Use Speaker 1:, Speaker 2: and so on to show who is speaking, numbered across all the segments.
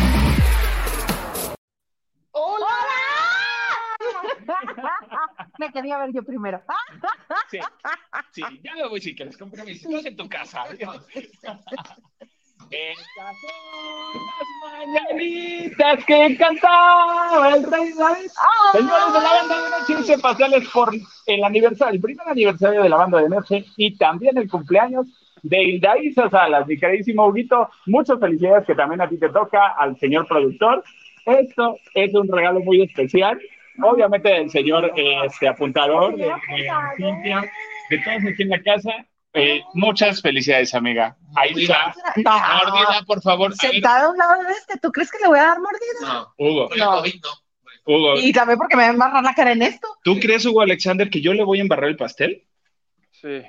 Speaker 1: la quería ver yo primero.
Speaker 2: Sí, sí, ya me voy si quieres comprar mis hijos en tu casa. Estas son las mañanitas que cantaba el rey David.
Speaker 1: Ah,
Speaker 2: Señores de la banda de noche, hice pasearles por el aniversario, el primer aniversario de la banda de noche y también el cumpleaños de Hildaísa Salas, mi queridísimo Huguito. Muchas felicidades que también a ti te toca, al señor productor. Esto es un regalo muy especial obviamente del señor eh, este apuntador, de, Cintia, de todos aquí en la casa. Eh, muchas felicidades, amiga. Ahí está.
Speaker 1: No.
Speaker 2: Ah,
Speaker 3: Mordida, por favor. A ver,
Speaker 1: Ah, Sentado a un lado de este, ¿tú crees que le voy a dar mordida?
Speaker 3: no.
Speaker 2: Hugo,
Speaker 3: Por el COVID, no.
Speaker 2: Hugo,
Speaker 1: Y también porque me va a embarrar la cara en esto.
Speaker 2: ¿tú crees, Hugo Alexander, que yo le voy a embarrar el pastel?
Speaker 4: Sí.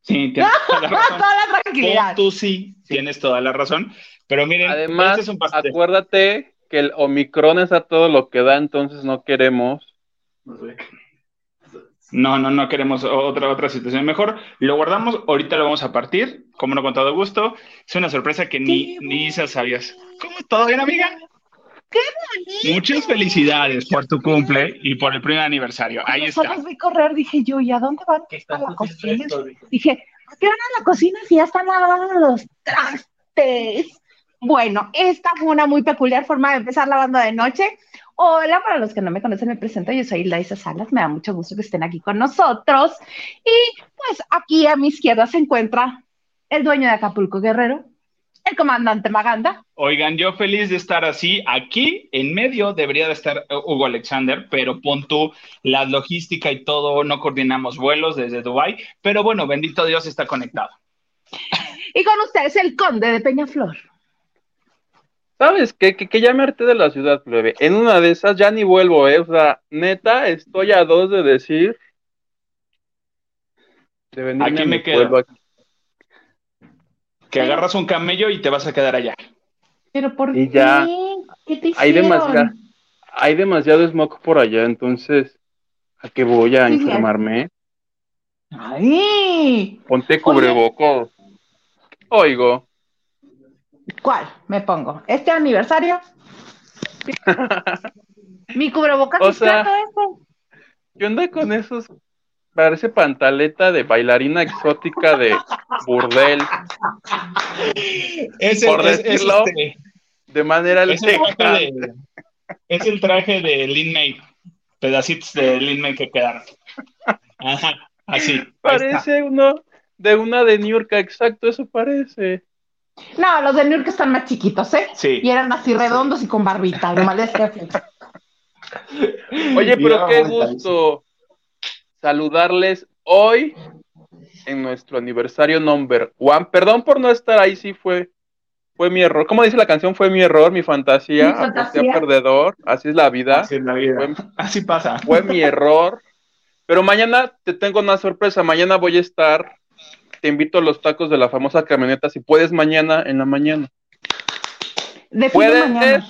Speaker 2: Sí, tienes toda la
Speaker 1: Ah, Toda
Speaker 2: razón.
Speaker 1: la
Speaker 2: Tú,
Speaker 1: tranquilidad.
Speaker 2: tú sí, tienes toda la razón. Pero miren,
Speaker 4: Además,
Speaker 2: este es un pastel.
Speaker 4: acuérdate que el Omicron es a todo lo que da, entonces no queremos.
Speaker 2: No, no, no queremos otra, otra situación. Mejor lo guardamos, ahorita lo vamos a partir, como no con todo gusto. Es una sorpresa que ni, ni Isa sabías. ¿Cómo todo bien, amiga? Muchas felicidades por tu cumple y por el primer aniversario. Ahí
Speaker 1: Cuando
Speaker 2: está.
Speaker 1: Solo vi correr, dije yo, ¿y a dónde van?
Speaker 3: ¿Qué
Speaker 1: A
Speaker 3: estás
Speaker 1: la
Speaker 3: haciendo
Speaker 1: cocina.
Speaker 3: esto, Rico?
Speaker 1: Dije, ¿a qué van a la cocina si ya están lavados los trastes? Bueno, esta fue una muy peculiar forma de empezar la banda de noche. Hola, para los que no me conocen, me presento. Yo soy Laisa Salas. Me da mucho gusto que estén aquí con nosotros. Y pues aquí a mi izquierda se encuentra el dueño de Acapulco Guerrero, el comandante Maganda.
Speaker 2: Oigan, yo feliz de estar así. Aquí en medio debería de estar eh, Hugo Alexander, pero pon tú la logística y todo, no coordinamos vuelos desde Dubai, pero bueno, bendito Dios está conectado.
Speaker 1: Y con ustedes el conde de Peñaflor.
Speaker 4: ¿Sabes qué? Que, que ya me harté de la ciudad, plebe. En una de esas ya ni vuelvo, ¿eh? O sea, neta, estoy a dos de decir. De venirme
Speaker 2: Aquí
Speaker 4: a
Speaker 2: me
Speaker 4: mi
Speaker 2: quedo.
Speaker 4: pueblo, aquí.
Speaker 2: Que agarras un camello y te vas a quedar allá.
Speaker 1: Pero por
Speaker 4: Y ya.
Speaker 1: qué? ¿Qué te
Speaker 4: Hay
Speaker 1: hicieron?
Speaker 4: demasiada- Hay demasiado smoke por allá, entonces, ¿a qué voy a
Speaker 1: Muy bien.
Speaker 4: enfermarme?
Speaker 1: Ay,
Speaker 4: Ponte cubrebocos. Oigo.
Speaker 1: ¿cuál me pongo? ¿Este aniversario? Mi cubrebocas
Speaker 4: O
Speaker 1: es
Speaker 4: sea-
Speaker 1: plato ese.
Speaker 4: ¿Qué onda con esos? Parece pantaleta de bailarina exótica de burdel,
Speaker 2: Es
Speaker 4: Por decirlo,
Speaker 2: este-
Speaker 4: de manera
Speaker 2: es el
Speaker 4: legal.
Speaker 2: traje de, es el traje de Lin May, pedacitos de Lin May que quedaron. Ajá, así. ahí está.
Speaker 4: Parece uno de una de New York, exacto, eso parece.
Speaker 1: este? No, los de New York están más chiquitos, ¿eh?
Speaker 2: Sí.
Speaker 1: Y eran así redondos y con barbita. Lo malo es que
Speaker 4: Oye, pero
Speaker 2: Ya,
Speaker 4: qué
Speaker 2: ahorita
Speaker 4: gusto saludarles hoy en nuestro aniversario number one. Perdón por no estar ahí, sí fue, fue mi error. ¿Cómo dice la canción? Fue mi error, mi fantasía,
Speaker 1: Mi fantasía.
Speaker 4: aposté a perdedor, así es la vida.
Speaker 2: Así es "Ah, la vida.
Speaker 4: Fue-
Speaker 2: Así pasa.
Speaker 4: fue mi error. Pero mañana te tengo una sorpresa. Mañana voy a estar. Te invito a los tacos de la famosa camioneta. Si puedes, mañana en la mañana.
Speaker 1: Define
Speaker 4: ¿Puedes?
Speaker 1: mañana.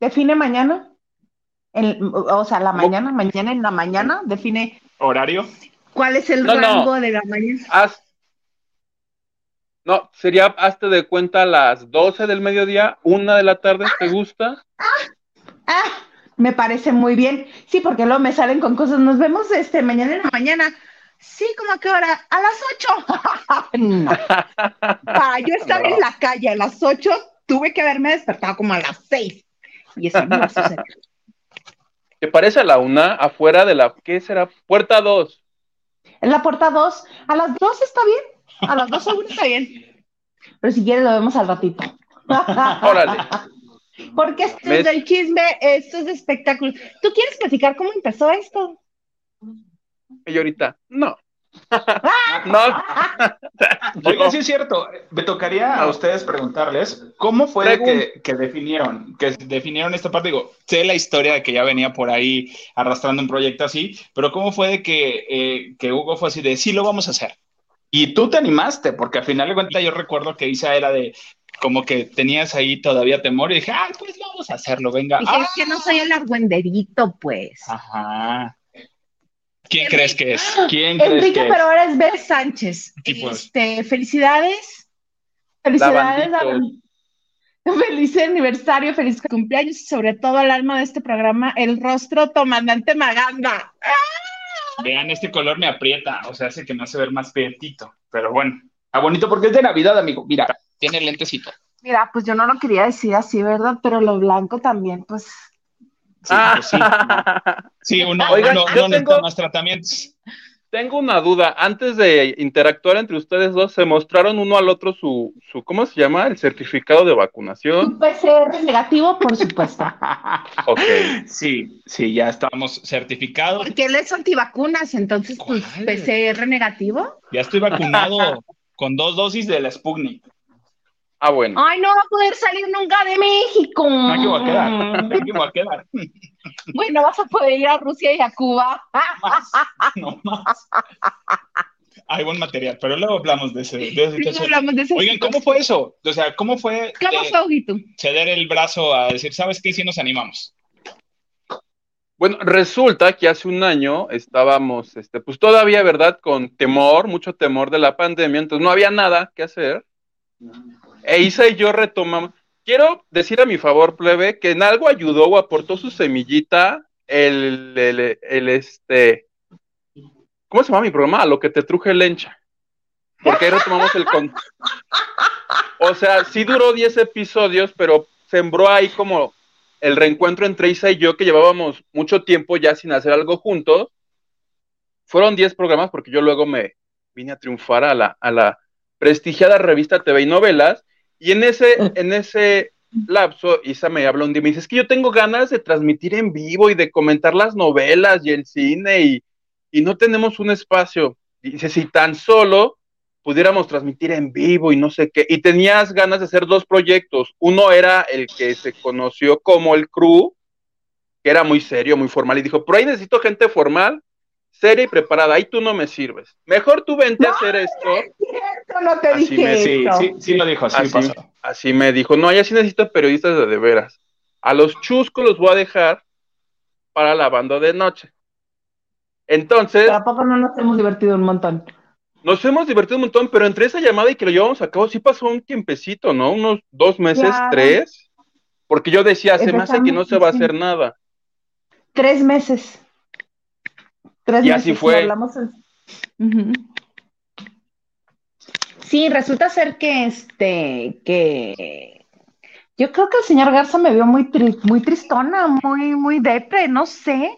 Speaker 1: Define mañana. El- o sea, la
Speaker 4: ¿Cómo?
Speaker 1: mañana, mañana en la mañana. Define
Speaker 2: Horario.
Speaker 1: cuál es el
Speaker 4: No, no.
Speaker 1: rango de la mañana.
Speaker 4: Haz- No, sería hazte de cuenta a las 12 del mediodía, una de la tarde. ¿Te gusta?
Speaker 1: Ah, me parece muy bien. Sí, porque luego me salen con cosas. Nos vemos este mañana en la mañana. Sí, ¿cómo a qué hora? A las ocho. No. Para yo estar
Speaker 4: No.
Speaker 1: en la calle a las ocho, tuve que haberme despertado como a las seis. Y eso no va a suceder.
Speaker 4: ¿Te parece a la una afuera de la. ¿Qué será? Puerta 2.
Speaker 1: En la puerta dos, a las dos está bien. A las dos seguro está bien. Pero si quieres lo vemos al ratito.
Speaker 4: Órale.
Speaker 1: Porque esto
Speaker 4: ¿Ves?
Speaker 1: es del chisme, esto es espectáculo. ¿Tú quieres platicar cómo empezó esto?
Speaker 4: Y ahorita. No. no.
Speaker 2: Oiga, sí es cierto. Me tocaría a ustedes preguntarles cómo fue
Speaker 4: Pregun-
Speaker 2: que, que definieron, que definieron esta parte. Digo, sé la historia de que ya venía por ahí arrastrando un proyecto así, pero cómo fue de que, eh, que Hugo fue así de sí lo vamos a hacer. Y tú te animaste, porque al final de cuentas yo recuerdo que Isa era de como que tenías ahí todavía temor y dije, ah, pues vamos a hacerlo, venga.
Speaker 1: Dije,
Speaker 2: Ah,
Speaker 1: es que no soy el argüenderito, pues.
Speaker 2: Ajá. ¿Quién crees que es? ¿Quién crees
Speaker 1: Enrique,
Speaker 2: que es?
Speaker 1: pero ahora es Bel Sánchez.
Speaker 2: Sí, pues.
Speaker 1: Este, felicidades. Felicidades,
Speaker 4: Lavandito.
Speaker 1: Lavan- Feliz aniversario, feliz cumpleaños y sobre todo al alma de este programa, el rostro tomandante Maganda.
Speaker 2: Vean, este color me aprieta, o sea, hace que me hace ver más prietito. Pero bueno, ah, bonito porque es de Navidad, amigo. Mira, tiene lentecito.
Speaker 1: Mira, pues yo no lo quería decir así, ¿verdad? Pero lo blanco también, pues.
Speaker 2: Sí, pues sí, ¿no? Sí, uno,
Speaker 4: Ah. Oigan,
Speaker 2: uno-
Speaker 4: yo
Speaker 2: uno necesita
Speaker 4: tengo-
Speaker 2: más tratamientos.
Speaker 4: Tengo una duda. Antes de interactuar entre ustedes dos, se mostraron uno al otro su, su ¿cómo se llama? El certificado de vacunación.
Speaker 1: Un PCR negativo, por supuesto.
Speaker 4: Ok.
Speaker 2: Sí, sí, ya estamos certificados.
Speaker 1: Porque él es antivacunas, entonces, pues,
Speaker 2: ¿Cuál?
Speaker 1: PCR negativo.
Speaker 2: Ya estoy vacunado con dos dosis de la Sputnik.
Speaker 4: Ah, bueno.
Speaker 1: Ay, no va a poder salir nunca de México.
Speaker 2: Aquí voy a quedar. Aquí voy a quedar.
Speaker 1: Bueno, vas a poder ir a Rusia y a Cuba.
Speaker 2: Más, no más. Hay buen material, pero luego hablamos de ese. de ese- de
Speaker 1: Luego
Speaker 2: ese-
Speaker 1: hablamos de eso.
Speaker 2: Oigan, ¿cómo fue eso? O sea, ¿cómo fue
Speaker 1: ¿Cómo
Speaker 2: eh,
Speaker 1: fue, Huguito?
Speaker 2: ceder el brazo a decir, ¿sabes qué? Si nos animamos.
Speaker 4: Bueno, resulta que hace un año estábamos, este, pues todavía, ¿verdad? Con temor, mucho temor de la pandemia, entonces no había nada que hacer. E Isa y yo retomamos. Quiero decir a mi favor, plebe, que en algo ayudó o aportó su semillita el, el- el, este, ¿cómo se llama mi programa? A lo que te truje el encha. Porque ahí retomamos el... Con... O sea, sí duró 10 episodios, pero sembró ahí como el reencuentro entre Isa y yo, que llevábamos mucho tiempo ya sin hacer algo juntos. Fueron 10 programas porque yo luego me vine a triunfar a la, a la prestigiada revista TV y Novelas. Y en ese, en ese lapso, Isa me habla un día y me dice, es que yo tengo ganas de transmitir en vivo y de comentar las novelas y el cine y, y no tenemos un espacio. Dice, si tan solo pudiéramos transmitir en vivo y no sé qué. Y tenías ganas de hacer dos proyectos. Uno era el que se conoció como el crew, que era muy serio, muy formal, y dijo, por ahí necesito gente formal, seria y preparada. Ahí tú no me sirves. Mejor tú vente a hacer esto.
Speaker 1: Cierto, no te
Speaker 4: Así
Speaker 1: dije
Speaker 4: me-
Speaker 2: Sí,
Speaker 1: esto.
Speaker 2: sí, Ah, sí lo dijo, así
Speaker 4: Así.
Speaker 2: pasó.
Speaker 4: Así me dijo, no, ya sí necesito periodistas de de veras. A los chuscos los voy a dejar para la banda de noche. Entonces,
Speaker 1: Pero ¿a poco no nos hemos divertido un montón?
Speaker 4: Nos hemos divertido un montón, pero entre esa llamada y que lo llevamos a cabo, sí pasó un tiempecito, ¿no? Unos dos meses,
Speaker 1: Claro.
Speaker 4: tres. Porque yo decía, se me hace que no se va a
Speaker 1: Exactamente, sí.
Speaker 4: hacer nada.
Speaker 1: Tres meses. Tres
Speaker 4: Y así
Speaker 1: meses,
Speaker 4: fue.
Speaker 1: lo hablamos en- Ujú. Sí, resulta ser que este, que yo creo que el señor Garza me vio muy tri- muy tristona, muy, muy depre, no sé.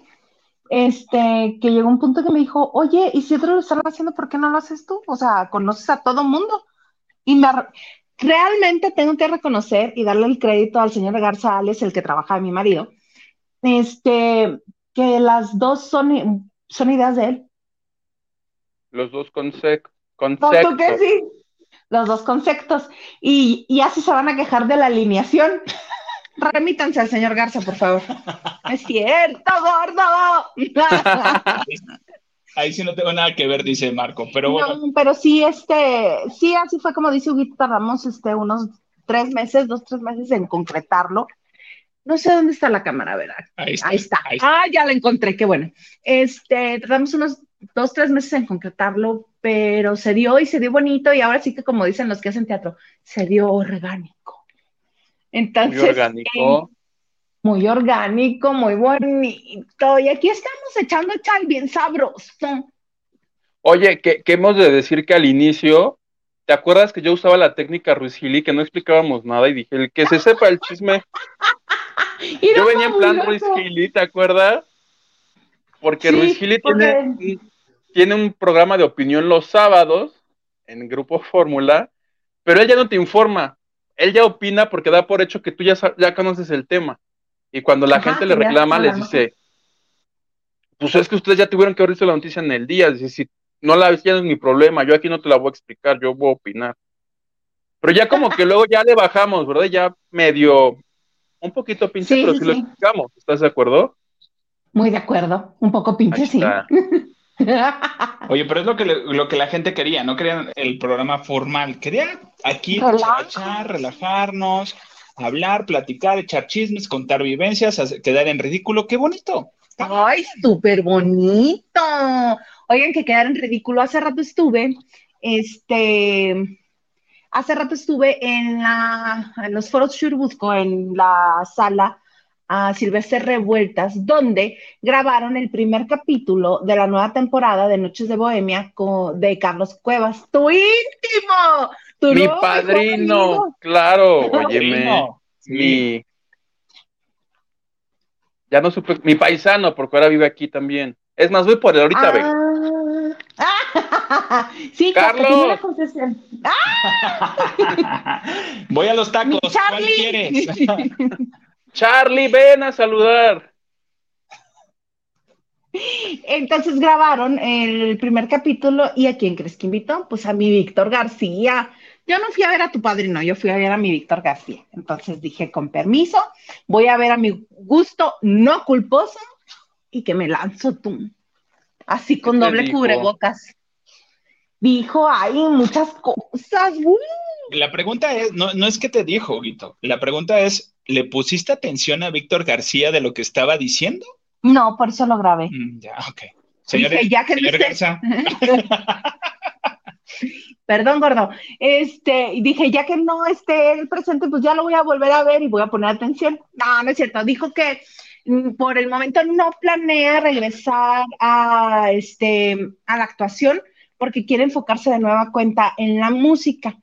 Speaker 1: Este, que llegó un punto que me dijo, oye, y si otros lo están haciendo, ¿por qué no lo haces tú? O sea, conoces a todo mundo. Y me arr- realmente tengo que reconocer y darle el crédito al señor Garza Alex, el que trabaja de mi marido, este, que las dos son, son ideas de él.
Speaker 4: Los dos conse-
Speaker 1: Pon tú que
Speaker 4: conceptos.
Speaker 1: sí. Los dos conceptos. Y, y así se van a quejar de la alineación. Remítanse al señor Garza, por favor. Es cierto, gordo.
Speaker 2: Ahí sí no tengo nada que ver, dice Marco, pero bueno.
Speaker 1: No, pero sí, este, sí, así fue como dice Huguito, tardamos este, unos tres meses, dos, tres meses en concretarlo. No sé dónde está la cámara, ¿verdad?
Speaker 2: Ahí está.
Speaker 1: Ahí está.
Speaker 2: Ahí está.
Speaker 1: Ah, ya la encontré, qué bueno. Este, tardamos unos dos, tres meses en concretarlo, pero se dio y se dio bonito y ahora sí que como dicen los que hacen teatro, se dio orgánico.
Speaker 4: Muy
Speaker 1: Entonces,
Speaker 4: orgánico.
Speaker 1: muy orgánico, muy bonito. Y aquí estamos echando chal bien sabroso.
Speaker 4: Oye, que, que hemos de decir que al inicio, ¿te acuerdas que yo usaba la técnica Ruiz Gili, que no explicábamos nada y dije, el que se sepa el chisme?
Speaker 1: Y
Speaker 4: Yo
Speaker 1: era
Speaker 4: venía en plan Ruiz
Speaker 1: fabuloso.
Speaker 4: Gili, ¿te acuerdas? Porque
Speaker 1: Sí,
Speaker 4: Ruiz Gili tiene,
Speaker 1: porque-
Speaker 4: tiene un programa de opinión los sábados en Grupo Fórmula, pero él ya no te informa, él ya opina porque da por hecho que tú ya, sa- ya conoces el tema. Y cuando la
Speaker 1: Ajá,
Speaker 4: gente le
Speaker 1: ya,
Speaker 4: reclama,
Speaker 1: a
Speaker 4: les
Speaker 1: lo mejor.
Speaker 4: dice, pues es que ustedes ya tuvieron que haber visto la noticia en el día, dice, si no la ves, ya no es mi problema, yo aquí no te la voy a explicar, yo voy a opinar. Pero ya como que luego ya le bajamos, ¿verdad? Ya medio, un poquito pinche,
Speaker 1: Sí,
Speaker 4: pero
Speaker 1: sí,
Speaker 4: sí, lo
Speaker 1: sí.
Speaker 4: explicamos, ¿estás de acuerdo?
Speaker 1: Muy de acuerdo, un poco
Speaker 4: Ahí
Speaker 1: pinche, sí.
Speaker 4: está.
Speaker 2: Oye, pero es lo que, le- lo que la gente quería, no querían el programa formal, querían aquí
Speaker 1: Relajo.
Speaker 2: echar, relajarnos, hablar, platicar, echar chismes, contar vivencias, hacer- quedar en ridículo, qué bonito.
Speaker 1: Ay, súper bonito. Oigan, que quedaron ridículo. Hace rato estuve, este, Hace rato estuve en, la, en los foros Churubusco, en la sala a Silvestre Revueltas, donde grabaron el primer capítulo de la nueva temporada de Noches de Bohemia con, de Carlos Cuevas, tu íntimo, tu
Speaker 4: Mi
Speaker 1: nuevo mejor
Speaker 4: padrino,
Speaker 1: amigo.
Speaker 4: claro,
Speaker 2: Mi
Speaker 4: óyeme.
Speaker 2: padrino,
Speaker 4: Mi. Ya no supe, mi paisano, porque ahora vive aquí también. Es más, voy por él ahorita, ve.
Speaker 1: Ah. sí,
Speaker 4: Carlos.
Speaker 1: Carlos. Una concesión. ¡Ah,
Speaker 2: Voy a los
Speaker 1: mi
Speaker 2: tacos. ¿Cuál
Speaker 1: Charlie!
Speaker 2: quieres?
Speaker 4: Charlie, ven a saludar.
Speaker 1: Entonces grabaron el primer capítulo y ¿a quién crees que invitó? Pues a mi Víctor García. Yo no fui a ver a tu padrino, yo fui a ver a mi Víctor García. Entonces dije, con permiso, voy a ver a mi gusto no culposo y que me lanzo tú. Así con
Speaker 4: te
Speaker 1: doble
Speaker 4: dijo?
Speaker 1: cubrebocas. Dijo, hay muchas cosas. uy".
Speaker 2: La pregunta es, no, no es que te dijo, Guito. La pregunta es, ¿le pusiste atención a Víctor García de lo que estaba diciendo?
Speaker 1: No, por eso lo grabé.
Speaker 2: Mm, ya, ok.
Speaker 1: Dije,
Speaker 2: Señores,
Speaker 1: ya que no
Speaker 2: señor
Speaker 1: sé-
Speaker 2: Garza,
Speaker 1: Perdón, gordo. Este, y dije, ya que no esté él presente, pues ya lo voy a volver a ver y voy a poner atención. No, no es cierto. Dijo que mm, por el momento no planea regresar a, este, a la actuación porque quiere enfocarse de nueva cuenta en la música,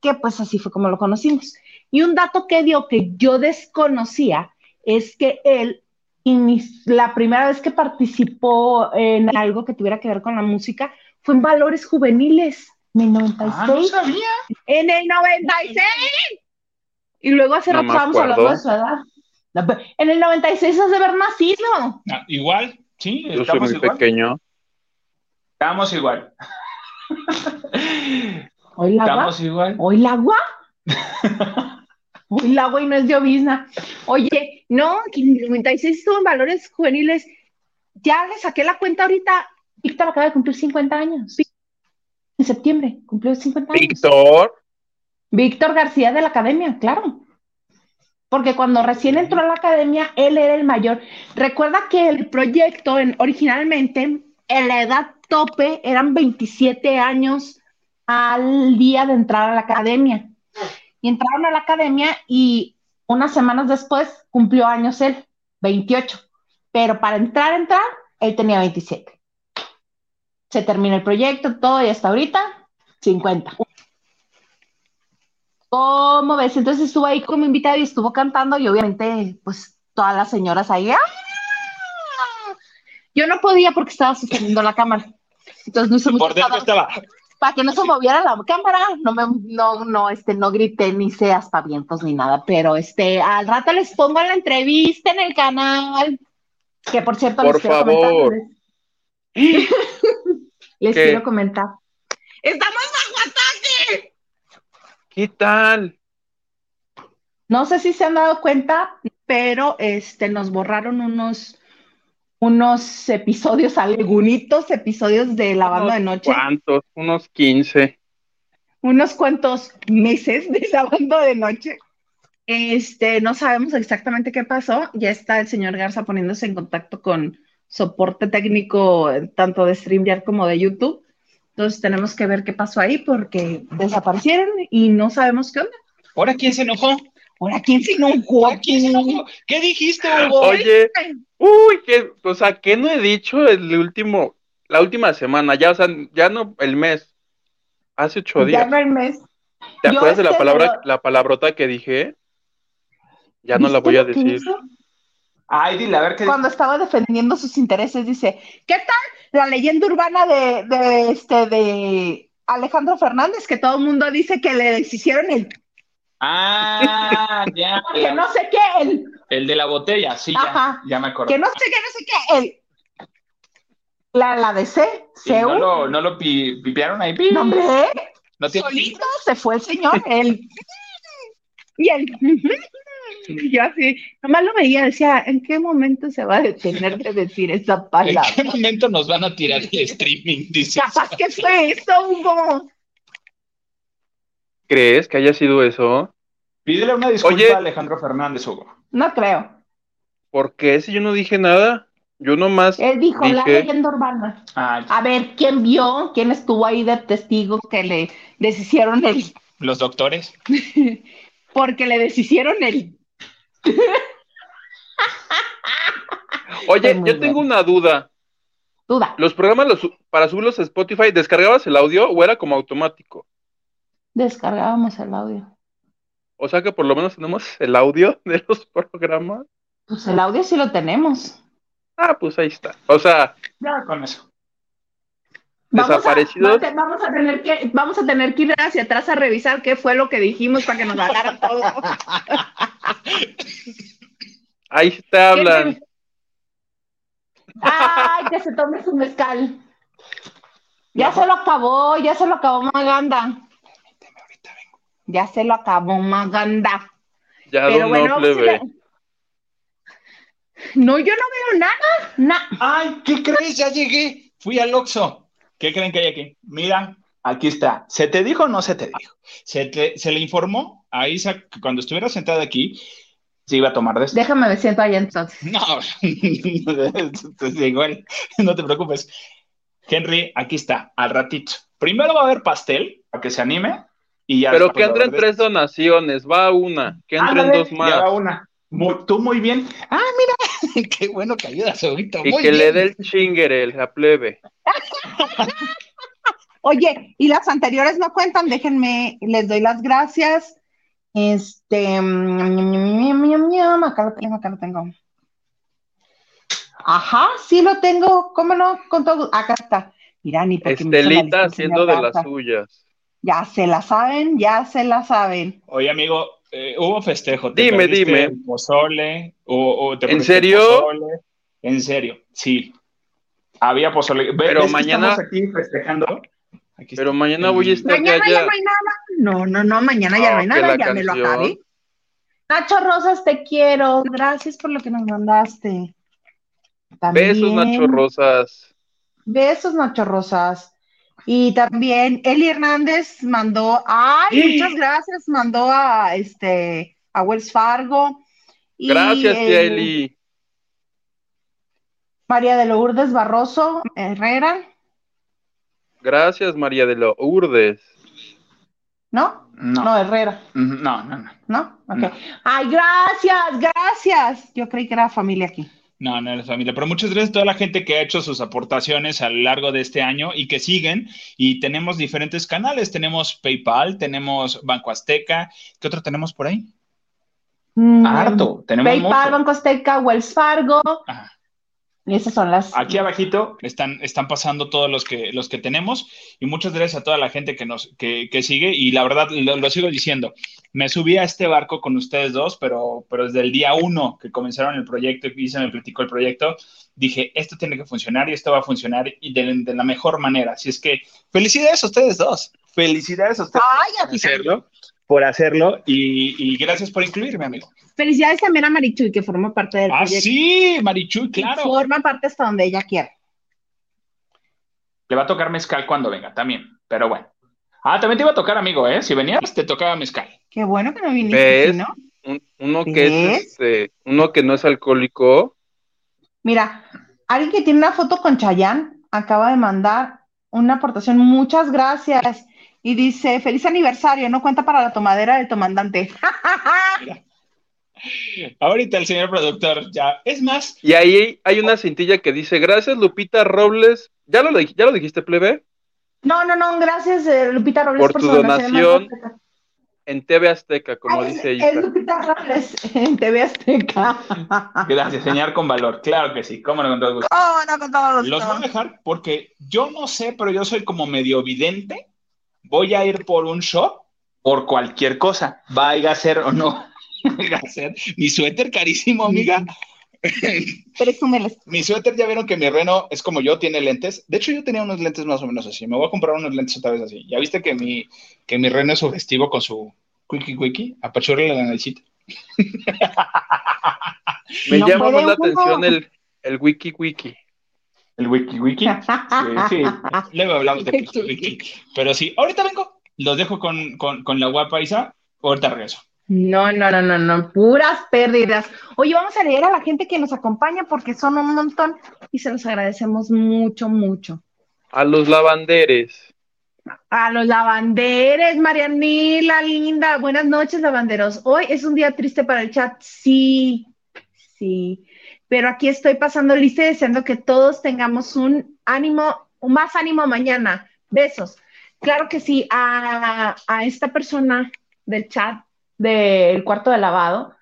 Speaker 1: que pues así fue como lo conocimos. Y un dato que dio que yo desconocía es que él, inici- la primera vez que participó en algo que tuviera que ver con la música, fue en Valores Juveniles, en el 96.
Speaker 2: Ah, no sabía.
Speaker 1: En el 96. Y luego hace
Speaker 4: No
Speaker 1: rato
Speaker 4: me
Speaker 1: estábamos
Speaker 4: acuerdo.
Speaker 1: hablando de su edad. La pe- En el 96 has de haber nacido.
Speaker 2: Ah, igual, sí,
Speaker 4: Yo soy
Speaker 2: estamos
Speaker 4: muy
Speaker 2: igual.
Speaker 4: pequeño.
Speaker 2: Estamos igual.
Speaker 1: Hoy la agua.
Speaker 2: Estamos igual.
Speaker 1: Hoy la agua. Hoy la agua y no es de obisna. Oye, no, que en el 96 estuvo en valores juveniles. Ya le saqué la cuenta ahorita. Víctor acaba de cumplir 50 años. En septiembre cumplió 50 años.
Speaker 4: Víctor.
Speaker 1: Víctor García de la academia, claro. Porque cuando recién entró a la academia, él era el mayor. Recuerda que el proyecto en- originalmente, en la edad tope, eran 27 años al día de entrar a la academia. Y entraron a la academia y unas semanas después cumplió años él, 28. Pero para entrar, entrar, él tenía 27. Se terminó el proyecto, todo y hasta ahorita, 50. ¿Cómo ves? Entonces estuvo ahí como invitado y estuvo cantando y obviamente pues todas las señoras ahí. ¡ah! Yo no podía porque estaba sosteniendo la cámara. Entonces no hice mucho
Speaker 2: Por dentro
Speaker 1: caso.
Speaker 2: estaba.
Speaker 1: Para que no se moviera la cámara, no me, no, no, este, no grité ni hice hasta vientos ni nada, pero este, al rato les pongo la entrevista en el canal, que por cierto
Speaker 4: Por
Speaker 1: les quiero
Speaker 4: favor.
Speaker 1: comentar. Les, les
Speaker 4: ¿Qué?
Speaker 1: quiero comentar. Estamos bajo ataque.
Speaker 4: ¿Qué tal?
Speaker 1: No sé si se han dado cuenta, pero este, nos borraron unos, unos episodios, algunos episodios de la banda de noche.
Speaker 4: ¿Cuántos? Unos 15.
Speaker 1: unos cuantos meses de lavando de noche. Este, no sabemos exactamente qué pasó. Ya está el señor Garza poniéndose en contacto con soporte técnico, eh, tanto de StreamYard como de YouTube. Entonces tenemos que ver qué pasó ahí porque desaparecieron y no sabemos qué onda.
Speaker 2: ¿Ahora quién se enojó?
Speaker 1: Ahora, ¿quién se inocua?
Speaker 2: ¿Ahora quién se enojó? ¿Qué dijiste, Hugo?
Speaker 4: Oye, uy, que, o sea, ¿qué no he dicho el último, la última semana? Ya, o sea, ya no el mes, hace ocho
Speaker 1: Ya
Speaker 4: días.
Speaker 1: no hay mes.
Speaker 4: ¿Te
Speaker 1: yo
Speaker 4: acuerdas de la
Speaker 1: este
Speaker 4: palabra,
Speaker 1: lo-
Speaker 4: la palabrota que dije? Ya no la
Speaker 1: ¿Viste
Speaker 4: voy a
Speaker 1: lo que
Speaker 4: decir.
Speaker 1: hizo?
Speaker 2: Ay, dile, a ver qué
Speaker 1: Cuando estaba defendiendo sus intereses, dice, ¿qué tal la leyenda urbana de, de, este, de Alejandro Fernández? Que todo el mundo dice que le deshicieron el
Speaker 2: Ah, ya.
Speaker 1: que no sé qué, el
Speaker 2: El de la botella, sí,
Speaker 1: Ajá.
Speaker 2: ya, ya me acordé.
Speaker 1: que no sé qué, no sé qué, el la, la de C,
Speaker 2: Y no
Speaker 1: Seúl.
Speaker 2: lo, no lo pi- pipearon ahí. pi.
Speaker 1: No, hombre, ¿eh?
Speaker 2: No tiene-
Speaker 1: solito se fue el señor, el y el y yo así, nomás lo veía, decía, ¿en qué momento se va a detener de decir esa
Speaker 2: ¿En
Speaker 1: palabra?
Speaker 2: qué momento nos van a tirar el streaming? Dice.
Speaker 1: Capaz que fue eso, Hugo.
Speaker 4: ¿Crees que haya sido eso?
Speaker 2: Pídele una disculpa
Speaker 4: Oye.
Speaker 2: a Alejandro Fernández, Hugo.
Speaker 1: No creo.
Speaker 4: ¿Por qué si yo no dije nada? Yo nomás
Speaker 1: Él dijo la
Speaker 4: Dije-
Speaker 1: leyenda urbana.
Speaker 2: Ah,
Speaker 1: A ver, ¿quién vio? ¿Quién estuvo ahí de testigo que le deshicieron el
Speaker 2: los doctores.
Speaker 1: Porque le deshicieron el.
Speaker 4: Oye,
Speaker 1: Muy
Speaker 4: yo tengo una duda.
Speaker 1: Duda.
Speaker 4: ¿Los programas los su- para subirlos a Spotify, descargabas el audio o era como automático?
Speaker 1: Descargábamos el audio.
Speaker 4: O sea que por lo menos tenemos el audio de los programas.
Speaker 1: Pues el audio sí lo tenemos.
Speaker 4: Ah, pues ahí está. O sea,
Speaker 2: Ya con eso.
Speaker 1: Vamos a-
Speaker 4: Desaparecidos.
Speaker 1: va a te- Vamos a, tener que, vamos a tener que ir hacia atrás a revisar qué fue lo que dijimos para que nos agarraran todo.
Speaker 4: ahí te hablan.
Speaker 1: Ay, que se tome su mezcal. Ya se lo acabó, ya se lo acabó Maganda. Ya se lo acabó Maganda.
Speaker 4: Ya
Speaker 1: Pero
Speaker 4: don
Speaker 1: bueno,
Speaker 4: Noble,
Speaker 1: vamos a
Speaker 4: ve.
Speaker 1: ir a- No, yo no veo nada. na-
Speaker 2: Ay, ¿qué crees? Ya llegué. Fui al Oxxo. ¿Qué creen que hay aquí? Mira, aquí está. ¿Se te dijo o no se te dijo? Se, te- se le informó a Isa que cuando estuviera sentada aquí se iba a tomar de esto.
Speaker 1: Déjame, me siento allá entonces.
Speaker 2: No, entonces, igual, no te preocupes. Henry, aquí está, al ratito. Primero va a haber pastel, para que se anime, y ya.
Speaker 4: Pero
Speaker 2: después va
Speaker 4: que
Speaker 2: a haber
Speaker 4: entren
Speaker 2: de-
Speaker 4: tres donaciones, va una, que
Speaker 1: Ah,
Speaker 4: entren
Speaker 2: Ándale,
Speaker 4: dos
Speaker 2: Ya va
Speaker 4: más,
Speaker 2: una. Muy- tú muy bien. Ah, mira, qué bueno que ayudas ahorita.
Speaker 4: y
Speaker 2: muy
Speaker 4: que le
Speaker 2: bien.
Speaker 4: dé el chingere, el la plebe.
Speaker 1: Oye, y las anteriores no cuentan, déjenme, les doy las gracias. Este, mm, mm, mm, mm, acá lo tengo, acá lo tengo. Ajá, sí lo tengo, cómo no, con todo, acá está. Mira, ni porque me hizo la
Speaker 4: Estelita
Speaker 1: lista el
Speaker 4: haciendo de
Speaker 1: señor
Speaker 4: las
Speaker 1: Garza.
Speaker 4: suyas.
Speaker 1: Ya se la saben, ya se la saben.
Speaker 2: Oye, amigo, eh, hubo festejo. ¿Te
Speaker 4: Dime,
Speaker 2: perdiste
Speaker 4: dime.
Speaker 2: el pozole? ¿O- o te
Speaker 4: ¿En
Speaker 2: perdiste el
Speaker 4: serio?
Speaker 2: pozole? En serio, sí. Había pozole. Ve-
Speaker 4: Pero
Speaker 2: ves que
Speaker 4: mañana-
Speaker 2: Estamos aquí festejando. Aquí
Speaker 4: Pero
Speaker 2: está.
Speaker 4: mañana voy a estar
Speaker 1: Mañana ya
Speaker 4: allá.
Speaker 1: no hay nada. No, no, no, mañana ya
Speaker 4: No,
Speaker 1: no hay
Speaker 4: que
Speaker 1: nada,
Speaker 4: la
Speaker 1: ya me lo
Speaker 4: canción.
Speaker 1: acabé. Nacho Rosas, te quiero. Gracias por lo que nos mandaste.
Speaker 4: Besos,
Speaker 1: También-
Speaker 4: Nacho Rosas.
Speaker 1: Besos, Nacho Rosas. Y también Eli Hernández mandó, ay, muchas gracias, mandó a este a Wells Fargo. Y,
Speaker 4: Gracias,
Speaker 1: eh,
Speaker 4: tía Eli.
Speaker 1: María de Lourdes Barroso Herrera,
Speaker 4: Gracias, María de Lourdes.
Speaker 1: ¿no?
Speaker 2: No,
Speaker 1: No, Herrera,
Speaker 2: no, no, no.
Speaker 1: ¿no? Ok.
Speaker 2: No.
Speaker 1: Ay, gracias, gracias. Yo creí que era familia aquí.
Speaker 2: No, no es familia, pero muchas gracias a toda la gente que ha hecho sus aportaciones a lo largo de este año y que siguen. Y tenemos diferentes canales, tenemos PayPal, tenemos Banco Azteca, ¿qué otro tenemos por ahí?
Speaker 1: Mm,
Speaker 2: Harto, tenemos
Speaker 1: PayPal,
Speaker 2: mucho.
Speaker 1: Banco Azteca, Wells Fargo.
Speaker 2: Ajá.
Speaker 1: Y esas son las.
Speaker 2: Aquí abajito están, están pasando todos los que, los que tenemos y muchas gracias a toda la gente que nos que, que sigue y la verdad lo, lo sigo diciendo, me subí a este barco con ustedes dos, pero, pero desde el día uno que comenzaron el proyecto y se me platicó el proyecto, dije, esto tiene que funcionar y esto va a funcionar y de, de la mejor manera. Así es que felicidades a ustedes dos, felicidades a ustedes
Speaker 1: Ay,
Speaker 2: por hacerlo, por hacerlo y, y gracias por incluirme, amigo.
Speaker 1: felicidades también a Marichuy, que forma parte del
Speaker 2: Ah,
Speaker 1: proyecto.
Speaker 2: sí, Marichuy, claro.
Speaker 1: Forma parte hasta donde ella quiera.
Speaker 2: Le va a tocar mezcal cuando venga también, pero bueno. Ah, también te iba a tocar, amigo, ¿eh? Si venías, te tocaba mezcal.
Speaker 1: Qué bueno que no viniste,
Speaker 4: ¿Ves?
Speaker 1: si ¿no?
Speaker 4: Un- uno que es
Speaker 1: ¿Ves?
Speaker 4: este, uno que no es alcohólico.
Speaker 1: Mira, alguien que tiene una foto con Chayán acaba de mandar una aportación. Muchas gracias. Y dice, feliz aniversario, no cuenta para la tomadera del comandante.
Speaker 2: Ahorita el señor productor ya. Es más,
Speaker 4: Y ahí hay una cintilla que dice, gracias Lupita Robles. ¿Ya lo, di- ya lo dijiste, plebe?
Speaker 1: No, no, no, gracias, eh, Lupita Robles,
Speaker 4: Por tu
Speaker 1: de
Speaker 4: donación,
Speaker 1: Más Azteca.
Speaker 4: En TV Azteca, como
Speaker 1: Ah, es-
Speaker 4: dice
Speaker 1: es,
Speaker 4: Isa.
Speaker 1: Lupita Robles en TV Azteca.
Speaker 2: gracias, señor con valor. Claro que sí, cómo no con todo gusto.
Speaker 1: Oh, no, con todos
Speaker 2: Los voy a dejar porque yo no sé, pero yo soy como medio vidente. Voy a ir por un shot por cualquier cosa. Vaya a ser o no. Vaya a ser. Mi suéter carísimo, amiga.
Speaker 1: Presúmeles.
Speaker 2: Mi suéter ya vieron que mi reno es como yo, tiene lentes. De hecho, yo tenía unos lentes más o menos así. Me voy a comprar unos lentes otra vez así. Ya viste que mi, que mi reno es sugestivo con su quickie quickie. Apachurre la naricita.
Speaker 4: Me
Speaker 1: No
Speaker 4: llama más
Speaker 1: puede
Speaker 4: la
Speaker 1: uno.
Speaker 4: atención el, el wiki wiki.
Speaker 2: El wiki wiki. Eh, Sí, sí. Luego hablamos de Pixel Ricky. Pero sí, ahorita vengo. Los dejo con, con, con la guapa Isa. Ahorita regreso.
Speaker 1: No, no, no, no, no, puras pérdidas. Oye, vamos a leer a la gente que nos acompaña porque son un montón y se los agradecemos mucho, mucho.
Speaker 4: A los lavanderes.
Speaker 1: A los lavanderes, Marianila, linda. Buenas noches, lavanderos. Hoy es un día triste para el chat. Sí, sí. Pero aquí estoy pasando lista y deseando que todos tengamos un ánimo, un más ánimo mañana. Besos. Claro que sí, a, a esta persona del chat del cuarto de lavado,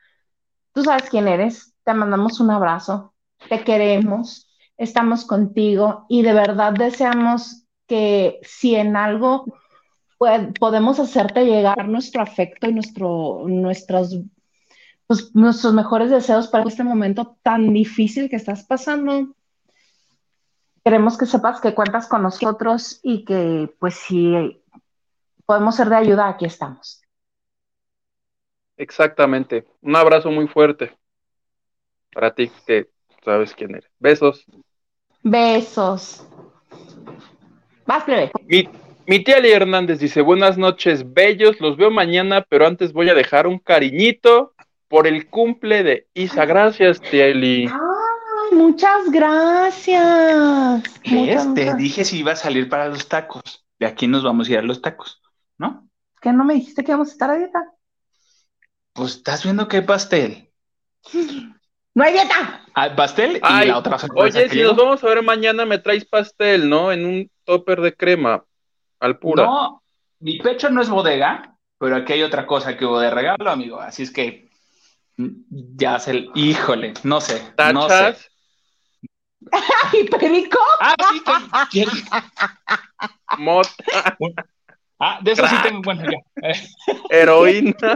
Speaker 1: tú sabes quién eres. Te mandamos un abrazo. Te queremos. Estamos contigo y de verdad deseamos que si en algo pues, podemos hacerte llegar nuestro afecto y nuestro, nuestros, pues, nuestros mejores deseos para este momento tan difícil que estás pasando. Queremos que sepas que cuentas con nosotros y que pues si podemos ser de ayuda, aquí estamos.
Speaker 4: Exactamente. Un abrazo muy fuerte para ti, que sabes quién eres. Besos.
Speaker 1: Besos. Vas, plebe.
Speaker 4: Mi, mi tía Lee Hernández dice: Buenas noches, bellos. Los veo mañana, pero antes voy a dejar un cariñito por el cumple de Isa. Gracias, tía Eli.
Speaker 1: Ay, muchas gracias. Muchas,
Speaker 2: Te
Speaker 1: muchas.
Speaker 2: dije si iba a salir para los tacos. De aquí nos vamos a ir a los tacos, ¿no?
Speaker 1: ¿Qué no me dijiste que íbamos a estar a dieta?
Speaker 2: Pues estás viendo que hay pastel.
Speaker 1: ¡No hay dieta!
Speaker 2: Ah, pastel y
Speaker 4: Ay,
Speaker 2: la otra sorpresa
Speaker 4: Oye,
Speaker 2: que
Speaker 4: si
Speaker 2: llegó.
Speaker 4: nos vamos a ver mañana, me traes pastel, ¿no? En un topper de crema al pura.
Speaker 2: No, mi pecho no es bodega, pero aquí hay otra cosa que hubo de regalo, amigo. Así es que mm, ya se, híjole, no sé, no sé.
Speaker 4: Tachas.
Speaker 1: ¡Ay, perico!
Speaker 2: Ah, sí, tengo-
Speaker 4: mota,
Speaker 2: ah, de eso sí
Speaker 4: Crack.
Speaker 2: tengo, bueno, ya. Eh,
Speaker 4: heroína,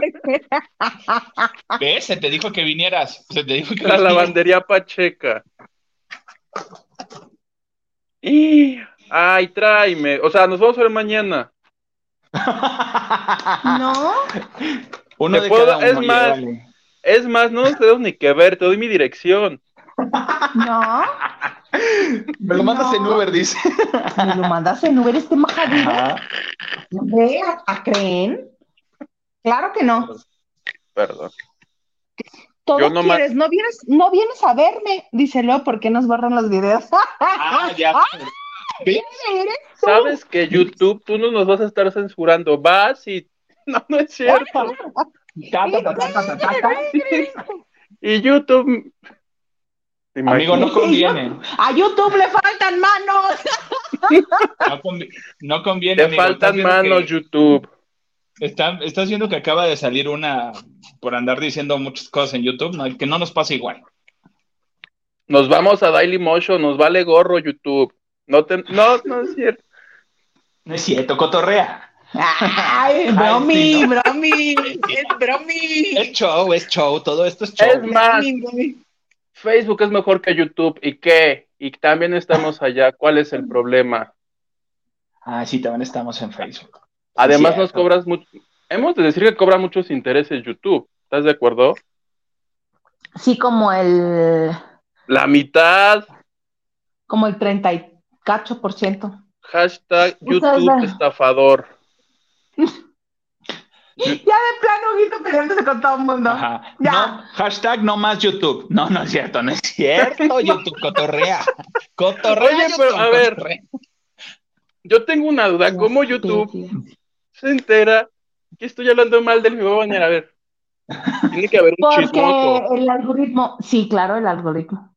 Speaker 2: ¿Ves? Se te dijo que vinieras, se te dijo que
Speaker 4: la
Speaker 2: vinieras.
Speaker 4: lavandería Pacheca. Y- Ay, tráeme. O sea, nos vamos a ver mañana.
Speaker 1: ¿No?
Speaker 2: Uno
Speaker 4: Te
Speaker 2: de
Speaker 4: puedo-
Speaker 2: cada uno.
Speaker 4: es más,
Speaker 2: llévale.
Speaker 4: Es más, no nos tenemos ni que ver, te doy mi dirección.
Speaker 1: ¿No?
Speaker 2: Me lo mandas en
Speaker 1: no.
Speaker 2: Uber, dice.
Speaker 1: Me lo mandas en Uber este majadero.
Speaker 2: Ah,
Speaker 1: Hombre, ¿a- a creen? Claro que no.
Speaker 4: Perdón.
Speaker 1: Todo
Speaker 4: Yo nomás-
Speaker 1: quieres, no vienes, no vienes a verme. Díselo, ¿por qué nos borran los videos?
Speaker 2: ah, ya.
Speaker 1: ¿Eres tú?
Speaker 4: Sabes que YouTube, tú no nos vas a estar censurando. Vas y. No, no es cierto.
Speaker 2: Ta, ta, ta, ta, ta, ta, ta.
Speaker 4: Y YouTube. ¿Te
Speaker 2: Amigo, no
Speaker 4: imaginas?
Speaker 2: conviene.
Speaker 1: A YouTube le faltan manos.
Speaker 2: No, convi- no conviene.
Speaker 4: Te
Speaker 2: amigo. Estás
Speaker 4: faltan
Speaker 2: viendo
Speaker 4: manos,
Speaker 2: que-
Speaker 4: YouTube.
Speaker 2: Está- estás viendo que acaba de salir una por andar diciendo muchas cosas en YouTube, no, que no nos pasa igual.
Speaker 4: Nos vamos a Daily Motion, nos vale gorro, YouTube. No, te... no, no es cierto.
Speaker 2: No es cierto, cotorrea.
Speaker 1: Ay,
Speaker 2: Ay,
Speaker 4: Ah,
Speaker 1: bromi,
Speaker 2: sí,
Speaker 1: bromi, es bromi.
Speaker 2: Es show, es show, todo esto es show.
Speaker 4: Es más,
Speaker 1: Bromi, bromi.
Speaker 4: Facebook es mejor que YouTube. ¿Y qué? Y también estamos allá. ¿Cuál es el problema?
Speaker 2: Ah, sí, también estamos en Facebook.
Speaker 4: Además,
Speaker 2: Cierto.
Speaker 4: nos cobras mucho. Hemos de decir que cobra muchos intereses YouTube. ¿Estás de acuerdo?
Speaker 1: Sí, como el,
Speaker 4: La mitad.
Speaker 1: como el 30 y cacho por ciento.
Speaker 4: Hashtag
Speaker 1: Ustedes
Speaker 4: YouTube
Speaker 1: ven.
Speaker 4: estafador.
Speaker 1: Ya de plano, Guito peleándose con todo el mundo.
Speaker 2: Ajá.
Speaker 1: Ya.
Speaker 2: No, hashtag no más YouTube. No, no es cierto, no es cierto, YouTube, cotorrea. Cotorrea.
Speaker 4: Oye,
Speaker 2: YouTube,
Speaker 4: pero, a ver.
Speaker 2: cotorrea.
Speaker 4: Yo tengo una duda. ¿Cómo YouTube se entera que estoy hablando mal del mi bañera? A ver. Tiene que haber un
Speaker 1: Porque
Speaker 4: chismoso.
Speaker 1: el algoritmo, sí, claro, el algoritmo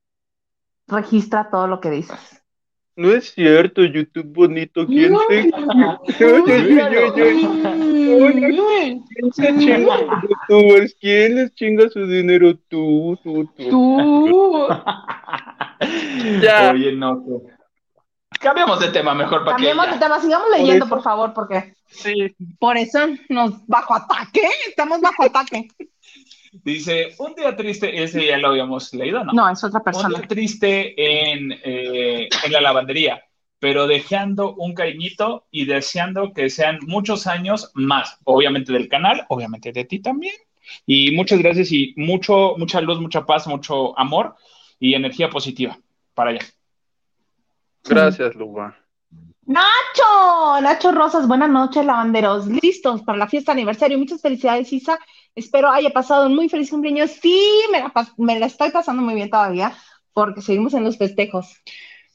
Speaker 1: registra todo lo que dices.
Speaker 4: No es cierto, YouTube bonito. ¿Quién
Speaker 1: No,
Speaker 4: te-
Speaker 1: no.
Speaker 4: Yo, yo, yo, yo, yo. ¿Quién se chinga a los youtubers? ¿Quién les chinga su dinero? Tú, tú, tú.
Speaker 1: Tú.
Speaker 4: Ya.
Speaker 2: Oye, no. que- Cambiamos de tema mejor para que.
Speaker 1: Cambiemos de
Speaker 2: ya-
Speaker 1: tema, sigamos
Speaker 4: Por
Speaker 1: leyendo,
Speaker 4: eso.
Speaker 1: por favor, porque
Speaker 4: Sí.
Speaker 1: por eso nos bajo ataque, estamos bajo ataque.
Speaker 2: Dice, un día triste, ese ya lo habíamos leído, ¿no?
Speaker 1: No, es otra
Speaker 2: Un
Speaker 1: persona.
Speaker 2: día triste en, eh, en la lavandería, pero dejando un cariñito y deseando que sean muchos años más, obviamente del canal, obviamente de ti también. Y muchas gracias y mucho, mucha luz, mucha paz, mucho amor y energía positiva para allá.
Speaker 4: Gracias, Luba.
Speaker 1: Nacho, Nacho Rosas, buenas noches, lavanderos, listos para la fiesta de aniversario. Muchas felicidades, Isa. Espero haya pasado un muy feliz cumpleaños. Sí, me la, pas- me la estoy pasando muy bien todavía, porque seguimos en los festejos.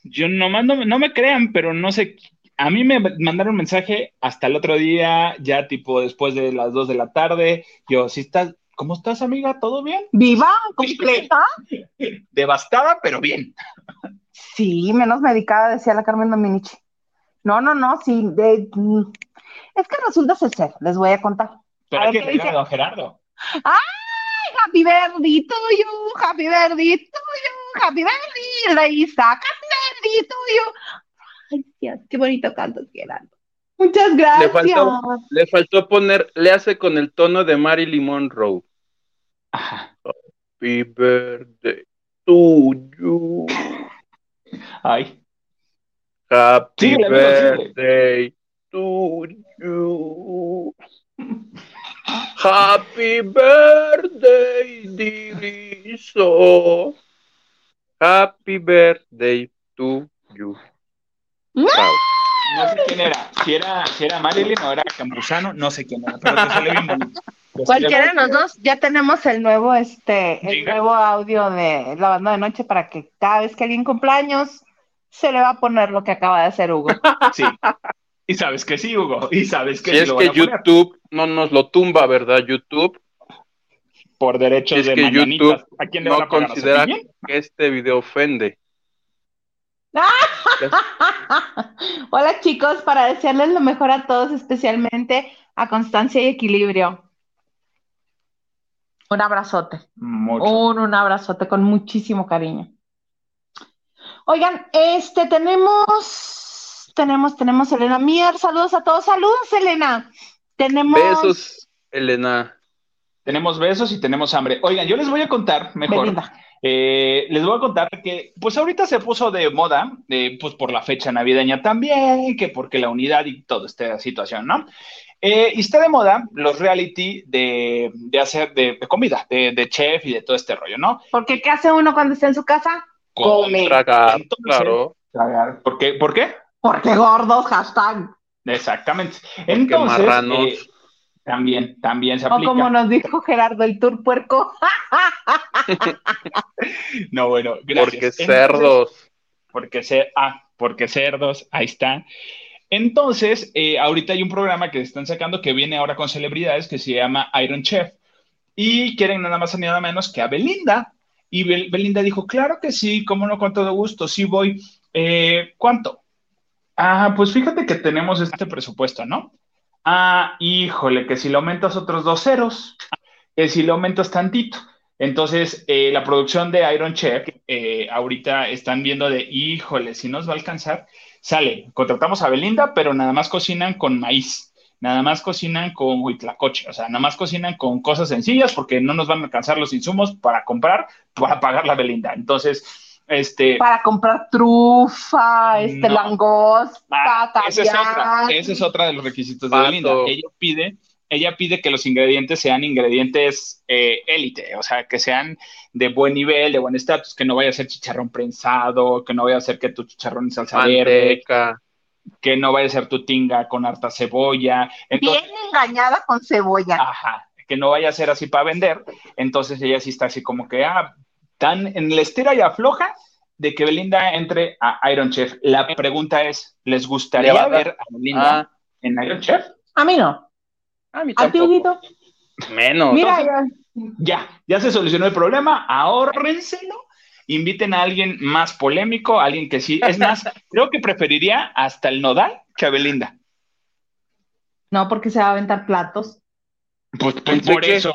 Speaker 2: Yo nomás no, no me crean, pero no sé, a mí me mandaron mensaje hasta el otro día, ya tipo después de las 2 de la tarde. Yo, si estás, ¿cómo estás, amiga? ¿Todo bien?
Speaker 1: ¿Viva? ¿Completa?
Speaker 2: Devastada, pero bien.
Speaker 1: Sí, menos medicada, decía la Carmen Dominici. No, no, no, sí. de- mm. es que resulta ser, les voy a contar.
Speaker 2: Pero
Speaker 1: A
Speaker 2: hay
Speaker 1: ver,
Speaker 2: que
Speaker 1: ¿qué dice?
Speaker 2: regalar a don Gerardo.
Speaker 1: Happy birthday to you, happy birthday to you, happy birthday, Laísa, happy birthday to you. Ay, Dios, qué bonito canto Gerardo. Muchas
Speaker 4: Le
Speaker 1: gracias.
Speaker 4: faltó- Le faltó poner, le hace con el tono de Marilyn Monroe.
Speaker 2: Ajá.
Speaker 4: Happy birthday to you.
Speaker 2: Ay.
Speaker 4: Happy
Speaker 2: Síguele, amigo, síguele.
Speaker 4: birthday to you. Happy birthday, Diriso. Happy birthday to you. Bravo.
Speaker 2: No sé quién era. Si era, si era Marilyn o era Campuzano, no sé quién era, pero te sale bien bonito. Te
Speaker 1: Cualquiera de
Speaker 2: sale-
Speaker 1: los dos, ya tenemos el nuevo, este, el
Speaker 2: Diga.
Speaker 1: nuevo audio de la banda de noche para que cada vez que alguien cumpleaños se le va a poner lo que acaba de hacer Hugo.
Speaker 2: Sí. Y sabes que sí, Hugo. Y sabes que
Speaker 4: Si
Speaker 2: sí
Speaker 4: es
Speaker 2: lo van
Speaker 4: que
Speaker 2: a poner.
Speaker 4: YouTube no nos lo tumba, ¿verdad? YouTube,
Speaker 2: por derechos
Speaker 4: Si es
Speaker 2: de
Speaker 4: que
Speaker 2: mañanitas.
Speaker 4: YouTube
Speaker 2: ¿A quién le van
Speaker 4: no
Speaker 2: a pagar? ¿A
Speaker 4: considera
Speaker 2: Cepillín?
Speaker 4: que este video ofende.
Speaker 1: Hola chicos, para desearles lo mejor a todos, especialmente a Constancia y Equilibrio. Un abrazote,
Speaker 2: Mucho.
Speaker 1: un, un abrazote con muchísimo cariño. Oigan, este tenemos, tenemos, tenemos Elena Mier, saludos a todos, saludos Elena. Tenemos
Speaker 4: Besos, Elena.
Speaker 2: Tenemos besos y tenemos hambre. Oigan, yo les voy a contar mejor.
Speaker 1: Belinda.
Speaker 2: Eh, les voy a contar que, pues ahorita se puso de moda, eh, pues por la fecha navideña también, que porque la unidad y toda esta situación, ¿no? Eh, y está de moda los reality de, de hacer, de, de comida, de, de chef y de todo este rollo, ¿no?
Speaker 1: Porque ¿qué hace uno cuando está en su casa? Come.
Speaker 4: Tragar,
Speaker 2: Entonces-
Speaker 4: claro.
Speaker 2: Tragar. ¿Por qué? ¿Por qué?
Speaker 1: Porque gordos, hashtag.
Speaker 2: Exactamente. Entonces,
Speaker 4: marranos.
Speaker 2: eh, también, también se
Speaker 1: O
Speaker 2: aplica.
Speaker 1: como nos dijo Gerardo, el tour puerco.
Speaker 2: No, bueno, gracias.
Speaker 4: Porque
Speaker 2: Entonces,
Speaker 4: cerdos.
Speaker 2: porque cer- ah, porque cerdos, ahí está. Entonces, eh, ahorita hay un programa que están sacando que viene ahora con celebridades que se llama Iron Chef y quieren nada más ni nada menos que a Belinda. Y Bel- Belinda dijo, claro que sí, cómo no, con todo gusto, sí voy. Eh, ¿Cuánto? Ah, pues fíjate que tenemos este presupuesto, ¿no? Ah, híjole, que si le aumentas otros dos ceros, que si le aumentas tantito. Entonces, eh, la producción de Iron Chef, eh, ahorita están viendo de, híjole, si nos va a alcanzar, sale, contratamos a Belinda, pero nada más cocinan con maíz, nada más cocinan con huitlacoche, o sea, nada más cocinan con cosas sencillas porque no nos van a alcanzar los insumos para comprar, para pagar la Belinda. Entonces, este...
Speaker 1: para comprar trufa, este
Speaker 2: No.
Speaker 1: langosta,
Speaker 2: Ah, esa es otra,
Speaker 1: caviar.
Speaker 2: esa es otra de los requisitos
Speaker 4: Pato.
Speaker 2: de Belinda. Ella pide, ella pide que los ingredientes sean ingredientes eh, élite, o sea, que sean de buen nivel, de buen estatus, que no vaya a ser chicharrón prensado, que no vaya a ser que tu chicharrón en salsa verde,
Speaker 4: Manteca.
Speaker 2: que no vaya a ser tu tinga con harta cebolla. Entonces,
Speaker 1: Bien engañada con cebolla.
Speaker 2: Ajá, que no vaya a ser así para vender. Entonces ella sí está así como que, ah, tan en la estira y afloja de que Belinda entre a Iron Chef. La pregunta es, ¿les gustaría
Speaker 4: ¿Le va a dar?
Speaker 2: ver a Belinda
Speaker 4: Ah,
Speaker 2: en Iron Chef?
Speaker 1: A mí no.
Speaker 4: a mí
Speaker 1: A ti,
Speaker 4: tampoco.
Speaker 1: Ah, Huguito.
Speaker 4: Menos.
Speaker 1: Mira,
Speaker 2: Ya, ya se solucionó el problema, ahórrenselo. Inviten a alguien más polémico, a alguien que sí. Es más, creo que preferiría hasta el Nodal que a Belinda.
Speaker 1: no, porque se va a aventar platos.
Speaker 2: Pues, pues,
Speaker 4: Pensé
Speaker 2: por
Speaker 4: que-
Speaker 2: eso.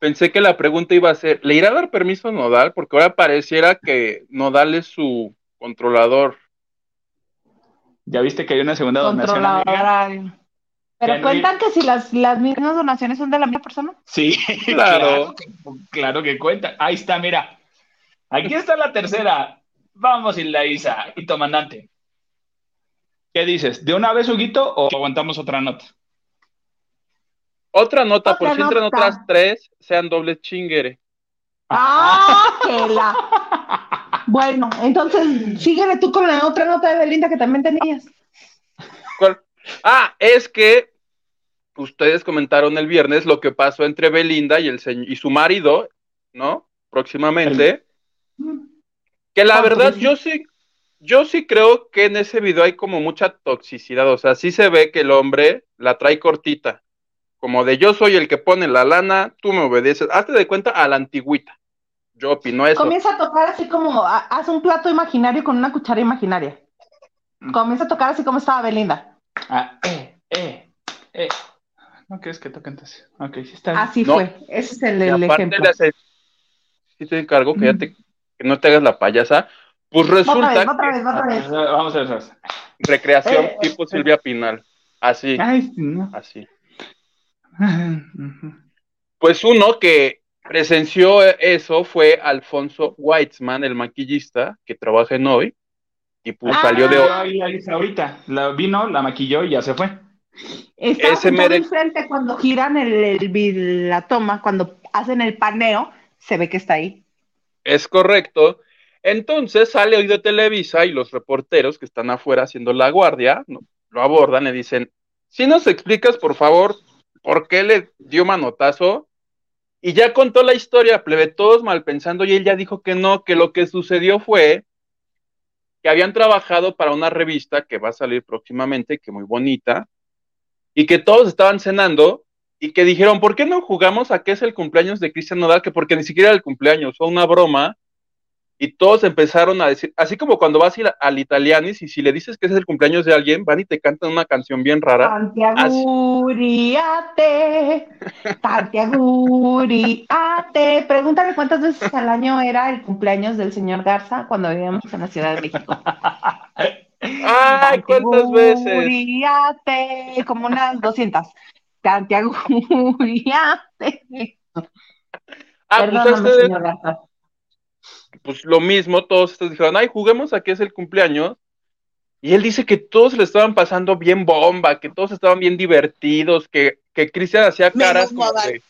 Speaker 4: Pensé que la pregunta iba a ser, ¿le irá a dar permiso a Nodal? Porque ahora pareciera que Nodal es su controlador.
Speaker 2: Ya viste que hay una segunda donación. amiga?
Speaker 1: Controladora. Pero
Speaker 2: Ya no
Speaker 1: cuentan que si las, las mismas donaciones son de la misma persona.
Speaker 2: Sí, claro.
Speaker 4: Claro.
Speaker 2: que- claro que cuenta. Ahí está, mira. Aquí está la tercera. Vamos, Isa y Tomandante. ¿Qué dices? ¿De una vez, Huguito, o aguantamos otra nota?
Speaker 4: Otra nota,
Speaker 1: Otra
Speaker 4: por si entran
Speaker 1: nota.
Speaker 4: otras tres, sean doble chingere.
Speaker 1: ¡Ah, que la- Bueno, entonces síguele tú con la otra nota de Belinda que también tenías.
Speaker 4: ¿Cuál? Ah, es que ustedes comentaron el viernes lo que pasó entre Belinda y, el señ- y su marido, ¿no? Próximamente. Que la
Speaker 1: Juan
Speaker 4: verdad,
Speaker 1: Cruz.
Speaker 4: yo sí, Yo sí creo que en ese video hay como mucha toxicidad, o sea, sí se ve que el hombre la trae cortita, como de yo soy el que pone la lana, tú me obedeces, hazte de cuenta a la antigüita. Yo opino eso.
Speaker 1: Comienza a tocar así como, a- haz un plato imaginario con una cuchara imaginaria.
Speaker 4: Mm.
Speaker 1: Comienza a tocar así como estaba Belinda.
Speaker 2: Ah, eh, eh, eh. No quieres que toquen entonces. Ok, sí está bien.
Speaker 1: Así
Speaker 4: No.
Speaker 1: fue. Ese es el,
Speaker 4: Y
Speaker 1: el
Speaker 4: aparte
Speaker 1: ejemplo.
Speaker 4: le hace, sí te encargo que ya te, que no te hagas la payasa. Pues
Speaker 1: Otra
Speaker 4: resulta
Speaker 1: vez, otra vez, otra
Speaker 2: Ah,
Speaker 1: vez.
Speaker 2: Vamos a ver. vamos a ver.
Speaker 4: que recreación
Speaker 2: Eh,
Speaker 4: tipo Silvia Pinal. Así,
Speaker 2: Ay, sí, no.
Speaker 4: así.
Speaker 2: Ujú.
Speaker 4: Pues uno que presenció eso fue Alfonso Weitzman, el maquillista que trabaja en hoy, y pues
Speaker 1: Ah.
Speaker 4: salió de hoy.
Speaker 2: Ay, ahí está ahorita. La vino, la maquilló y ya se fue.
Speaker 1: Estaba
Speaker 4: Ese
Speaker 1: sentado
Speaker 4: mere-
Speaker 1: enfrente cuando giran el, el vi- la toma, cuando hacen el paneo, se ve que está ahí.
Speaker 4: Es correcto. Entonces sale hoy de Televisa y los reporteros que están afuera haciendo la guardia ¿no? lo abordan y dicen, si nos explicas por favor por qué le dio manotazo y ya contó la historia, plebe, todos mal pensando y él ya dijo que no, que lo que sucedió fue que habían trabajado para una revista que va a salir próximamente, que muy bonita, y que todos estaban cenando y que dijeron, ¿por qué no jugamos a qué es el cumpleaños de Cristian Nodal? Que porque ni siquiera era el cumpleaños, fue una broma. Y todos empezaron a decir, así como cuando vas a ir al Italianis y si le dices que ese es el cumpleaños de alguien, van y te cantan una canción bien rara.
Speaker 1: Tantiaguriate, Tantiaguriate. Pregúntame cuántas veces al año era el cumpleaños del señor Garza cuando vivíamos en la Ciudad de México.
Speaker 4: ¡Ay, cuántas veces!
Speaker 1: Tantiaguriate, como unas 200. Tantiaguriate.
Speaker 4: Ah, pues,
Speaker 1: Perdóname,
Speaker 4: ustedes,
Speaker 1: señor Garza.
Speaker 4: pues lo mismo, todos estos dijeron, ay, juguemos a qué es el cumpleaños. Y él dice que todos le estaban pasando bien bomba, que todos estaban bien divertidos, que, que Cristian hacía
Speaker 1: Menos
Speaker 4: caras como
Speaker 1: Nodal.
Speaker 4: de,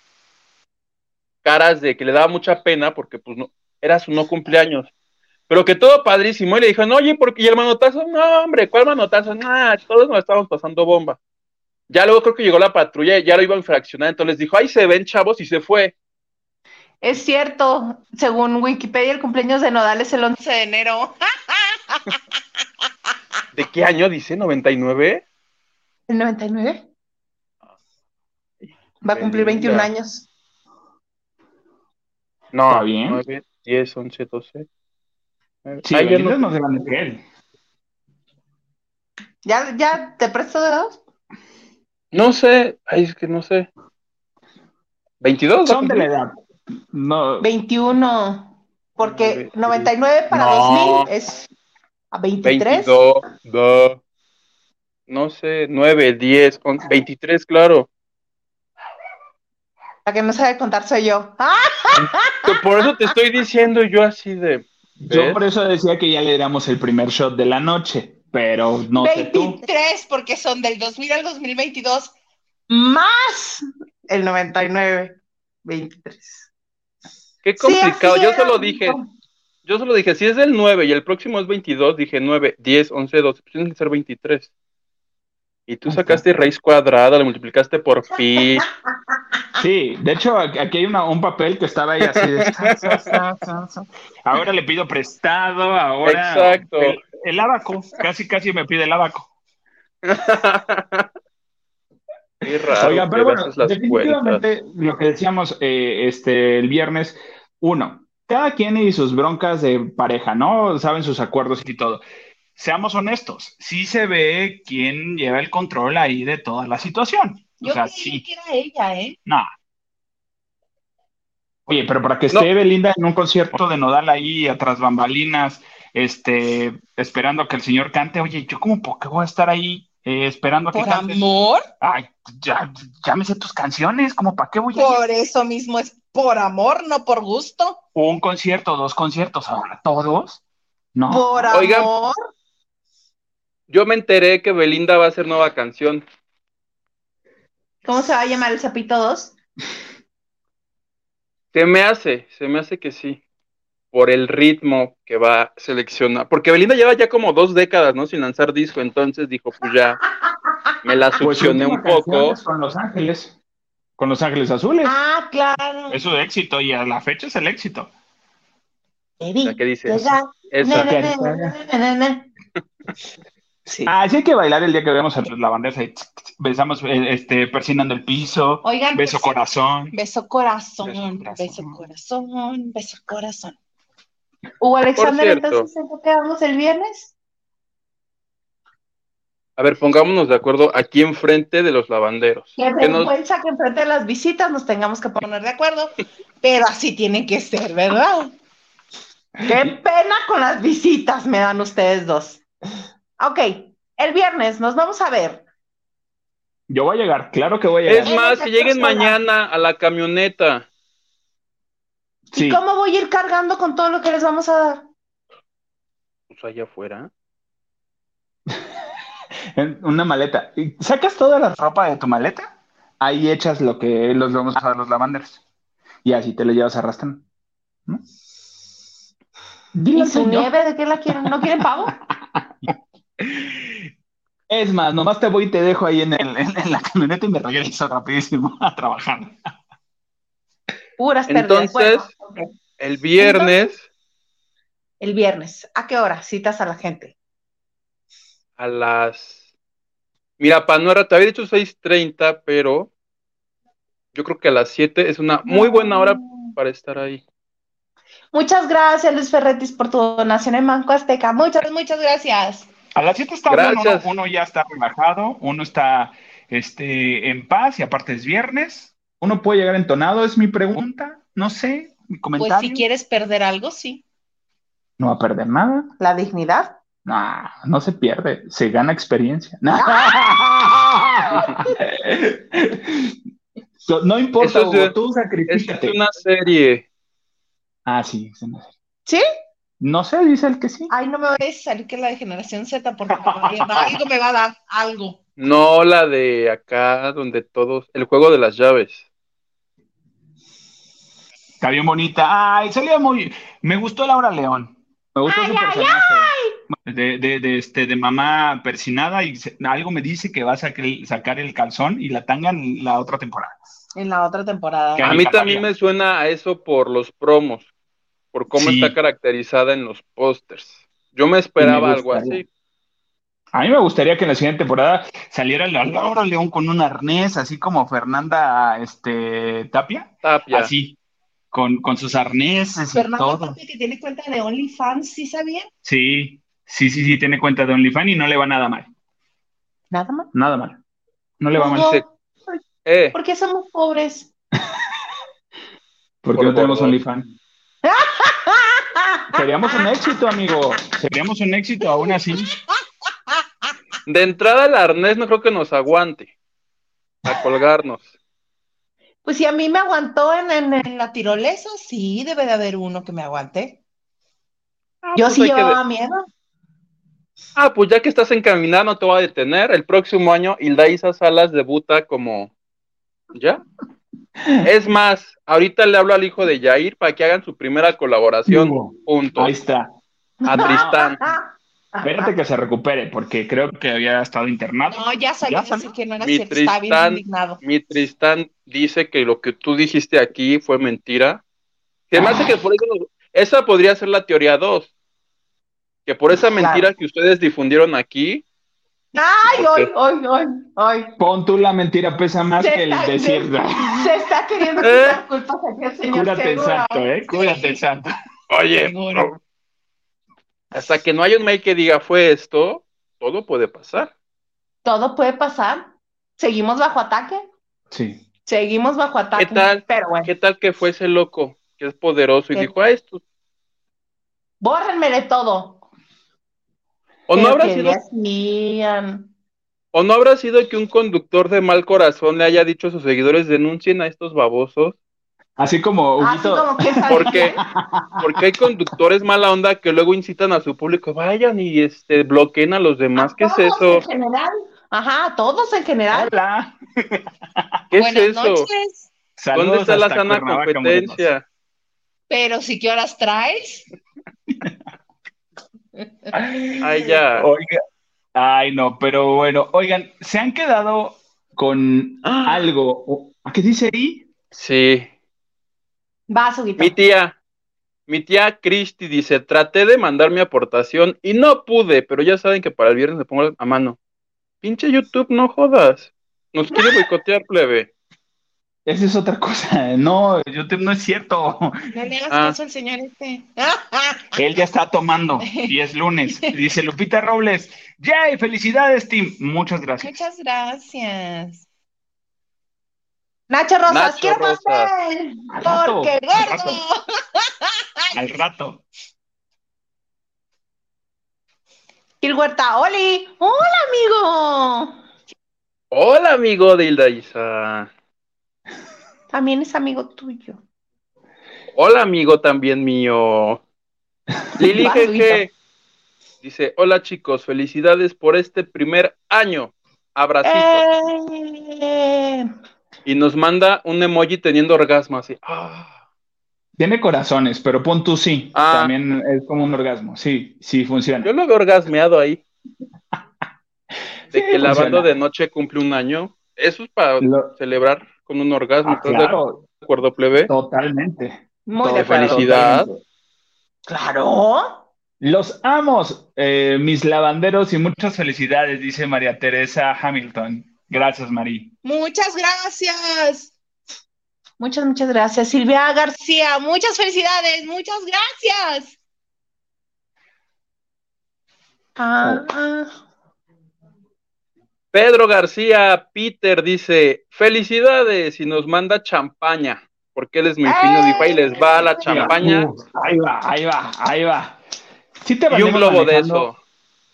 Speaker 4: caras de que le daba mucha pena porque pues no, era su no cumpleaños. Pero que todo padrísimo, y le dijeron, oye, porque y el manotazo, no, hombre, ¿cuál manotazo? Nah, todos nos estábamos pasando bomba. Ya luego creo que llegó la patrulla y ya lo iban a fraccionar, entonces dijo, ay, se ven chavos, y se fue.
Speaker 1: Es cierto, según Wikipedia, el cumpleaños de Nodal es el 11 de enero.
Speaker 4: ¿De qué año dice? ¿99?
Speaker 1: ¿El 99? Va a cumplir
Speaker 4: Belinda.
Speaker 1: 21 años.
Speaker 4: No,
Speaker 2: Está bien.
Speaker 4: 9, 10, 11, 12.
Speaker 2: Sí,
Speaker 4: Ay, yo
Speaker 2: Belinda
Speaker 4: no-
Speaker 2: no se van a creer.
Speaker 1: ¿Ya, ya te presto dedos?
Speaker 4: No sé, ay, es que no sé. ¿22?
Speaker 2: Son de la edad. No.
Speaker 1: 21. Porque
Speaker 4: Ve-
Speaker 1: 99 para
Speaker 4: No.
Speaker 1: 2000 es a 23.
Speaker 4: 22, do- no sé, 9, 10, 11, 23, claro.
Speaker 1: La que no sabe contar soy yo. ¡Ah!
Speaker 4: Que Por eso te estoy diciendo yo así de...
Speaker 2: Yo
Speaker 4: ¿ves?
Speaker 2: por eso decía que ya le damos el primer shot de la noche, pero no sé tú.
Speaker 1: 23, porque son del 2000 al 2022 más el 99. 23.
Speaker 4: Qué
Speaker 1: Sí, así
Speaker 4: complicado, yo
Speaker 1: era,
Speaker 4: solo dije,
Speaker 1: amigo.
Speaker 4: yo solo dije, si es del 9 y el próximo es 22, dije 9, 10, 11, 12, pues tiene que ser 23. Y tú
Speaker 2: Ajá.
Speaker 4: sacaste raíz cuadrada, la multiplicaste por pi,
Speaker 2: Sí, de hecho, aquí aquí hay una- un papel que estaba ahí así de. sa, sa, sa, sa, sa. Ahora le pido prestado, ahora.
Speaker 4: Exacto.
Speaker 2: El, el abaco, casi, casi me pide el abaco.
Speaker 4: Qué raro
Speaker 2: Oigan,
Speaker 4: que
Speaker 2: pero bueno,
Speaker 4: haces las cuentas.
Speaker 2: definitivamente lo que decíamos eh, este, el viernes, uno, cada quien y sus broncas de pareja, ¿no? Saben sus acuerdos y todo. Seamos honestos, sí se ve quién lleva el control ahí de toda la situación. O
Speaker 1: Yo
Speaker 2: sea,
Speaker 1: creí
Speaker 2: sí,
Speaker 1: que era ella, ¿eh?
Speaker 2: nada. Oye, pero para que
Speaker 4: No.
Speaker 2: esté Belinda en un concierto de Nodal ahí atrás bambalinas, este, esperando a que el señor cante, oye, yo como por qué voy a estar ahí eh, esperando a que
Speaker 1: Por
Speaker 2: cante.
Speaker 1: amor,
Speaker 2: Ay, ya, llámese tus canciones, como para qué voy a ir?
Speaker 1: por eso mismo es por amor, no por gusto.
Speaker 2: un concierto, dos conciertos, ahora todos, ¿no?
Speaker 1: Por amor.
Speaker 4: Oigan. Yo me enteré que Belinda va a hacer nueva canción.
Speaker 1: ¿Cómo se va a llamar el sapito 2?
Speaker 4: Se me hace, se me hace que sí. Por el ritmo que va a seleccionar. Porque Belinda lleva ya como dos décadas, ¿no? Sin lanzar disco. Entonces dijo, pues ya. Me la
Speaker 2: Pues su
Speaker 4: succioné un
Speaker 2: última canción
Speaker 4: poco.
Speaker 2: es Con Los Ángeles, con Los Ángeles Azules.
Speaker 1: Ah, claro.
Speaker 2: Es su éxito y a la fecha es el éxito.
Speaker 1: Te vi
Speaker 4: ¿La que dices?
Speaker 1: llegar Na,
Speaker 4: Esa.
Speaker 1: na, na, na, na, na, na.
Speaker 3: Sí.
Speaker 2: Ah, sí hay que bailar el día que veamos la bandeja y tsk, tsk, besamos, eh, este, persinando el piso,
Speaker 1: Oigan,
Speaker 2: beso
Speaker 1: pues,
Speaker 2: corazón.
Speaker 1: Beso corazón,
Speaker 2: Beso corazón.
Speaker 1: beso corazón, beso corazón. Hugo Alexander,
Speaker 4: Por cierto.
Speaker 1: entonces, ¿en qué quedamos el viernes?
Speaker 4: A ver, pongámonos de acuerdo aquí enfrente de los lavanderos.
Speaker 1: Qué
Speaker 4: Que nos-
Speaker 1: vergüenza que enfrente de las visitas nos tengamos que poner de acuerdo, pero así tiene que ser, ¿verdad? Qué pena con las visitas me dan ustedes dos. Ok, el viernes nos vamos a ver.
Speaker 2: Yo voy a llegar, claro que voy a
Speaker 4: Es
Speaker 2: llegar.
Speaker 4: más, que lleguen mañana a la camioneta.
Speaker 2: Sí.
Speaker 1: ¿Y cómo voy a ir cargando con todo lo que les vamos a dar?
Speaker 4: Pues allá afuera.
Speaker 2: En una maleta. Y sacas toda la ropa de tu maleta, ahí echas lo que los vamos a dar los lavanderos. Y así te lo llevas arrastrando. ¿No? Dile
Speaker 1: ¿Y
Speaker 2: al
Speaker 1: su
Speaker 2: señor.
Speaker 1: nieve de qué la quieren? ¿No quieren pavo?
Speaker 2: Es más, nomás te voy y te dejo ahí en, el- en- en la camioneta y me regreso rapidísimo a trabajar.
Speaker 1: Puras pérdidas.
Speaker 4: Entonces,
Speaker 1: Bueno, ok.
Speaker 4: El viernes
Speaker 1: el viernes. ¿A qué hora citas a la gente?
Speaker 4: a las. Mira, Panora, te había dicho 6:30, pero yo creo que a las 7 es una muy buena hora para estar ahí.
Speaker 1: Muchas gracias, Luis Ferretis, por tu donación en Banco Azteca. Muchas, muchas gracias.
Speaker 2: A las 7 está
Speaker 4: Gracias.
Speaker 2: bueno, uno, uno ya está relajado, uno está este, en paz y aparte es viernes. Uno puede llegar entonado, es mi pregunta, no sé, mi comentario.
Speaker 1: Pues quieres perder algo, sí.
Speaker 2: No va a perder nada.
Speaker 1: La dignidad.
Speaker 2: No, no se pierde, se gana experiencia. No, So, no importa,
Speaker 4: Eso es
Speaker 2: Hugo,
Speaker 4: de-
Speaker 2: tú
Speaker 4: Es
Speaker 2: sacrificate.
Speaker 4: una serie.
Speaker 2: Ah, sí, sí, no sé.
Speaker 1: ¿Sí?
Speaker 2: No sé, dice el que sí.
Speaker 1: Ay, no me voy a salir que la de generación Z porque me va a llevar- algo me va a dar, algo.
Speaker 4: No la de acá donde todos. El juego de las llaves.
Speaker 2: Está bien bonita. Ay, salió muy. Me gustó Laura León. Me gustó
Speaker 1: Ay,
Speaker 2: su
Speaker 1: ay,
Speaker 2: personaje. De, de, de, este, de mamá persinada y se- algo me dice que va a sacar, sacar el calzón y la tanga en la otra temporada.
Speaker 1: En la otra temporada.
Speaker 2: Que
Speaker 4: A
Speaker 2: me
Speaker 4: mí
Speaker 2: encantaría.
Speaker 4: también me suena a eso por los promos, por cómo
Speaker 2: Sí.
Speaker 4: está caracterizada en los pósters. Yo me esperaba
Speaker 2: Me
Speaker 4: algo
Speaker 2: gustaría.
Speaker 4: así.
Speaker 2: A mí me gustaría que en la siguiente temporada saliera la Laura León con un arnés, así como Fernanda este, Tapia.
Speaker 4: Tapia.
Speaker 2: Así, con, con sus arneses y
Speaker 1: Fernando
Speaker 2: todo.
Speaker 1: Tapia, que tiene cuenta de OnlyFans, ¿sí sabían?
Speaker 2: Sí, sí, sí, sí, tiene cuenta de OnlyFans y no le va nada mal.
Speaker 1: Nada más.
Speaker 2: Nada mal. No le va mal.
Speaker 1: No,
Speaker 4: dice- Eh,
Speaker 1: porque somos pobres.
Speaker 2: Porque
Speaker 4: Por
Speaker 2: no tenemos
Speaker 4: favor.
Speaker 2: OnlyFans. Seríamos un éxito, amigo. Seríamos un éxito aún así.
Speaker 4: de entrada el arnés no creo que nos aguante a colgarnos.
Speaker 1: Pues si a mí me aguantó en, en- en la tirolesa, sí, debe de haber uno que me aguante. Yo
Speaker 4: pues
Speaker 1: sí
Speaker 4: hay que
Speaker 1: llevaba miedo.
Speaker 4: Ah, pues ya que estás encaminado, no te voy a detener. El próximo año Hildaísa Salas debuta como... ¿Ya? Es más, ahorita le hablo al hijo de Yair para que hagan su primera colaboración
Speaker 2: Hugo, Ahí
Speaker 4: juntos
Speaker 2: está.
Speaker 4: a Tristán.
Speaker 1: Ah,
Speaker 2: Espérate que se recupere, porque creo que había estado internado.
Speaker 1: No, ya sabía
Speaker 2: Ya salió.
Speaker 1: decir que no era
Speaker 4: Mi
Speaker 1: cierto, estaba bien
Speaker 4: Tristán.
Speaker 1: indignado.
Speaker 4: Mi Tristán dice que lo que tú dijiste aquí fue mentira. Se me hace que por eso nos- esa podría ser la teoría 2. Que por esa
Speaker 1: Claro.
Speaker 4: mentira que ustedes difundieron aquí,
Speaker 1: Ay,
Speaker 4: ¿Por
Speaker 1: hoy,
Speaker 4: qué?
Speaker 1: hoy, hoy, hoy.
Speaker 2: Pon tú la mentira pesa más
Speaker 1: Se
Speaker 2: que el
Speaker 1: está-
Speaker 2: decir.
Speaker 1: Se está queriendo
Speaker 4: Eh.
Speaker 1: quitar culpas aquí al señor
Speaker 2: Cúrate el
Speaker 1: Segura.
Speaker 2: santo, ¿eh? Cúrate el santo.
Speaker 4: oye,
Speaker 1: Seguro.
Speaker 4: hasta que no haya un mail que diga fue esto, todo puede pasar.
Speaker 1: Todo puede pasar. Seguimos bajo ataque.
Speaker 2: Sí.
Speaker 1: Seguimos bajo ataque.
Speaker 4: ¿Qué tal?
Speaker 1: Pero bueno,
Speaker 4: ¿Qué tal que fue ese loco que es poderoso y
Speaker 1: ¿Qué?
Speaker 4: dijo, ah, esto?
Speaker 1: bórrenme de todo.
Speaker 4: ¿O no,
Speaker 1: Pero
Speaker 4: habrá
Speaker 1: que
Speaker 4: sido,
Speaker 1: decían,
Speaker 4: ¿O no habrá sido que un conductor de mal corazón le haya dicho a sus seguidores denuncien a estos babosos?
Speaker 2: Así como
Speaker 1: Así
Speaker 2: Huguito-
Speaker 1: como que
Speaker 4: Porque, porque hay conductores mala onda que luego incitan a su público, vayan y este bloqueen a los demás. ¿Qué es eso?
Speaker 1: En general. Ajá, todos en general.
Speaker 2: Hola.
Speaker 4: ¿Qué es eso?
Speaker 1: noches.
Speaker 4: ¿Dónde
Speaker 2: Saludos
Speaker 4: está la
Speaker 2: hasta
Speaker 4: sana
Speaker 2: Cuernavaca, Morelos.
Speaker 4: competencia?
Speaker 1: Pero si qué horas traes.
Speaker 4: Ay, ya.
Speaker 2: Oiga. Ay, no, pero bueno, oigan, se han quedado con
Speaker 4: Ah.
Speaker 2: algo. ¿A qué dice ahí?
Speaker 4: Sí.
Speaker 1: Vas, Huguito.
Speaker 4: Mi tía. Mi tía Christy dice, traté de mandar mi aportación y no pude, pero ya saben que para el viernes le pongo a mano. Pinche YouTube, no jodas. Nos quiere boicotear, plebe.
Speaker 2: Esa es otra cosa. No, YouTube no es cierto.
Speaker 1: No le hagas
Speaker 4: Ah.
Speaker 1: caso al señor este.
Speaker 2: Él ya está tomando y es lunes. Dice Lupita Robles, ¡yay! ¡Felicidades, Tim! Muchas gracias.
Speaker 1: Muchas gracias.
Speaker 5: Nacho Rosas,
Speaker 4: Nacho
Speaker 5: quiero
Speaker 4: Rosas.
Speaker 5: pastel.
Speaker 2: Al rato,
Speaker 5: Porque
Speaker 2: al
Speaker 5: gordo.
Speaker 2: rato, al rato.
Speaker 5: Gil Huerta, Oli. Hola, amigo.
Speaker 4: Hola, amigo de Hilda Isa.
Speaker 5: También es amigo tuyo.
Speaker 4: Hola, amigo también mío. Lili
Speaker 5: Vas,
Speaker 4: GG dice, hola chicos, felicidades por este primer año. Abracitos.
Speaker 5: Eh,
Speaker 4: Y nos manda un emoji teniendo orgasmo así. Ah.
Speaker 2: Tiene corazones, pero pon tú sí.
Speaker 4: Ah.
Speaker 2: También es como un orgasmo. Sí, sí funciona.
Speaker 4: Yo lo veo orgasmeado ahí. De
Speaker 2: Sí,
Speaker 4: que la
Speaker 2: funciona.
Speaker 4: banda de noche cumple un año. Eso es para
Speaker 2: Lo-
Speaker 4: celebrar con un orgasmo.
Speaker 2: Ah,
Speaker 4: ¿Estás
Speaker 2: claro,
Speaker 4: de acuerdo, plebe?
Speaker 2: totalmente.
Speaker 5: muy de
Speaker 4: Todo
Speaker 5: acuerdo.
Speaker 4: feliz. Felicidad.
Speaker 5: Claro.
Speaker 2: Los amos, eh, mis lavanderos, y muchas felicidades, dice María Teresa Hamilton. Gracias, María.
Speaker 1: Muchas gracias.
Speaker 5: Muchas, muchas gracias. Silvia García.
Speaker 1: García, muchas felicidades. Muchas gracias.
Speaker 5: Ah, ah.
Speaker 4: Pedro García Peter dice, felicidades y nos manda champaña, porque él es muy fino,
Speaker 5: ¡Eh!
Speaker 4: dijo, ahí les va la champaña
Speaker 2: Uh, ahí va, ahí va, ahí va. Sí te
Speaker 4: y un
Speaker 2: venimos
Speaker 4: globo de
Speaker 2: manejando
Speaker 4: eso.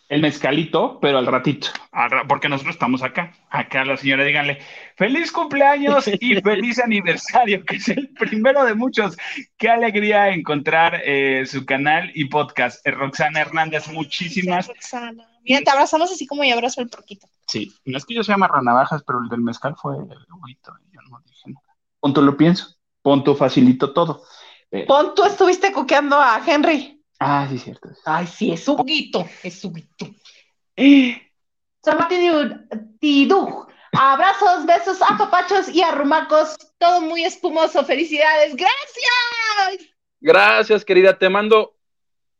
Speaker 2: El mezcalito, pero al ratito, al ra- porque nosotros estamos acá. Acá la señora, díganle, feliz cumpleaños y feliz aniversario, que es el primero de muchos. Qué alegría encontrar eh, su canal y podcast. Eh, Roxana Hernández, muchísimas.
Speaker 1: Roxana. Mira, te abrazamos así como yo abrazo el porquito.
Speaker 2: Sí, no es que yo sea marranavajas, pero el del mezcal fue bonito. Yo no dije nada. Ponto lo pienso, ponto facilito todo.
Speaker 5: Pon, tú estuviste coqueando a Henry.
Speaker 2: Ah, sí, cierto.
Speaker 5: Ay, sí, es un
Speaker 1: Poquito, es subito.
Speaker 5: Somebody do- Tidú. Abrazos, besos, apapachos y arrumacos.
Speaker 1: Todo muy espumoso. Felicidades. Gracias.
Speaker 4: Gracias, querida, te mando,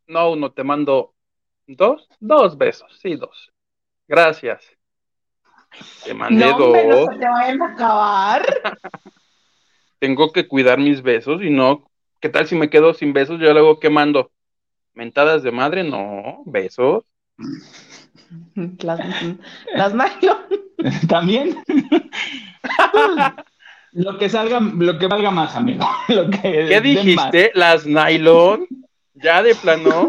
Speaker 4: no uno, te mando dos, dos besos, sí, dos. Gracias. Te mandé
Speaker 5: No, hombre, no
Speaker 4: dos.
Speaker 5: se te vayan a acabar.
Speaker 4: Tengo que cuidar mis besos y no, ¿qué tal si me quedo sin besos? Yo luego, ¿qué mando? ¿Mentadas de madre? No, besos.
Speaker 5: Las, las Mario.
Speaker 2: También. lo que salga, lo que valga más, amigo. Lo que
Speaker 4: ¿Qué
Speaker 2: den Eh, más.
Speaker 4: dijiste? ¿Las nylon? Ya de plano.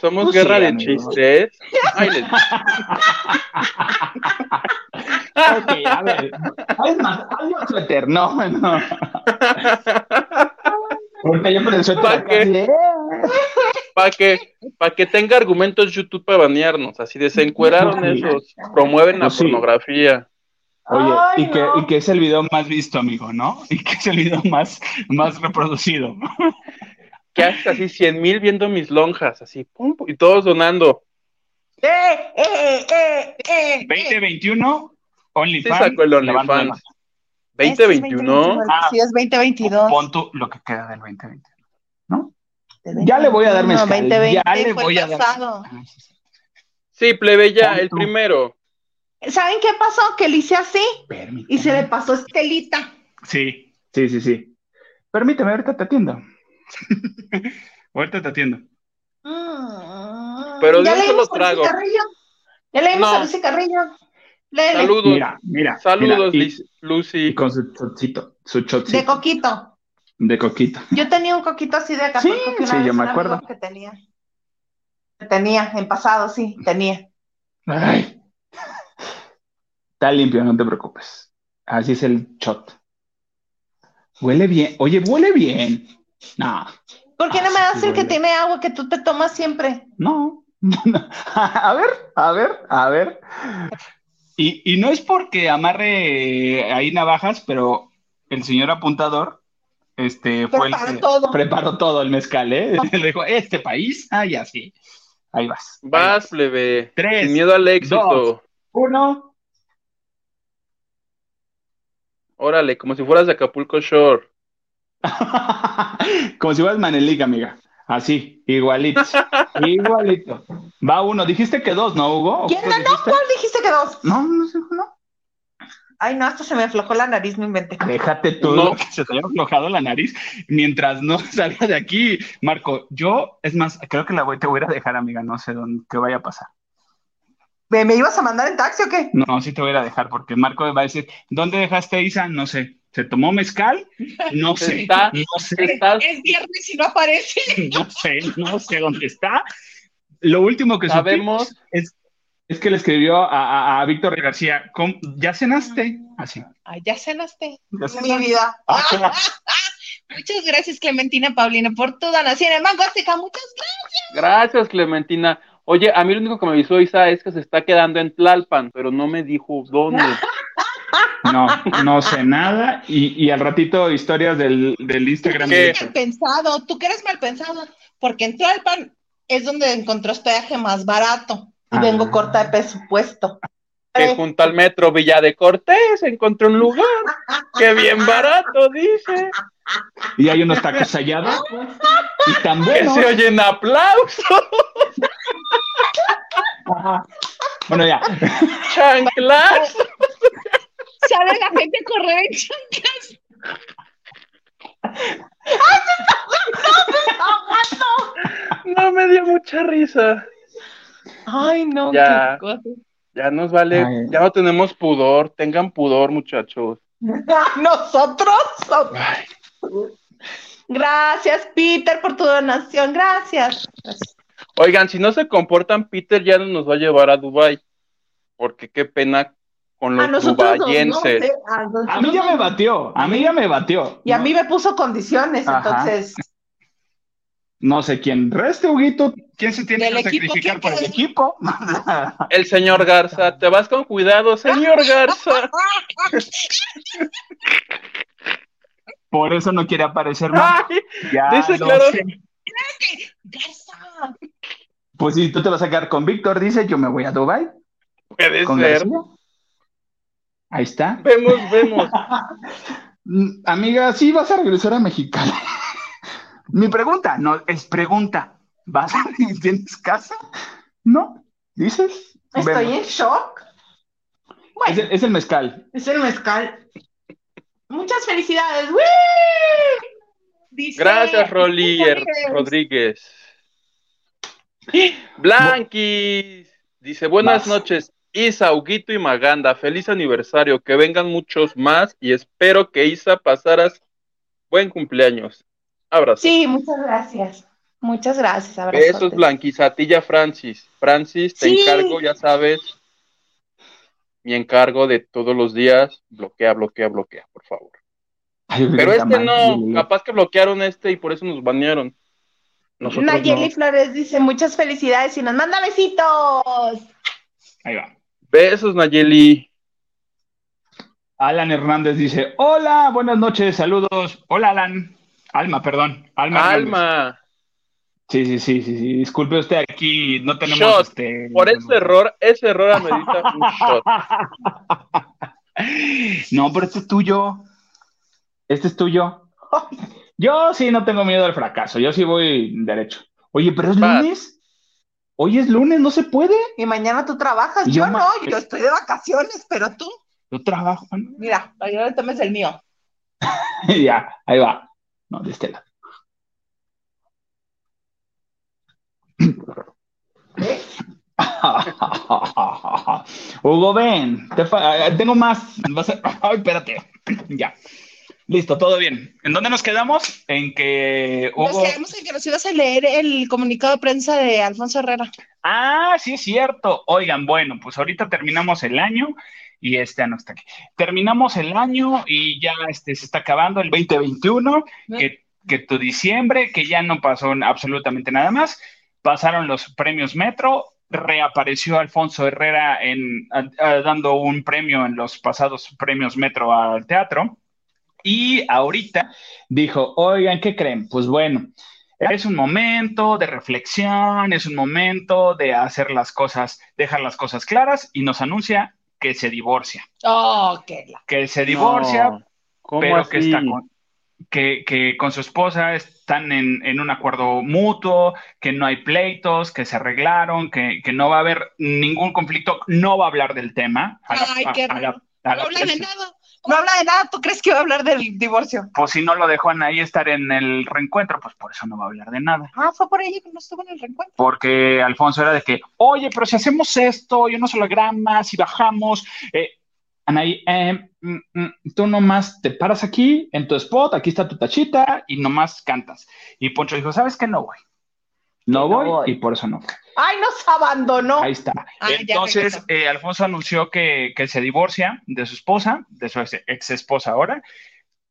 Speaker 4: Somos
Speaker 2: Pues sí,
Speaker 4: guerra de
Speaker 2: amigo.
Speaker 4: chistes. Ay, les-
Speaker 2: Ok, a ver. Es más, hazme un suéter. No, no. Ahorita yo con el suéter.
Speaker 4: ¿Para
Speaker 2: acá,
Speaker 4: qué?
Speaker 2: así, "Eh".
Speaker 4: Para que, pa' que tenga argumentos YouTube para banearnos. Así desencueraron
Speaker 2: Pues sí.
Speaker 4: esos. Promueven la
Speaker 2: Pues sí.
Speaker 4: pornografía.
Speaker 2: Oye,
Speaker 5: Ay,
Speaker 2: y, que,
Speaker 5: no.
Speaker 2: y que es el video más visto, amigo, ¿no? Y que es el video más, más reproducido.
Speaker 4: Que hasta así 100 mil viendo mis lonjas. Así, pum, pum, y todos donando.
Speaker 5: Eh, eh, eh, eh.
Speaker 2: 2021,
Speaker 4: Sí
Speaker 2: OnlyFans.
Speaker 4: sacó el
Speaker 2: levanta
Speaker 4: OnlyFans.
Speaker 2: la
Speaker 4: 2021.
Speaker 2: Ah.
Speaker 1: Sí, Este es
Speaker 2: mano.
Speaker 1: 2022.
Speaker 2: Pon tú lo que queda del 2021. Ya le voy a dar mezcal,
Speaker 1: No, 2020
Speaker 2: ya le
Speaker 1: fue
Speaker 2: voy a
Speaker 1: el
Speaker 2: dar-
Speaker 1: pasado.
Speaker 4: Sí, plebeya,
Speaker 2: Pon
Speaker 4: el
Speaker 2: tú.
Speaker 4: primero.
Speaker 5: ¿Saben qué pasó? Que le hice así
Speaker 2: Permíteme.
Speaker 5: y se le pasó estelita.
Speaker 2: Sí, sí, sí, sí. Permíteme, ahorita te atiendo. ahorita te atiendo.
Speaker 4: Pero de
Speaker 5: Mm. ya
Speaker 4: un
Speaker 5: le dimos
Speaker 4: solo
Speaker 5: a
Speaker 4: trago.
Speaker 5: Lucy Carrillo. Ya le dimos
Speaker 4: No.
Speaker 5: a Lucy Carrillo. Lele,
Speaker 4: Saludos.
Speaker 2: Mira, mira.
Speaker 4: Saludos,
Speaker 2: mira, y-
Speaker 4: Liz- Lucy.
Speaker 2: Y con su chocito, su chocito
Speaker 5: de
Speaker 2: de,
Speaker 5: coquito.
Speaker 2: coquito.
Speaker 5: Yo tenía un coquito así de Acapulco
Speaker 2: Sí,
Speaker 5: que una
Speaker 2: sí,
Speaker 5: vez
Speaker 2: yo me
Speaker 5: un amigo
Speaker 2: acuerdo.
Speaker 5: que tenía. Que tenía, en pasado, sí, tenía.
Speaker 2: Ay. Está limpio, no te preocupes. Así es el shot. Huele bien. Oye, huele bien. No,
Speaker 5: ¿Por qué
Speaker 2: Ah,
Speaker 5: no me
Speaker 2: sí,
Speaker 5: das el que
Speaker 2: huele.
Speaker 5: tiene agua que tú te tomas siempre?
Speaker 2: no. a ver, a ver, a ver. Y, y no es porque amarre ahí navajas, pero el señor apuntador este, fue el
Speaker 5: Preparó
Speaker 2: que
Speaker 5: todo.
Speaker 2: preparó todo el mezcal, ¿eh? Le dijo, este país, ah, ya sí. Ahí vas. Ahí
Speaker 4: Vas, plebe.
Speaker 2: Tres,
Speaker 4: Sin miedo al éxito.
Speaker 2: dos. Uno,
Speaker 4: Órale, como si fueras de Acapulco Shore.
Speaker 2: Como si fueras Manelik, amiga. Así, igualito. igualito. Va uno. Dijiste que dos, ¿no, Hugo? ¿O
Speaker 5: ¿Quién
Speaker 2: qué
Speaker 5: ganó?
Speaker 2: dijiste?
Speaker 5: ¿Cuál dijiste que dos?
Speaker 2: No, no sé, no.
Speaker 5: Ay, no, hasta se me aflojó la nariz, no inventé.
Speaker 2: Déjate tú
Speaker 4: No.
Speaker 2: lo que se te haya aflojado la nariz mientras no salga de aquí. Marco, yo, es más, creo que la voy, te voy a ir a dejar, amiga. No sé dónde, qué vaya a pasar.
Speaker 5: ¿Me, me ibas a mandar en taxi o qué?
Speaker 2: No, sí te voy a ir a dejar porque Marco va a decir, ¿dónde dejaste a Isa? No sé. ¿Se tomó mezcal? No sé.
Speaker 4: Está-
Speaker 2: No sé.
Speaker 4: Estás
Speaker 1: Es viernes y no aparece.
Speaker 2: no sé, no sé dónde está. Lo último que
Speaker 4: Sabemos.
Speaker 2: supimos es, es que le escribió a, a- a Víctor García, "Com- ¿ya cenaste? Así.
Speaker 1: Ay, ya cenaste.
Speaker 2: "¿Ya
Speaker 5: Mi
Speaker 2: cenaste?".
Speaker 5: vida.
Speaker 1: Muchas gracias, Clementina Paulina, por tu donación en Mangóstica. Muchas gracias.
Speaker 4: Gracias, Clementina. Oye, a mí lo único que me avisó Isa es que se está quedando en Tlalpan, pero no me dijo dónde.
Speaker 2: No, no sé nada. Y, y al ratito historias del, del Instagram.
Speaker 4: ¿Qué?
Speaker 1: Mal pensado. Tú que eres mal pensado. Porque en Tlalpan es donde encontró
Speaker 5: este
Speaker 1: hospedaje más barato.
Speaker 2: Ah.
Speaker 5: Y vengo corta de presupuesto. Eh,
Speaker 4: Que junto al metro Villa de Cortés encontré un lugar que bien barato, dice.
Speaker 2: Y hay unos tacos hallados. Y tan
Speaker 4: Que
Speaker 2: buenos.
Speaker 4: se oyen aplausos,
Speaker 2: Ajá. Bueno, ya.
Speaker 4: chanclas.
Speaker 1: Sale la gente a correr en chanclas.
Speaker 4: No me dio mucha risa.
Speaker 1: Ay, no,
Speaker 4: Ya.
Speaker 1: qué cosa.
Speaker 4: Ya nos vale,
Speaker 2: Ay.
Speaker 4: ya no tenemos pudor. Tengan pudor, muchachos.
Speaker 5: Nosotros. so-
Speaker 4: Ay,
Speaker 5: Gracias, Peter, por tu donación. Gracias.
Speaker 4: Oigan, si no se comportan, Peter ya nos va a llevar a Dubai. Porque qué pena con los
Speaker 5: A nosotros nos- no
Speaker 4: dubayenses.
Speaker 5: sé, a nosotros
Speaker 2: A mí ya
Speaker 5: nos-
Speaker 2: me batió. A mí ya me batió.
Speaker 5: Y a mí me puso condiciones,
Speaker 2: Ajá.
Speaker 5: entonces.
Speaker 2: No sé quién. Reste, este Huguito. ¿Quién se tiene
Speaker 1: Del
Speaker 2: que
Speaker 1: equipo, ¿quién
Speaker 2: sacrificar por el
Speaker 1: queda?
Speaker 2: equipo?
Speaker 4: El señor Garza, te vas con cuidado, señor Garza.
Speaker 2: Por eso no quiere aparecer más.
Speaker 4: Ay,
Speaker 2: Ya
Speaker 4: dice
Speaker 2: lo
Speaker 4: claro.
Speaker 2: sé.
Speaker 1: Garza.
Speaker 2: Pues si tú te vas a quedar con Víctor, dice, yo me voy a Dubai.
Speaker 4: puede
Speaker 2: con
Speaker 4: ser.
Speaker 2: García. Ahí está.
Speaker 4: Vemos, vemos.
Speaker 2: Mm, Amiga, sí vas a regresar a Mexicali. Mi pregunta, no, es pregunta. ¿Vas a tienes casa? No, dices.
Speaker 5: Estoy
Speaker 2: Vemos.
Speaker 5: en shock.
Speaker 2: es, el- es el mezcal.
Speaker 5: Es el mezcal. Muchas felicidades. ¡Woo!
Speaker 1: Dice-
Speaker 4: Gracias, Rolly
Speaker 1: Dice,
Speaker 4: Er- Rodríguez. Blanquis dice: Buenas
Speaker 2: Más.
Speaker 4: noches, Isa, Huguito y Maganda. Feliz aniversario, que vengan muchos más y espero que Isa pasaras buen cumpleaños. Abrazo.
Speaker 5: Sí, muchas gracias. Muchas gracias. abrazotes.
Speaker 4: Besos, Blanquis. A ti ya, Francis. Francis, te
Speaker 5: Sí.
Speaker 4: encargo, ya sabes. Mi encargo de todos los días. Bloquea, bloquea, bloquea, por favor.
Speaker 2: Ay,
Speaker 4: Pero
Speaker 2: ahorita más,
Speaker 4: este no,
Speaker 2: Lili.
Speaker 4: capaz que bloquearon este y por eso nos banearon. Nosotros
Speaker 5: Nayeli
Speaker 4: no.
Speaker 5: Flores dice muchas felicidades y nos manda besitos.
Speaker 2: Ahí va.
Speaker 4: Besos, Nayeli.
Speaker 2: Alan Hernández dice, hola, buenas noches, saludos. Hola, Alan. Alma, perdón. Alma. Hernández.
Speaker 4: Alma,
Speaker 2: Sí, sí, sí, sí, sí. Disculpe usted, aquí no tenemos
Speaker 4: Shot.
Speaker 2: este.
Speaker 4: por ese error, ese error amerita un shot.
Speaker 2: No, pero este es tuyo. Este es tuyo. Yo sí no tengo miedo al fracaso. Yo sí voy derecho. Oye, pero es
Speaker 4: Vas.
Speaker 2: lunes. Hoy es lunes, no se puede.
Speaker 5: Y mañana tú trabajas.
Speaker 2: Yo
Speaker 5: Yo,
Speaker 2: ma-
Speaker 5: no, yo estoy de vacaciones, pero tú,
Speaker 2: Yo trabajo. ¿no?
Speaker 5: mira, para que no le tomes el mío.
Speaker 2: ya, ahí va. No, de este lado. Hugo, ven. te fa- eh, tengo más. Vas a- Ay, espérate. ya. Listo, todo bien. ¿En dónde nos quedamos? En que
Speaker 1: Nos
Speaker 2: Hugo.
Speaker 1: quedamos en que nos ibas a leer el comunicado de prensa de Alfonso Herrera.
Speaker 2: Ah, sí es cierto. Oigan, bueno, pues ahorita terminamos el año y este ah, no está aquí. Terminamos el año y ya este se está acabando el 2021, que, que tu diciembre, que ya no pasó absolutamente nada más. Pasaron los premios Metro, reapareció Alfonso Herrera en a- a- dando un premio en los pasados premios Metro al teatro. Y ahorita dijo, oigan, ¿qué creen? Pues bueno, es un momento de reflexión, es un momento de hacer las cosas, dejar las cosas claras y nos anuncia que se divorcia,
Speaker 1: Oh, qué la.
Speaker 2: que se divorcia,
Speaker 4: No, ¿Cómo
Speaker 2: pero
Speaker 4: así?
Speaker 2: que está con, que, que con su esposa están en, en un acuerdo mutuo, que no hay pleitos, que se arreglaron, que, que no va a haber ningún conflicto, no va a hablar del tema. A la-
Speaker 1: Ay,
Speaker 2: a-
Speaker 1: qué
Speaker 2: a la-
Speaker 1: raro.
Speaker 2: a
Speaker 1: No
Speaker 2: la
Speaker 1: habla de
Speaker 2: pres-
Speaker 1: nada. No habla de nada. ¿Tú crees que va a hablar del divorcio?
Speaker 2: Pues si no lo dejó ahí estar en el reencuentro, pues por eso no va a hablar de nada.
Speaker 1: Ah, fue por ella que no estuvo en el reencuentro.
Speaker 2: Porque Alfonso era de que, oye, pero si hacemos esto y unos hologramas y bajamos, eh, Anaí, eh, mm, mm, tú nomás te paras aquí en tu spot, aquí está tu tachita y nomás cantas. Y Poncho dijo, ¿sabes qué? No voy. No, voy,
Speaker 5: voy.
Speaker 2: y por eso no fue.
Speaker 5: Ay, nos abandonó.
Speaker 2: Ahí está.
Speaker 1: Ah, ya
Speaker 2: Entonces,
Speaker 1: regresó.
Speaker 2: eh, Alfonso anunció que, que se divorcia de su esposa, de su ex, esposa ahora.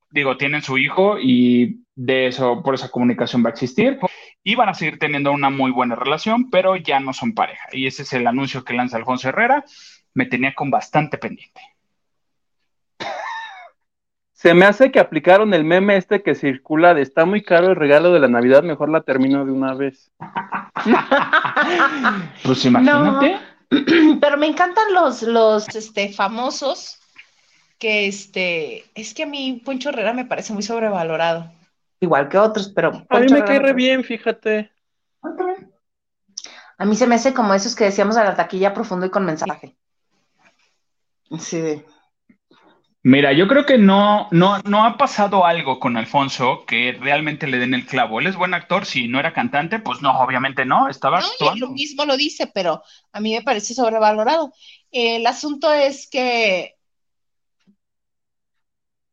Speaker 2: Digo, tienen su hijo y de eso, por esa comunicación va a existir. Y van a seguir teniendo una muy buena relación, pero ya no son pareja. Y ese es el anuncio que lanza Alfonso Herrera. Me tenía con bastante pendiente.
Speaker 4: Se me hace que aplicaron el meme este que circula de está muy caro el regalo de la Navidad, mejor la termino de una vez.
Speaker 2: Pues imagínate.
Speaker 1: Pero me encantan los, los este, famosos que este. Es que a mí Poncho Herrera me parece muy sobrevalorado.
Speaker 5: Igual que otros, pero.
Speaker 4: A mí
Speaker 5: Poncho
Speaker 4: me
Speaker 5: Herrera
Speaker 4: cae re
Speaker 5: parece-
Speaker 4: bien, fíjate.
Speaker 5: A mí se me hace como esos que decíamos a la taquilla profundo y con mensaje. Sí. de-
Speaker 2: Mira, yo creo que no, no, no ha pasado algo con Alfonso que realmente le den el clavo. Él es buen actor, si no era cantante, pues no, obviamente no, estaba
Speaker 1: No, y él
Speaker 2: actuando.
Speaker 1: lo mismo lo dice, pero a mí me parece sobrevalorado. El asunto es que,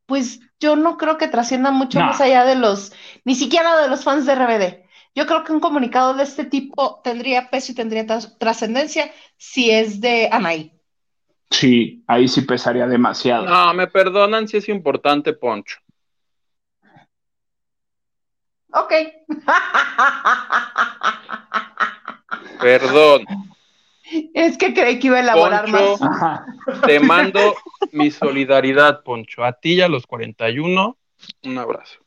Speaker 5: Pues yo no creo que trascienda mucho
Speaker 2: No.
Speaker 5: más allá de los, ni siquiera de los fans de RBD. Yo creo que un comunicado de este tipo
Speaker 1: tipo, tendría peso y tendría tras- trascendencia si es de Anaí.
Speaker 2: Sí, ahí sí pesaría demasiado.
Speaker 4: No, me perdonan si es importante, Poncho.
Speaker 5: Ok.
Speaker 4: Perdón.
Speaker 5: Es que creí que iba a elaborar
Speaker 4: Poncho.
Speaker 5: más.
Speaker 2: Ajá.
Speaker 4: Te mando mi solidaridad, Poncho. A ti y a los 41, un abrazo.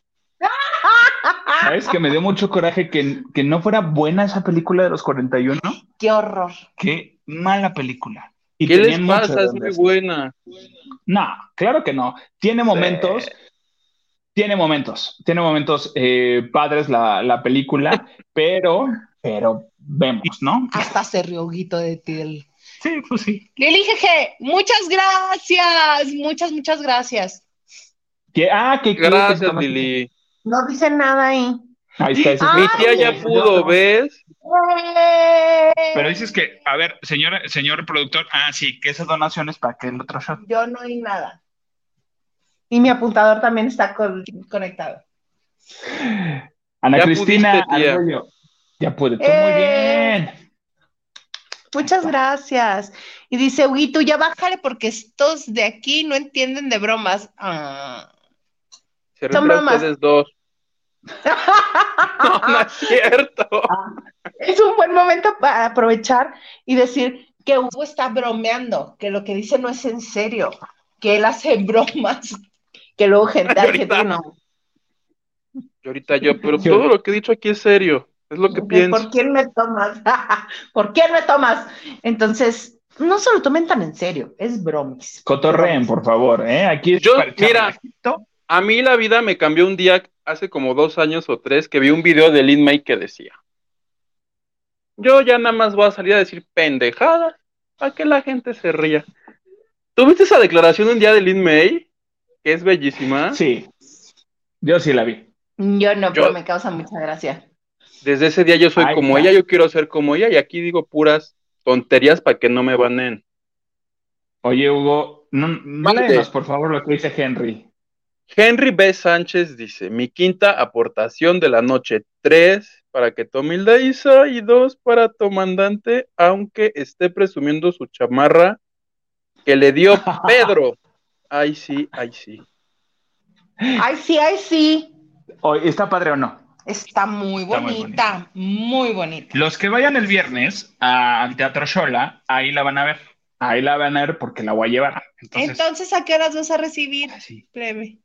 Speaker 2: ¿Sabes que me dio mucho coraje que, que no fuera buena esa película de los 41?
Speaker 1: Qué horror.
Speaker 2: Qué mala película. Y
Speaker 4: ¿Qué les
Speaker 2: tenían mucho
Speaker 4: pasa?
Speaker 2: de
Speaker 4: Es
Speaker 2: dónde
Speaker 4: muy
Speaker 2: hacer.
Speaker 4: buena.
Speaker 2: No, claro que no. Tiene momentos, tiene momentos, tiene momentos eh, padres la, la película, pero, pero vemos, ¿no?
Speaker 1: Hasta se rió Guito de ti. el-
Speaker 2: Sí, pues sí.
Speaker 1: Lili Jeje, muchas gracias, muchas, muchas gracias.
Speaker 2: Que- ah, que que- que-
Speaker 4: Gracias,
Speaker 2: que-
Speaker 4: Lili.
Speaker 5: No dice nada ahí.
Speaker 2: Ahí está ese.
Speaker 4: Mi tía ya
Speaker 5: Ay,
Speaker 4: pudo, ¿ves?
Speaker 2: Pero dices que, a ver, señor, señor productor, ah, sí, que esas donaciones para que el otro shot.
Speaker 1: Yo no oí nada
Speaker 5: Y mi apuntador también está con.
Speaker 1: conectado.
Speaker 2: Ana
Speaker 4: Ya
Speaker 2: Cristina
Speaker 4: pudiste, tía.
Speaker 2: Arroyo. Ya pude, tú
Speaker 5: Eh.
Speaker 2: muy bien.
Speaker 5: Muchas gracias.
Speaker 1: Y dice Huguito, ya bájale porque estos de aquí no entienden de bromas. Ah.
Speaker 4: Se
Speaker 5: Son
Speaker 4: refiere a
Speaker 5: bromas.
Speaker 4: ustedes dos. No, no es cierto.
Speaker 5: Es un buen momento para aprovechar y decir que
Speaker 1: Hugo está bromeando, que lo que dice no es en serio, que él hace bromas.
Speaker 5: que luego gente
Speaker 4: Ay, ahorita.
Speaker 5: argentina.
Speaker 4: Y ahorita yo, pero todo lo que he dicho aquí es serio. Es lo que
Speaker 5: de, ¿Por
Speaker 4: pienso.
Speaker 5: quién me tomas? ¿Por quién me tomas? Entonces, no se lo tomen tan en serio, es bromis.
Speaker 2: Cotorreen, por favor, ¿eh? Aquí es
Speaker 4: Yo,
Speaker 2: para echar
Speaker 4: mira.
Speaker 2: relajito.
Speaker 4: A mí la vida me cambió un día hace como dos años o tres que vi un video de Lin May que decía: Yo ya nada más voy a salir a decir pendejadas para que la gente se ría. ¿Tuviste esa declaración un día de Lin May? Que es bellísima.
Speaker 2: Sí, yo sí la vi.
Speaker 5: Yo no,
Speaker 4: Yo-
Speaker 5: pero me causa mucha gracia.
Speaker 4: Desde ese día yo soy
Speaker 2: Ahí
Speaker 4: como
Speaker 2: está.
Speaker 4: ella, yo quiero ser como ella, y aquí digo puras tonterías para que no me banen.
Speaker 2: Oye, Hugo, no, no
Speaker 4: Mande.
Speaker 2: léenos, por favor, lo que dice Henry.
Speaker 4: Henry B. Sánchez dice: Mi quinta aportación de la noche, tres para que tome Hilda Isa y dos para Tomandante, aunque esté presumiendo su chamarra que le dio Pedro. Ay, sí, ay, sí.
Speaker 5: Ay, sí, ay, sí.
Speaker 2: Oye, ¿Está padre o no?
Speaker 1: Está muy
Speaker 2: Está muy
Speaker 1: bonita, muy bonita.
Speaker 2: Los que vayan el viernes a- al Teatro Shola, ahí la van a ver. Ahí la van a ver porque la voy a llevar. Entonces,
Speaker 1: Entonces, ¿a qué horas vas a recibir,
Speaker 2: sí.
Speaker 1: plebe?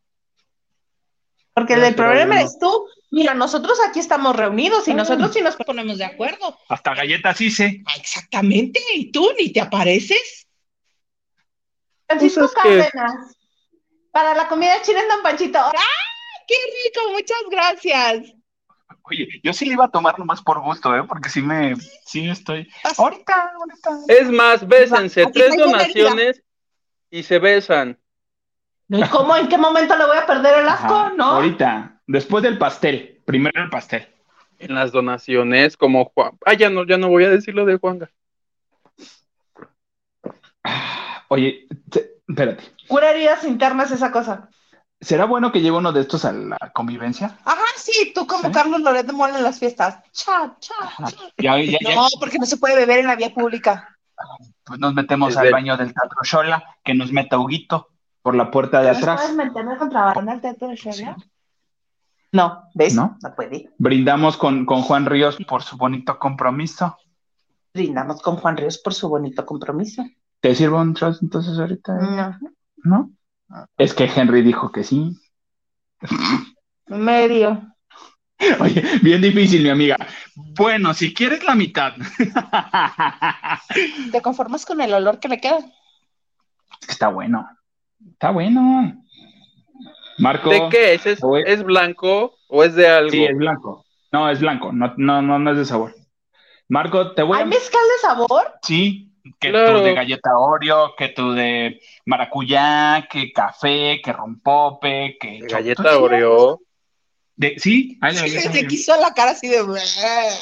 Speaker 5: Porque
Speaker 2: Ya,
Speaker 5: el
Speaker 2: pero
Speaker 5: problema
Speaker 2: bueno.
Speaker 5: eres tú. Mira, nosotros aquí estamos reunidos y nosotros sí nos.
Speaker 1: Nos ponemos de acuerdo.
Speaker 2: hasta galletas hice.
Speaker 1: Ah, Exactamente, y tú ni te apareces.
Speaker 5: Francisco
Speaker 4: es que-
Speaker 1: Pues
Speaker 5: Cárdenas. Para la comida china en Don Panchito. ¡Ah!
Speaker 1: ¡Qué rico! Muchas gracias.
Speaker 2: Oye, yo sí le iba a tomar nomás por gusto, ¿eh? Porque sí me, sí estoy. Ahorita, ahorita.
Speaker 4: Es más, bésense,
Speaker 1: Aquí
Speaker 4: tres
Speaker 1: traigo una herida.
Speaker 4: donaciones y se besan.
Speaker 1: No, ¿Cómo? ¿En qué momento le voy a perder el asco?
Speaker 2: Ajá,
Speaker 1: ¿No?
Speaker 2: Ahorita, después del pastel, primero el pastel.
Speaker 4: En las donaciones, como Juan. Ah, ya no, ya no voy a decir lo de Juanga.
Speaker 2: Oye, te- espérate,
Speaker 1: Cura heridas internas, esa cosa.
Speaker 2: ¿será bueno que lleve uno de estos a la convivencia?
Speaker 1: Ajá, sí, tú como
Speaker 2: Sí.
Speaker 1: Carlos Loret de Mola en las fiestas. Cha, cha.
Speaker 2: Ya, ya, ya,
Speaker 1: No, porque no se puede beber en la vía pública.
Speaker 2: pues nos metemos
Speaker 4: Es
Speaker 2: al
Speaker 4: del-
Speaker 2: baño del Teatro Xola, que nos meta Huguito por la puerta de
Speaker 1: ¿No puedes
Speaker 2: atrás.
Speaker 1: meterme contrabando al teatro de Shebia? No, ¿ves?
Speaker 2: ¿No?
Speaker 1: No, puede.
Speaker 2: Brindamos con, con Juan Ríos por su bonito compromiso.
Speaker 1: Brindamos con Juan Ríos por su bonito compromiso.
Speaker 2: ¿Te sirvo un trust entonces ahorita?
Speaker 1: No,
Speaker 2: ¿No? Es que Henry dijo que sí.
Speaker 1: medio.
Speaker 2: Oye, bien difícil, mi amiga. Bueno, si quieres la mitad.
Speaker 1: ¿Te conformas con el olor que le queda?
Speaker 2: Está bueno. Está bueno. Marco.
Speaker 4: ¿De qué? ¿Es, es,
Speaker 2: Voy.
Speaker 4: es blanco o es de algo?
Speaker 2: Sí, es blanco. No, es blanco. No, no, no, no es de sabor. Marco, te voy
Speaker 1: ¿Hay
Speaker 2: a.
Speaker 1: mezcal de sabor?
Speaker 2: Sí, que
Speaker 4: Claro.
Speaker 2: tú de galleta Oreo, que tú de maracuyá, que café, que rompope, que.
Speaker 4: De
Speaker 2: cho-
Speaker 4: Galleta Oreo.
Speaker 2: De- sí, ahí la galleta
Speaker 1: Se
Speaker 2: Oreo.
Speaker 1: quiso la cara así de...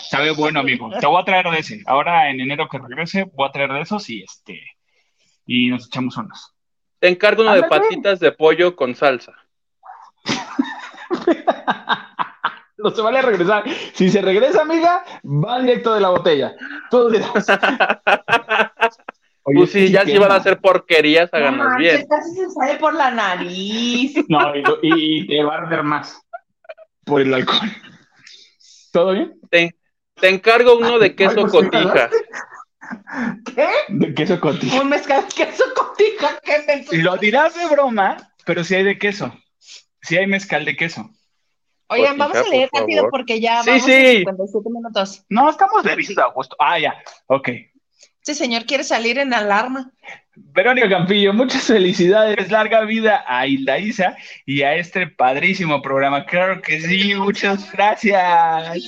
Speaker 2: Sabe bueno, amigo. Te voy a traer de ese. Ahora en enero que regrese, voy a traer de esos y este. Y nos echamos unos.
Speaker 4: Te encargo uno de
Speaker 5: Ándale.
Speaker 4: patitas de pollo con salsa.
Speaker 2: No se vale regresar. Si se regresa, amiga, va directo de la botella. Tú dirás. Oye,
Speaker 4: Pues sí, ya si
Speaker 2: quema.
Speaker 4: van a hacer porquerías,
Speaker 1: No
Speaker 4: háganlas
Speaker 1: manches,
Speaker 4: bien.
Speaker 1: Casi se sale por la nariz.
Speaker 2: No, y, y- y te va a arder más por el alcohol. ¿Todo bien?
Speaker 4: Te, te encargo uno de queso
Speaker 2: pues,
Speaker 4: cotija.
Speaker 2: De queso cotija.
Speaker 1: Un mezcal de queso cotija que me...
Speaker 2: Lo dirás de broma, pero si hay de queso. Si hay mezcal de queso.
Speaker 1: Oigan, vamos a
Speaker 4: Cotija,
Speaker 1: leer
Speaker 4: por
Speaker 1: rápido
Speaker 4: favor.
Speaker 1: porque ya
Speaker 4: Sí,
Speaker 1: vamos
Speaker 4: sí.
Speaker 1: a 57 minutos.
Speaker 2: No, estamos bebiendo a gusto. Ah, ya. Ok.
Speaker 1: Este señor quiere salir en alarma.
Speaker 2: Verónica Campillo, muchas felicidades, larga vida a Hilda Isa y a este padrísimo programa. Claro que sí, muchas gracias.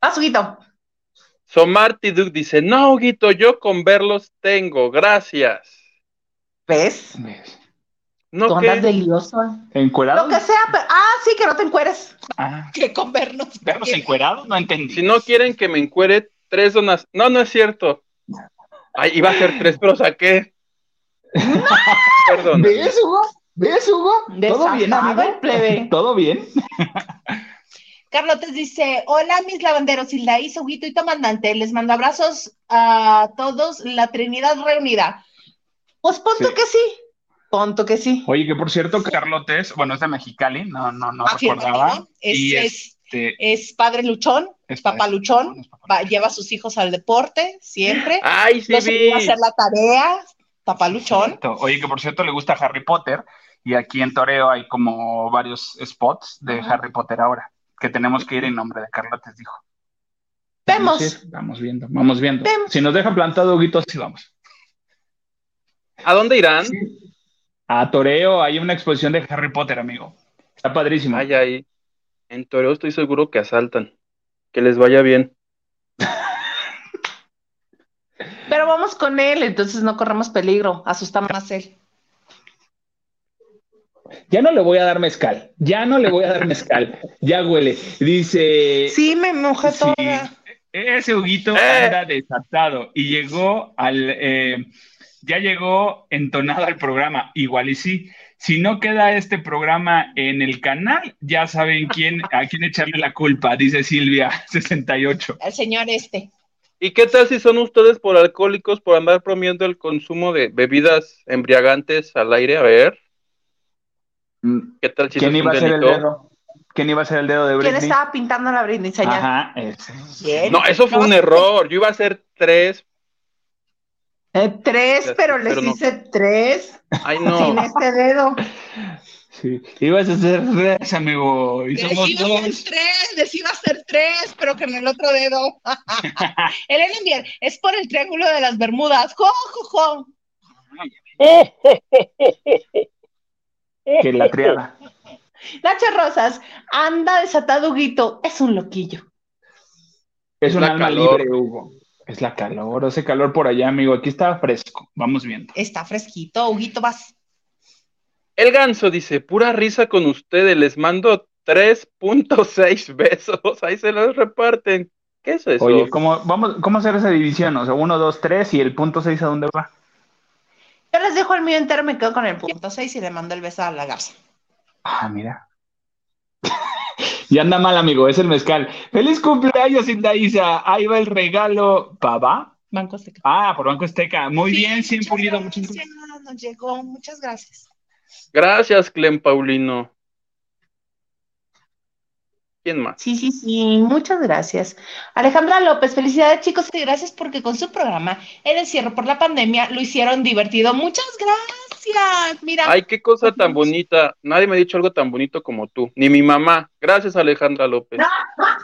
Speaker 1: Ah, Suguito.
Speaker 4: Somarty Duke dice, no, Guito, yo con verlos tengo, gracias.
Speaker 1: ¿Ves? Tú
Speaker 4: No,
Speaker 1: andas
Speaker 4: que
Speaker 1: delioso.
Speaker 2: ¿Encuerados?
Speaker 1: Lo que sea, pero... Ah, sí, que no te encueres.
Speaker 2: Ah,
Speaker 1: Que con vernos.
Speaker 2: ¿Vernos encuerados? No entendí.
Speaker 4: si no quieren que me encuere, tres donas. No, no es cierto. Ay, iba a ser tres, pero saqué. Perdón.
Speaker 2: ¿Ves, Hugo? ¿Ves, Hugo? ¿Todo
Speaker 1: Desatado
Speaker 2: bien, amigo?
Speaker 1: el plebe.
Speaker 2: ¿Todo bien?
Speaker 1: Carlotes dice, hola mis lavanderos, Hilda y Guito y Tomandante, les mando abrazos a todos, la Trinidad reunida. Pues punto
Speaker 2: Sí.
Speaker 1: que sí, punto que sí.
Speaker 2: Oye, que por cierto, Carlotes, bueno, es de Mexicali, no, no, no
Speaker 1: Afirmativo,
Speaker 2: recordaba.
Speaker 1: Ah, Es,
Speaker 2: y
Speaker 1: es-
Speaker 2: este,
Speaker 1: es padre luchón,
Speaker 2: es-
Speaker 1: papá
Speaker 2: es-
Speaker 1: luchón,
Speaker 2: es papá
Speaker 1: va-
Speaker 2: luchón.
Speaker 1: lleva a sus hijos al deporte, siempre,
Speaker 4: Ay, sí
Speaker 1: los
Speaker 4: vi.
Speaker 1: ayuda a hacer la tarea, papá luchón.
Speaker 2: Cierto. Oye, que por cierto le gusta Harry Potter y aquí en Toreo hay como varios spots de
Speaker 1: Ajá.
Speaker 2: Harry Potter ahora, que tenemos que ir en nombre de Carlotes, dijo.
Speaker 1: Vemos.
Speaker 2: Vamos, a ir, vamos viendo, vamos viendo.
Speaker 1: Vemos.
Speaker 2: Si nos deja plantado, Huguito, sí vamos.
Speaker 4: ¿A dónde irán?
Speaker 2: A Toreo hay una exposición de Harry Potter, amigo. Está padrísimo.
Speaker 4: Ay, ay. En Toreo estoy seguro que asaltan. Que les vaya bien.
Speaker 1: Pero vamos con él, entonces no corremos peligro, asusta más él.
Speaker 2: Ya no le voy a dar mezcal. Ya no le voy a dar mezcal. Ya huele. Dice.
Speaker 1: Sí, me mojé
Speaker 2: Sí.
Speaker 1: toda.
Speaker 2: E-, Ese Huguito
Speaker 4: ¡Eh!
Speaker 2: anda desatado y llegó al. eh, ya llegó entonado al programa. Igual y sí. Si no queda este programa en el canal, ya saben quién, a quién echarle la culpa, dice Silvia 68.
Speaker 1: El señor este.
Speaker 4: ¿Y qué tal si son ustedes por alcohólicos por andar promiendo el consumo de bebidas embriagantes al aire? A ver, ¿qué tal
Speaker 2: Mm,
Speaker 4: si
Speaker 2: ¿Quién
Speaker 4: eso es
Speaker 2: iba a
Speaker 4: un
Speaker 2: ser el
Speaker 4: delito?
Speaker 2: dedo? ¿Quién iba a ser el dedo de
Speaker 1: ¿Quién
Speaker 2: Britney?
Speaker 1: estaba pintando la Britney señal?
Speaker 2: Ajá, ese.
Speaker 1: ¿Quién?
Speaker 4: No, eso fue un error. Yo iba a hacer tres.
Speaker 1: Eh, tres,
Speaker 4: Ya,
Speaker 1: pero les
Speaker 4: pero no.
Speaker 1: hice tres
Speaker 4: Ay,
Speaker 1: sin
Speaker 4: no.
Speaker 1: este dedo.
Speaker 2: Sí. Ibas a ser tres, amigo. Y
Speaker 1: Les
Speaker 2: somos
Speaker 1: iba a hacer
Speaker 2: dos.
Speaker 1: tres, les iba a hacer tres, pero con el otro dedo. Elena Mier, es por el triángulo de las Bermudas. Jo, jo, jo.
Speaker 2: Que la triada.
Speaker 1: Nacho Rosas, anda desatado Huguito, es un loquillo.
Speaker 2: Es
Speaker 4: Es
Speaker 2: un
Speaker 4: la
Speaker 2: alma
Speaker 4: calor.
Speaker 2: libre, Hugo. Es la calor, hace calor por allá, amigo. Aquí está fresco. Vamos viendo.
Speaker 1: Está fresquito, Huguito, vas.
Speaker 4: El ganso dice, pura risa con ustedes, les mando 3.6 besos, ahí se los reparten. ¿Qué es eso?
Speaker 2: Oye, ¿cómo, vamos, ¿cómo hacer esa división? O sea, uno, dos, tres y el punto seis, ¿a dónde va?
Speaker 1: Yo les dejo el mío entero, me quedo con el punto 6 y le mando el beso a la garza.
Speaker 2: Ah, mira. ya anda mal, amigo, es el mezcal. ¡Feliz cumpleaños, Indaiza! Ahí va el regalo. ¿Papá?
Speaker 1: Banco Azteca.
Speaker 2: Ah, por Banco Azteca. Muy
Speaker 1: Sí,
Speaker 2: bien, 100
Speaker 1: muchas
Speaker 2: pulido, muchas
Speaker 1: gracias, Nos llegó, muchas gracias.
Speaker 4: Gracias, Clem Paulino. ¿Quién más?
Speaker 1: Sí, sí, sí, muchas gracias. Alejandra López, felicidades chicos y gracias porque con su programa El encierro por la pandemia lo hicieron divertido. Muchas gracias. Mira,
Speaker 4: Ay, qué cosa tan bonita. Nadie me ha dicho algo tan bonito como tú, ni mi mamá. Gracias, Alejandra López.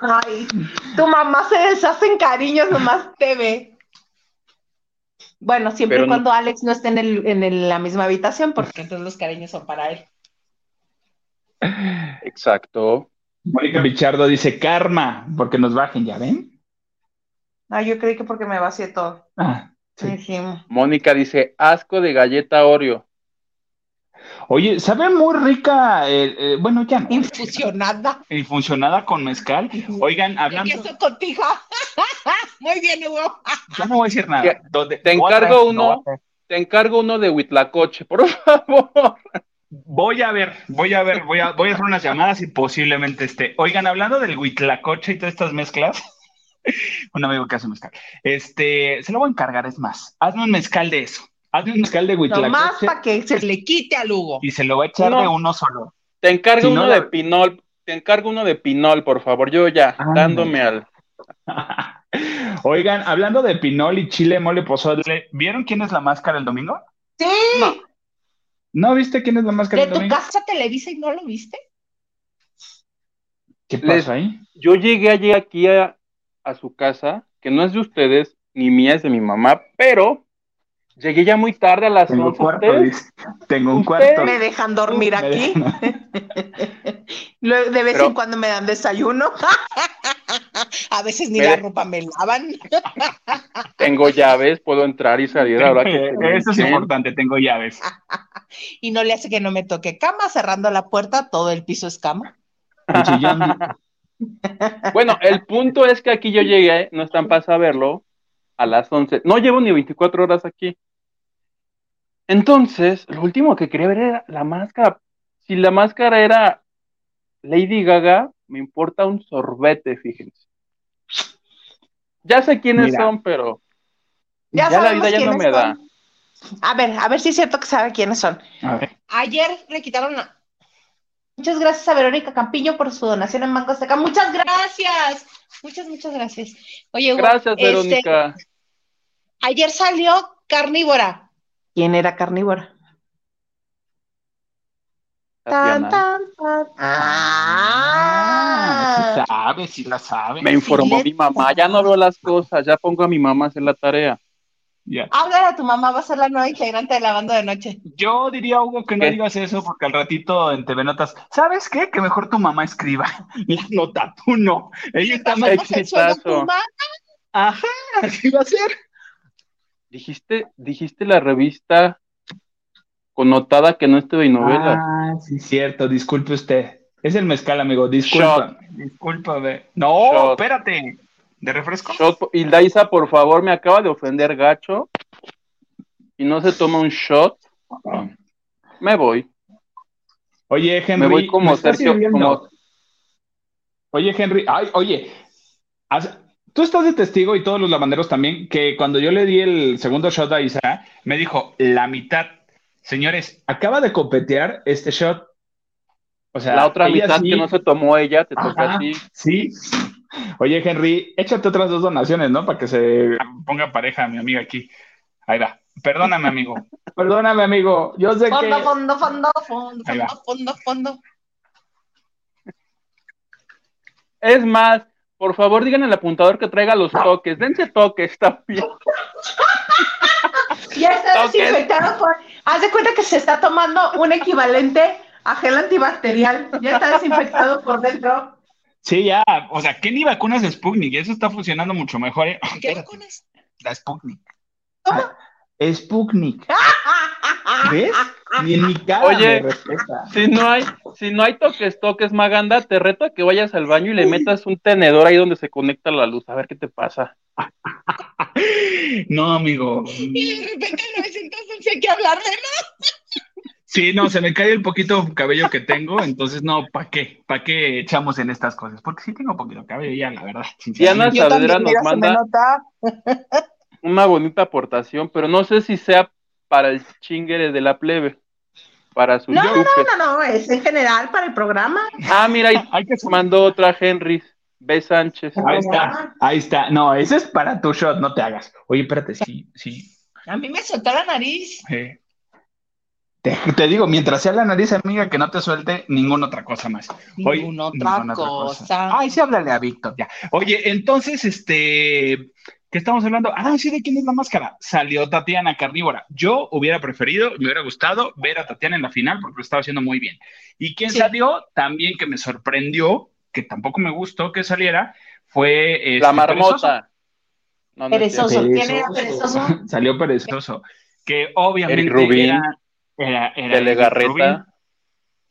Speaker 1: Ay, tu mamá se deshace en cariños, nomás te ve. Bueno, siempre
Speaker 4: Pero
Speaker 1: y
Speaker 4: no-
Speaker 1: cuando Alex no esté en, el- en el- la misma habitación, porque entonces los cariños son para él.
Speaker 4: Exacto.
Speaker 2: Mónica Pichardo dice karma, porque nos bajen, ¿ya ven?
Speaker 1: No, yo creí que porque me vacié todo.
Speaker 2: Ah, sí.
Speaker 1: Sí.
Speaker 4: Mónica dice, asco de galleta Oreo.
Speaker 2: Oye, sabe muy rica, el- eh, bueno, ya no,
Speaker 1: Infusionada.
Speaker 2: y funcionada con mezcal. Oigan,
Speaker 1: El
Speaker 2: hablando,
Speaker 1: queso contigo. Muy bien, Hugo.
Speaker 2: yo no voy a decir nada.
Speaker 4: Te-
Speaker 2: Donde-
Speaker 4: te
Speaker 2: voy a
Speaker 4: encargo
Speaker 2: traer-
Speaker 4: uno. Te encargo uno de Huitlacoche, por favor.
Speaker 2: Voy a ver, voy a ver, voy a, voy a hacer unas llamadas y posiblemente esté. Oigan, hablando del huitlacoche y todas estas mezclas, un amigo que hace mezcal, este, se lo voy a encargar, es más, hazme un mezcal de eso, hazme un mezcal de
Speaker 1: Nomás
Speaker 2: huitlacoche
Speaker 1: para que se le quite al Hugo.
Speaker 2: y se lo voy a echar
Speaker 4: No.
Speaker 2: de uno solo.
Speaker 4: Te encargo
Speaker 2: Si no,
Speaker 4: uno
Speaker 2: la-
Speaker 4: de Pinol. Te encargo uno de Pinol, por favor. Yo ya,
Speaker 2: Ah,
Speaker 4: dándome al.
Speaker 2: Oigan, hablando de pinol y chile mole pozole, ¿vieron quién es la máscara el domingo?
Speaker 1: Sí,
Speaker 2: ¿No viste quién es la máscara
Speaker 1: de
Speaker 2: el
Speaker 1: tu
Speaker 2: domingo?
Speaker 1: casa Televisa y no lo viste.
Speaker 2: ¿Qué pasó ahí?
Speaker 4: Yo llegué ayer aquí a, a su casa, que no es de ustedes, ni mía, es de mi mamá, pero llegué ya muy tarde a las
Speaker 2: Tengo un
Speaker 4: 11.
Speaker 2: cuarto,
Speaker 4: ¿Ustedes?
Speaker 2: dice. Tengo un
Speaker 4: ¿Ustedes?
Speaker 2: cuarto.
Speaker 1: Me dejan dormir
Speaker 2: Me
Speaker 1: aquí.
Speaker 2: dejan-
Speaker 1: Luego, De vez
Speaker 4: Pero-
Speaker 1: en cuando me dan desayuno. A veces ni
Speaker 4: Me
Speaker 1: la
Speaker 4: de-
Speaker 1: ropa me lavan.
Speaker 4: Tengo llaves, puedo entrar y salir ahora que se
Speaker 2: Eso es
Speaker 4: hinchen.
Speaker 2: importante, tengo llaves.
Speaker 1: Y no le hace que no me toque cama, cerrando la puerta, todo el piso es cama.
Speaker 2: El chillón
Speaker 4: Bueno, el punto es que aquí yo llegué, no están para saberlo, a las 11. No llevo ni 24 horas aquí. Entonces, lo último que quería ver era la máscara. Si la máscara era Lady Gaga, me importa un sorbete, fíjense. Ya sé quiénes
Speaker 2: Mira.
Speaker 4: son, pero
Speaker 1: Ya
Speaker 4: ya, la
Speaker 1: sabemos
Speaker 4: vida ya no
Speaker 1: quiénes
Speaker 4: me da.
Speaker 1: son. A ver, a ver si es cierto que sabe quiénes son.
Speaker 2: A ver.
Speaker 1: Ayer le quitaron la- Muchas gracias a Verónica Campiño por su donación en Banco Azteca. Muchas gracias. Muchas, muchas gracias. Oye, Hugo,
Speaker 4: Gracias,
Speaker 1: este,
Speaker 4: Verónica.
Speaker 1: ayer salió Carnívora. ¿Quién era Carnívora?
Speaker 4: Tatiana.
Speaker 1: Ah,
Speaker 2: sí sabe, sí la sabe.
Speaker 4: Me informó
Speaker 1: Sí,
Speaker 4: mi mamá, ya no veo las cosas, ya pongo a mi mamá a hacer la tarea.
Speaker 2: Ya.
Speaker 1: Háblale a tu mamá, va a ser la nueva integrante de la banda de noche.
Speaker 2: Yo diría, Hugo, que no
Speaker 4: ¿Qué?
Speaker 2: digas eso porque al ratito en TV Notas, ¿sabes qué? Que mejor tu mamá escriba la nota, tú no. Ella está más...
Speaker 1: Bajas el sueldo a tu
Speaker 4: exitazo.
Speaker 1: mamá.
Speaker 2: Ajá, así va a ser.
Speaker 4: Dijiste, dijiste la revista connotada que no es TV novela.
Speaker 2: Ah, sí, cierto, disculpe usted. Es el mezcal, amigo, disculpa. Discúlpame. No,
Speaker 4: Shot.
Speaker 2: espérate. ¿De refresco?
Speaker 4: Shot, Hilda Isa, por favor, me acaba de ofender gacho. Y no se toma un shot, me voy.
Speaker 2: Oye, Henry.
Speaker 4: me voy como
Speaker 2: estás
Speaker 4: Sergio,
Speaker 2: sirviendo?
Speaker 4: como
Speaker 2: Oye, Henry, ay, oye, haz- tú estás de testigo y todos los lavanderos también, que cuando yo le di el segundo shot a Isa, me dijo la mitad. Señores, acaba de copetear este shot. O sea,
Speaker 4: la otra
Speaker 2: ella
Speaker 4: mitad
Speaker 2: sí-
Speaker 4: que no se tomó ella, te toca
Speaker 2: Ajá,
Speaker 4: a ti.
Speaker 2: Sí. Oye, Henry, échate otras dos donaciones, ¿no? Para que se ponga pareja mi amiga aquí. Ahí va. Perdóname, amigo. Perdóname, amigo. Yo sé que.
Speaker 1: Fondo, fondo, fondo, fondo,
Speaker 2: Ahí va.
Speaker 1: fondo, fondo, fondo.
Speaker 4: Es más, por favor, digan al apuntador que traiga los toques. Dense toques también.
Speaker 1: Y Ya está
Speaker 4: Ok.
Speaker 1: desinfectado por. Haz de cuenta que se está tomando un equivalente a gel antibacterial. Ya está desinfectado por dentro.
Speaker 2: Sí, ya. O sea, ¿qué ni vacunas de Sputnik? Eso está funcionando mucho mejor. ¿eh? Espérate,
Speaker 1: vacunas?
Speaker 2: La Sputnik. Ah,
Speaker 1: ¿Cómo? Ah.
Speaker 2: Sputnik. ¿Ves? Ni en mi cara
Speaker 4: Oye.
Speaker 2: me respeta.
Speaker 4: Si no hay, si no hay toques, toques, Maganda, te reto a que vayas al baño y le metas un tenedor ahí donde se conecta la luz, a ver qué te pasa.
Speaker 2: No, amigo.
Speaker 1: Y de repente no me siento sé qué hablar de él.
Speaker 2: Sí, no, se me cae el poquito cabello que tengo, entonces no, ¿para qué? ¿Para qué echamos en estas cosas? Porque sí tengo poquito cabello ya, la verdad.
Speaker 4: Diana
Speaker 2: sinceramente.
Speaker 6: Yo
Speaker 4: Saavedra
Speaker 6: también,
Speaker 4: nos
Speaker 6: mira, se me
Speaker 4: manda
Speaker 6: nota.
Speaker 4: una bonita aportación, pero no sé si sea para el chingere de la plebe, para su
Speaker 1: No, no,
Speaker 4: chupe.
Speaker 1: No, no, es en general para el programa.
Speaker 4: Ah, mira, ahí
Speaker 2: Hay que sumar.
Speaker 4: mandó otra Henry, B. Sánchez.
Speaker 2: Ahí está, ahí está. No, ese es para tu shot, no te hagas. Oye, espérate, sí, sí.
Speaker 1: A mí me soltó la nariz.
Speaker 2: eh. Te, te digo, mientras sea la nariz amiga, que no te suelte ninguna otra cosa más. Oye,
Speaker 6: Ninguna otra
Speaker 2: ninguna otra cosa.
Speaker 6: cosa.
Speaker 2: Ay, sí, háblale a Víctor, ya. Oye, entonces, este, ¿qué estamos hablando? Ah, sí, ¿de quién es la máscara? Salió Tatiana Carnívora. Yo hubiera preferido, me hubiera gustado ver a Tatiana en la final porque lo estaba haciendo muy bien. ¿Y quién
Speaker 1: Sí.
Speaker 2: salió? También que me sorprendió, que tampoco me gustó que saliera, fue... este,
Speaker 4: La marmota. No, no es cierto.
Speaker 1: Perezoso. ¿Quién era
Speaker 2: Perezoso.
Speaker 1: perezoso?
Speaker 2: Salió perezoso. Que obviamente
Speaker 4: Eric Rubin.
Speaker 2: era... era- era
Speaker 4: Tele
Speaker 2: Eric Rubin
Speaker 4: Garreta.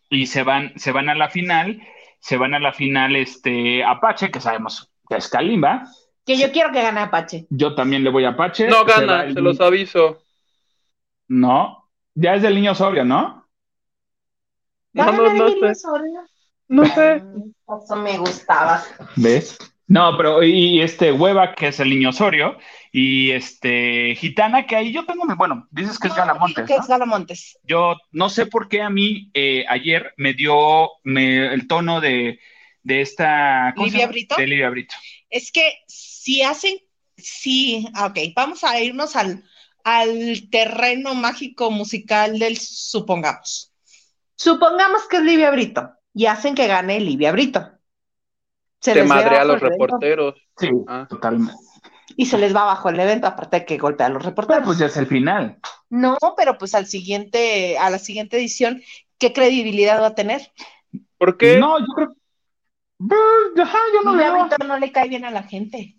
Speaker 2: y se van, se van a la final, se van a la final este Apache, que sabemos que es Kalimba.
Speaker 1: Que yo quiero que gane Apache.
Speaker 2: Yo también le voy a Apache.
Speaker 4: No
Speaker 2: va
Speaker 4: gana,
Speaker 2: el-
Speaker 4: se los aviso.
Speaker 2: No, ya es del niño sobrio, ¿no?
Speaker 1: Va a
Speaker 4: No,
Speaker 1: ganar
Speaker 4: no, no
Speaker 1: el
Speaker 2: pues.
Speaker 1: Emilio
Speaker 4: sé.
Speaker 1: Soria.
Speaker 4: No sé.
Speaker 1: Eso me gustaba.
Speaker 2: ¿Ves? No, pero y este Hueva, que es el niño sobrio, y este Gitana, que ahí yo tengo, mi- bueno, dices que es Galamontes,
Speaker 1: Que
Speaker 2: ¿no?
Speaker 1: es Galamontes.
Speaker 2: Yo no sé por qué a mí eh, ayer me dio me- el tono de, de esta... ¿cómo se
Speaker 1: ¿Livia
Speaker 2: llama?
Speaker 1: Brito?
Speaker 2: De Livia Brito.
Speaker 1: Es que si hacen, sí, ah, ok, vamos a irnos al, al terreno mágico musical del supongamos. Supongamos que es Livia Brito y hacen que gane Livia Brito. Se
Speaker 4: Te
Speaker 1: les ve
Speaker 4: madre a
Speaker 1: abajo
Speaker 4: los
Speaker 1: el evento,
Speaker 4: reporteros.
Speaker 2: Sí,
Speaker 4: Ah.
Speaker 2: totalmente.
Speaker 1: Y se les va abajo el evento, aparte de que golpea a los
Speaker 2: Pero
Speaker 1: reporteros.
Speaker 2: pues ya es el final.
Speaker 1: no, pero pues al siguiente, a la siguiente edición, ¿qué credibilidad va a tener?
Speaker 4: ¿Por qué?
Speaker 2: No, yo creo. Brr, Ajá, yo no
Speaker 1: Livia
Speaker 2: veo.
Speaker 1: Brito no le cae bien a la gente.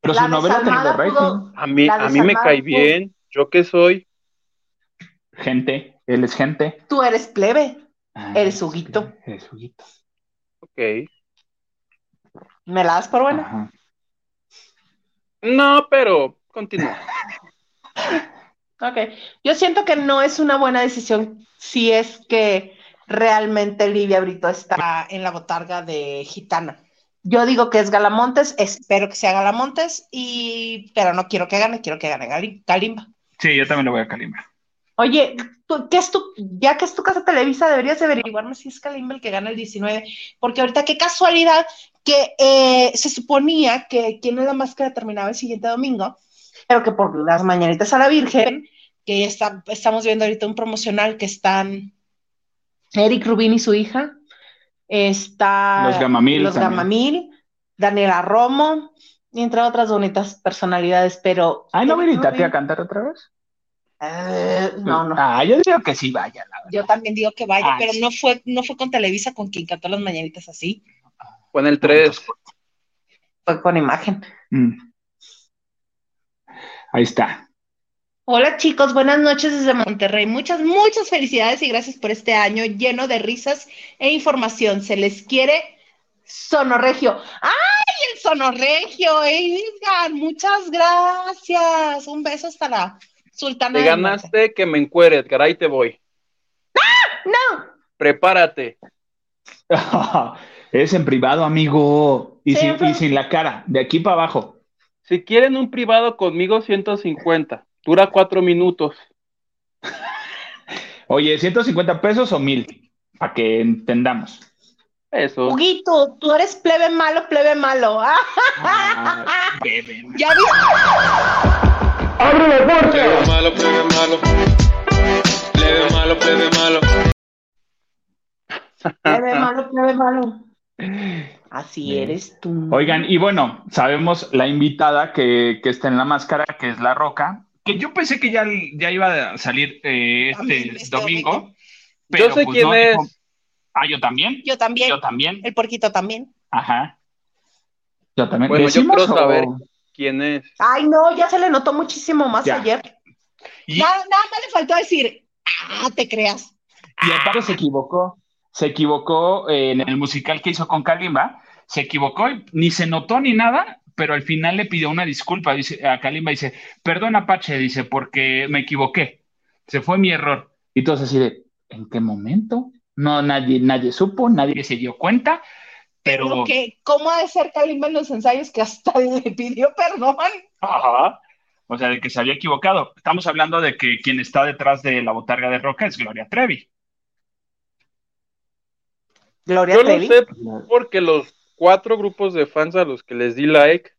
Speaker 2: Pero
Speaker 1: La
Speaker 2: su novela
Speaker 1: desalmada
Speaker 2: tenido rating.
Speaker 1: pudo-
Speaker 4: A mí,
Speaker 1: La pues.
Speaker 4: a mí me
Speaker 1: desarmada
Speaker 4: cae
Speaker 1: fue-
Speaker 4: bien. ¿Yo qué soy?
Speaker 2: Gente, él es gente.
Speaker 1: Tú eres plebe.
Speaker 2: Ah,
Speaker 1: Eres Huguito.
Speaker 2: Eres Huguito.
Speaker 4: Ok.
Speaker 1: ¿Me la das por buena?
Speaker 2: Ajá.
Speaker 4: No, pero continúa.
Speaker 1: Ok, yo siento que no es una buena decisión si es que realmente Livia Brito está en la botarga de Gitana. Yo digo que es Galamontes, espero que sea Galamontes, y pero no quiero que gane, quiero que gane Gali- Kalimba.
Speaker 2: Sí, yo también lo voy a Kalimba.
Speaker 1: Oye, tú- ¿qué es tu, ya que es tu casa Televisa, deberías de averiguarme si es Kalimba el que gana el 19, porque ahorita qué casualidad que eh, se suponía que quien es la máscara terminaba el siguiente domingo, pero que por las mañanitas a la Virgen, que está, estamos viendo ahorita un promocional que están Eric Rubin y su hija, está
Speaker 2: Los Gamamil
Speaker 1: los
Speaker 2: también.
Speaker 1: Gamamil, Daniela Romo, y entre otras bonitas personalidades, pero...
Speaker 2: Ay, ¿no
Speaker 1: Eric
Speaker 2: viene Tati a
Speaker 1: Rubin,
Speaker 2: cantar otra vez?
Speaker 1: eh, no, no.
Speaker 2: Ah, yo digo que sí, vaya. la-
Speaker 1: Yo también digo que vaya,
Speaker 2: Ah,
Speaker 1: pero
Speaker 2: sí.
Speaker 1: no fue, no fue con Televisa con quien cantó las mañanitas así,
Speaker 4: Pon el 3.
Speaker 1: fue con imagen.
Speaker 2: Mm. Ahí está.
Speaker 1: Hola chicos, buenas noches desde Monterrey. Muchas, muchas felicidades y gracias por este año lleno de risas e información. Se les quiere Sonorregio. ¡Ay, el Sonorregio! Edgar! Muchas gracias. Un beso hasta la Sultana
Speaker 4: Te
Speaker 1: del Norte.
Speaker 4: ganaste que me encueres, caray, te voy. ¡Ah!
Speaker 1: ¡No!
Speaker 4: Prepárate.
Speaker 2: es en privado, amigo. Y,
Speaker 1: Sí,
Speaker 2: sin,
Speaker 1: en privado.
Speaker 2: y sin la cara, de aquí para abajo.
Speaker 4: Si quieren un privado conmigo, 150. Dura cuatro minutos.
Speaker 2: Oye, ¿150 pesos o mil? Para que entendamos.
Speaker 4: Eso.
Speaker 1: Huguito, tú eres plebe malo, plebe malo. ¡Ah!
Speaker 2: Ah, bebé.
Speaker 1: Ya vi.
Speaker 3: Plebe malo, plebe malo. Plebe malo, plebe malo.
Speaker 1: Plebe malo, plebe malo. Así eres tú.
Speaker 2: Oigan, y bueno, sabemos la invitada que, que está en la máscara, que es La Roca, que yo pensé que ya, ya iba a salir eh, este,
Speaker 1: Este
Speaker 2: domingo.
Speaker 1: domingo.
Speaker 2: Pero,
Speaker 4: Yo sé
Speaker 2: pues,
Speaker 4: quién
Speaker 2: no,
Speaker 4: es.
Speaker 2: dijo- Ah, yo también.
Speaker 1: Yo también.
Speaker 2: Yo también.
Speaker 1: El porquito también.
Speaker 2: Ajá. Yo también.
Speaker 4: Bueno, yo
Speaker 2: ¿Decimos
Speaker 4: quiero
Speaker 2: o-
Speaker 4: saber. ¿Quién es?
Speaker 1: Ay, no, ya se le notó muchísimo más
Speaker 2: Ya.
Speaker 1: ayer.
Speaker 2: Y,
Speaker 1: Nada, nada más le faltó decir, ah, te creas.
Speaker 2: y aparte se equivocó. Se equivocó eh, en el musical que hizo con Kalimba. Se equivocó y ni se notó ni nada, pero al final le pidió una disculpa dice, a Kalimba. Dice, perdón Apache, dice, porque me equivoqué. Se fue mi error. Y todos así de, ¿en qué momento? No, nadie, nadie supo, nadie se dio cuenta, pero...
Speaker 1: Como que, ¿Cómo ha de ser Kalimba en los ensayos que hasta le pidió perdón?
Speaker 2: Ajá. O sea, de que se había equivocado. Estamos hablando de que quien está detrás de la botarga de Roca es Gloria Trevi.
Speaker 1: Gloria
Speaker 4: Yo lo sé porque los cuatro grupos de fans a los que les di like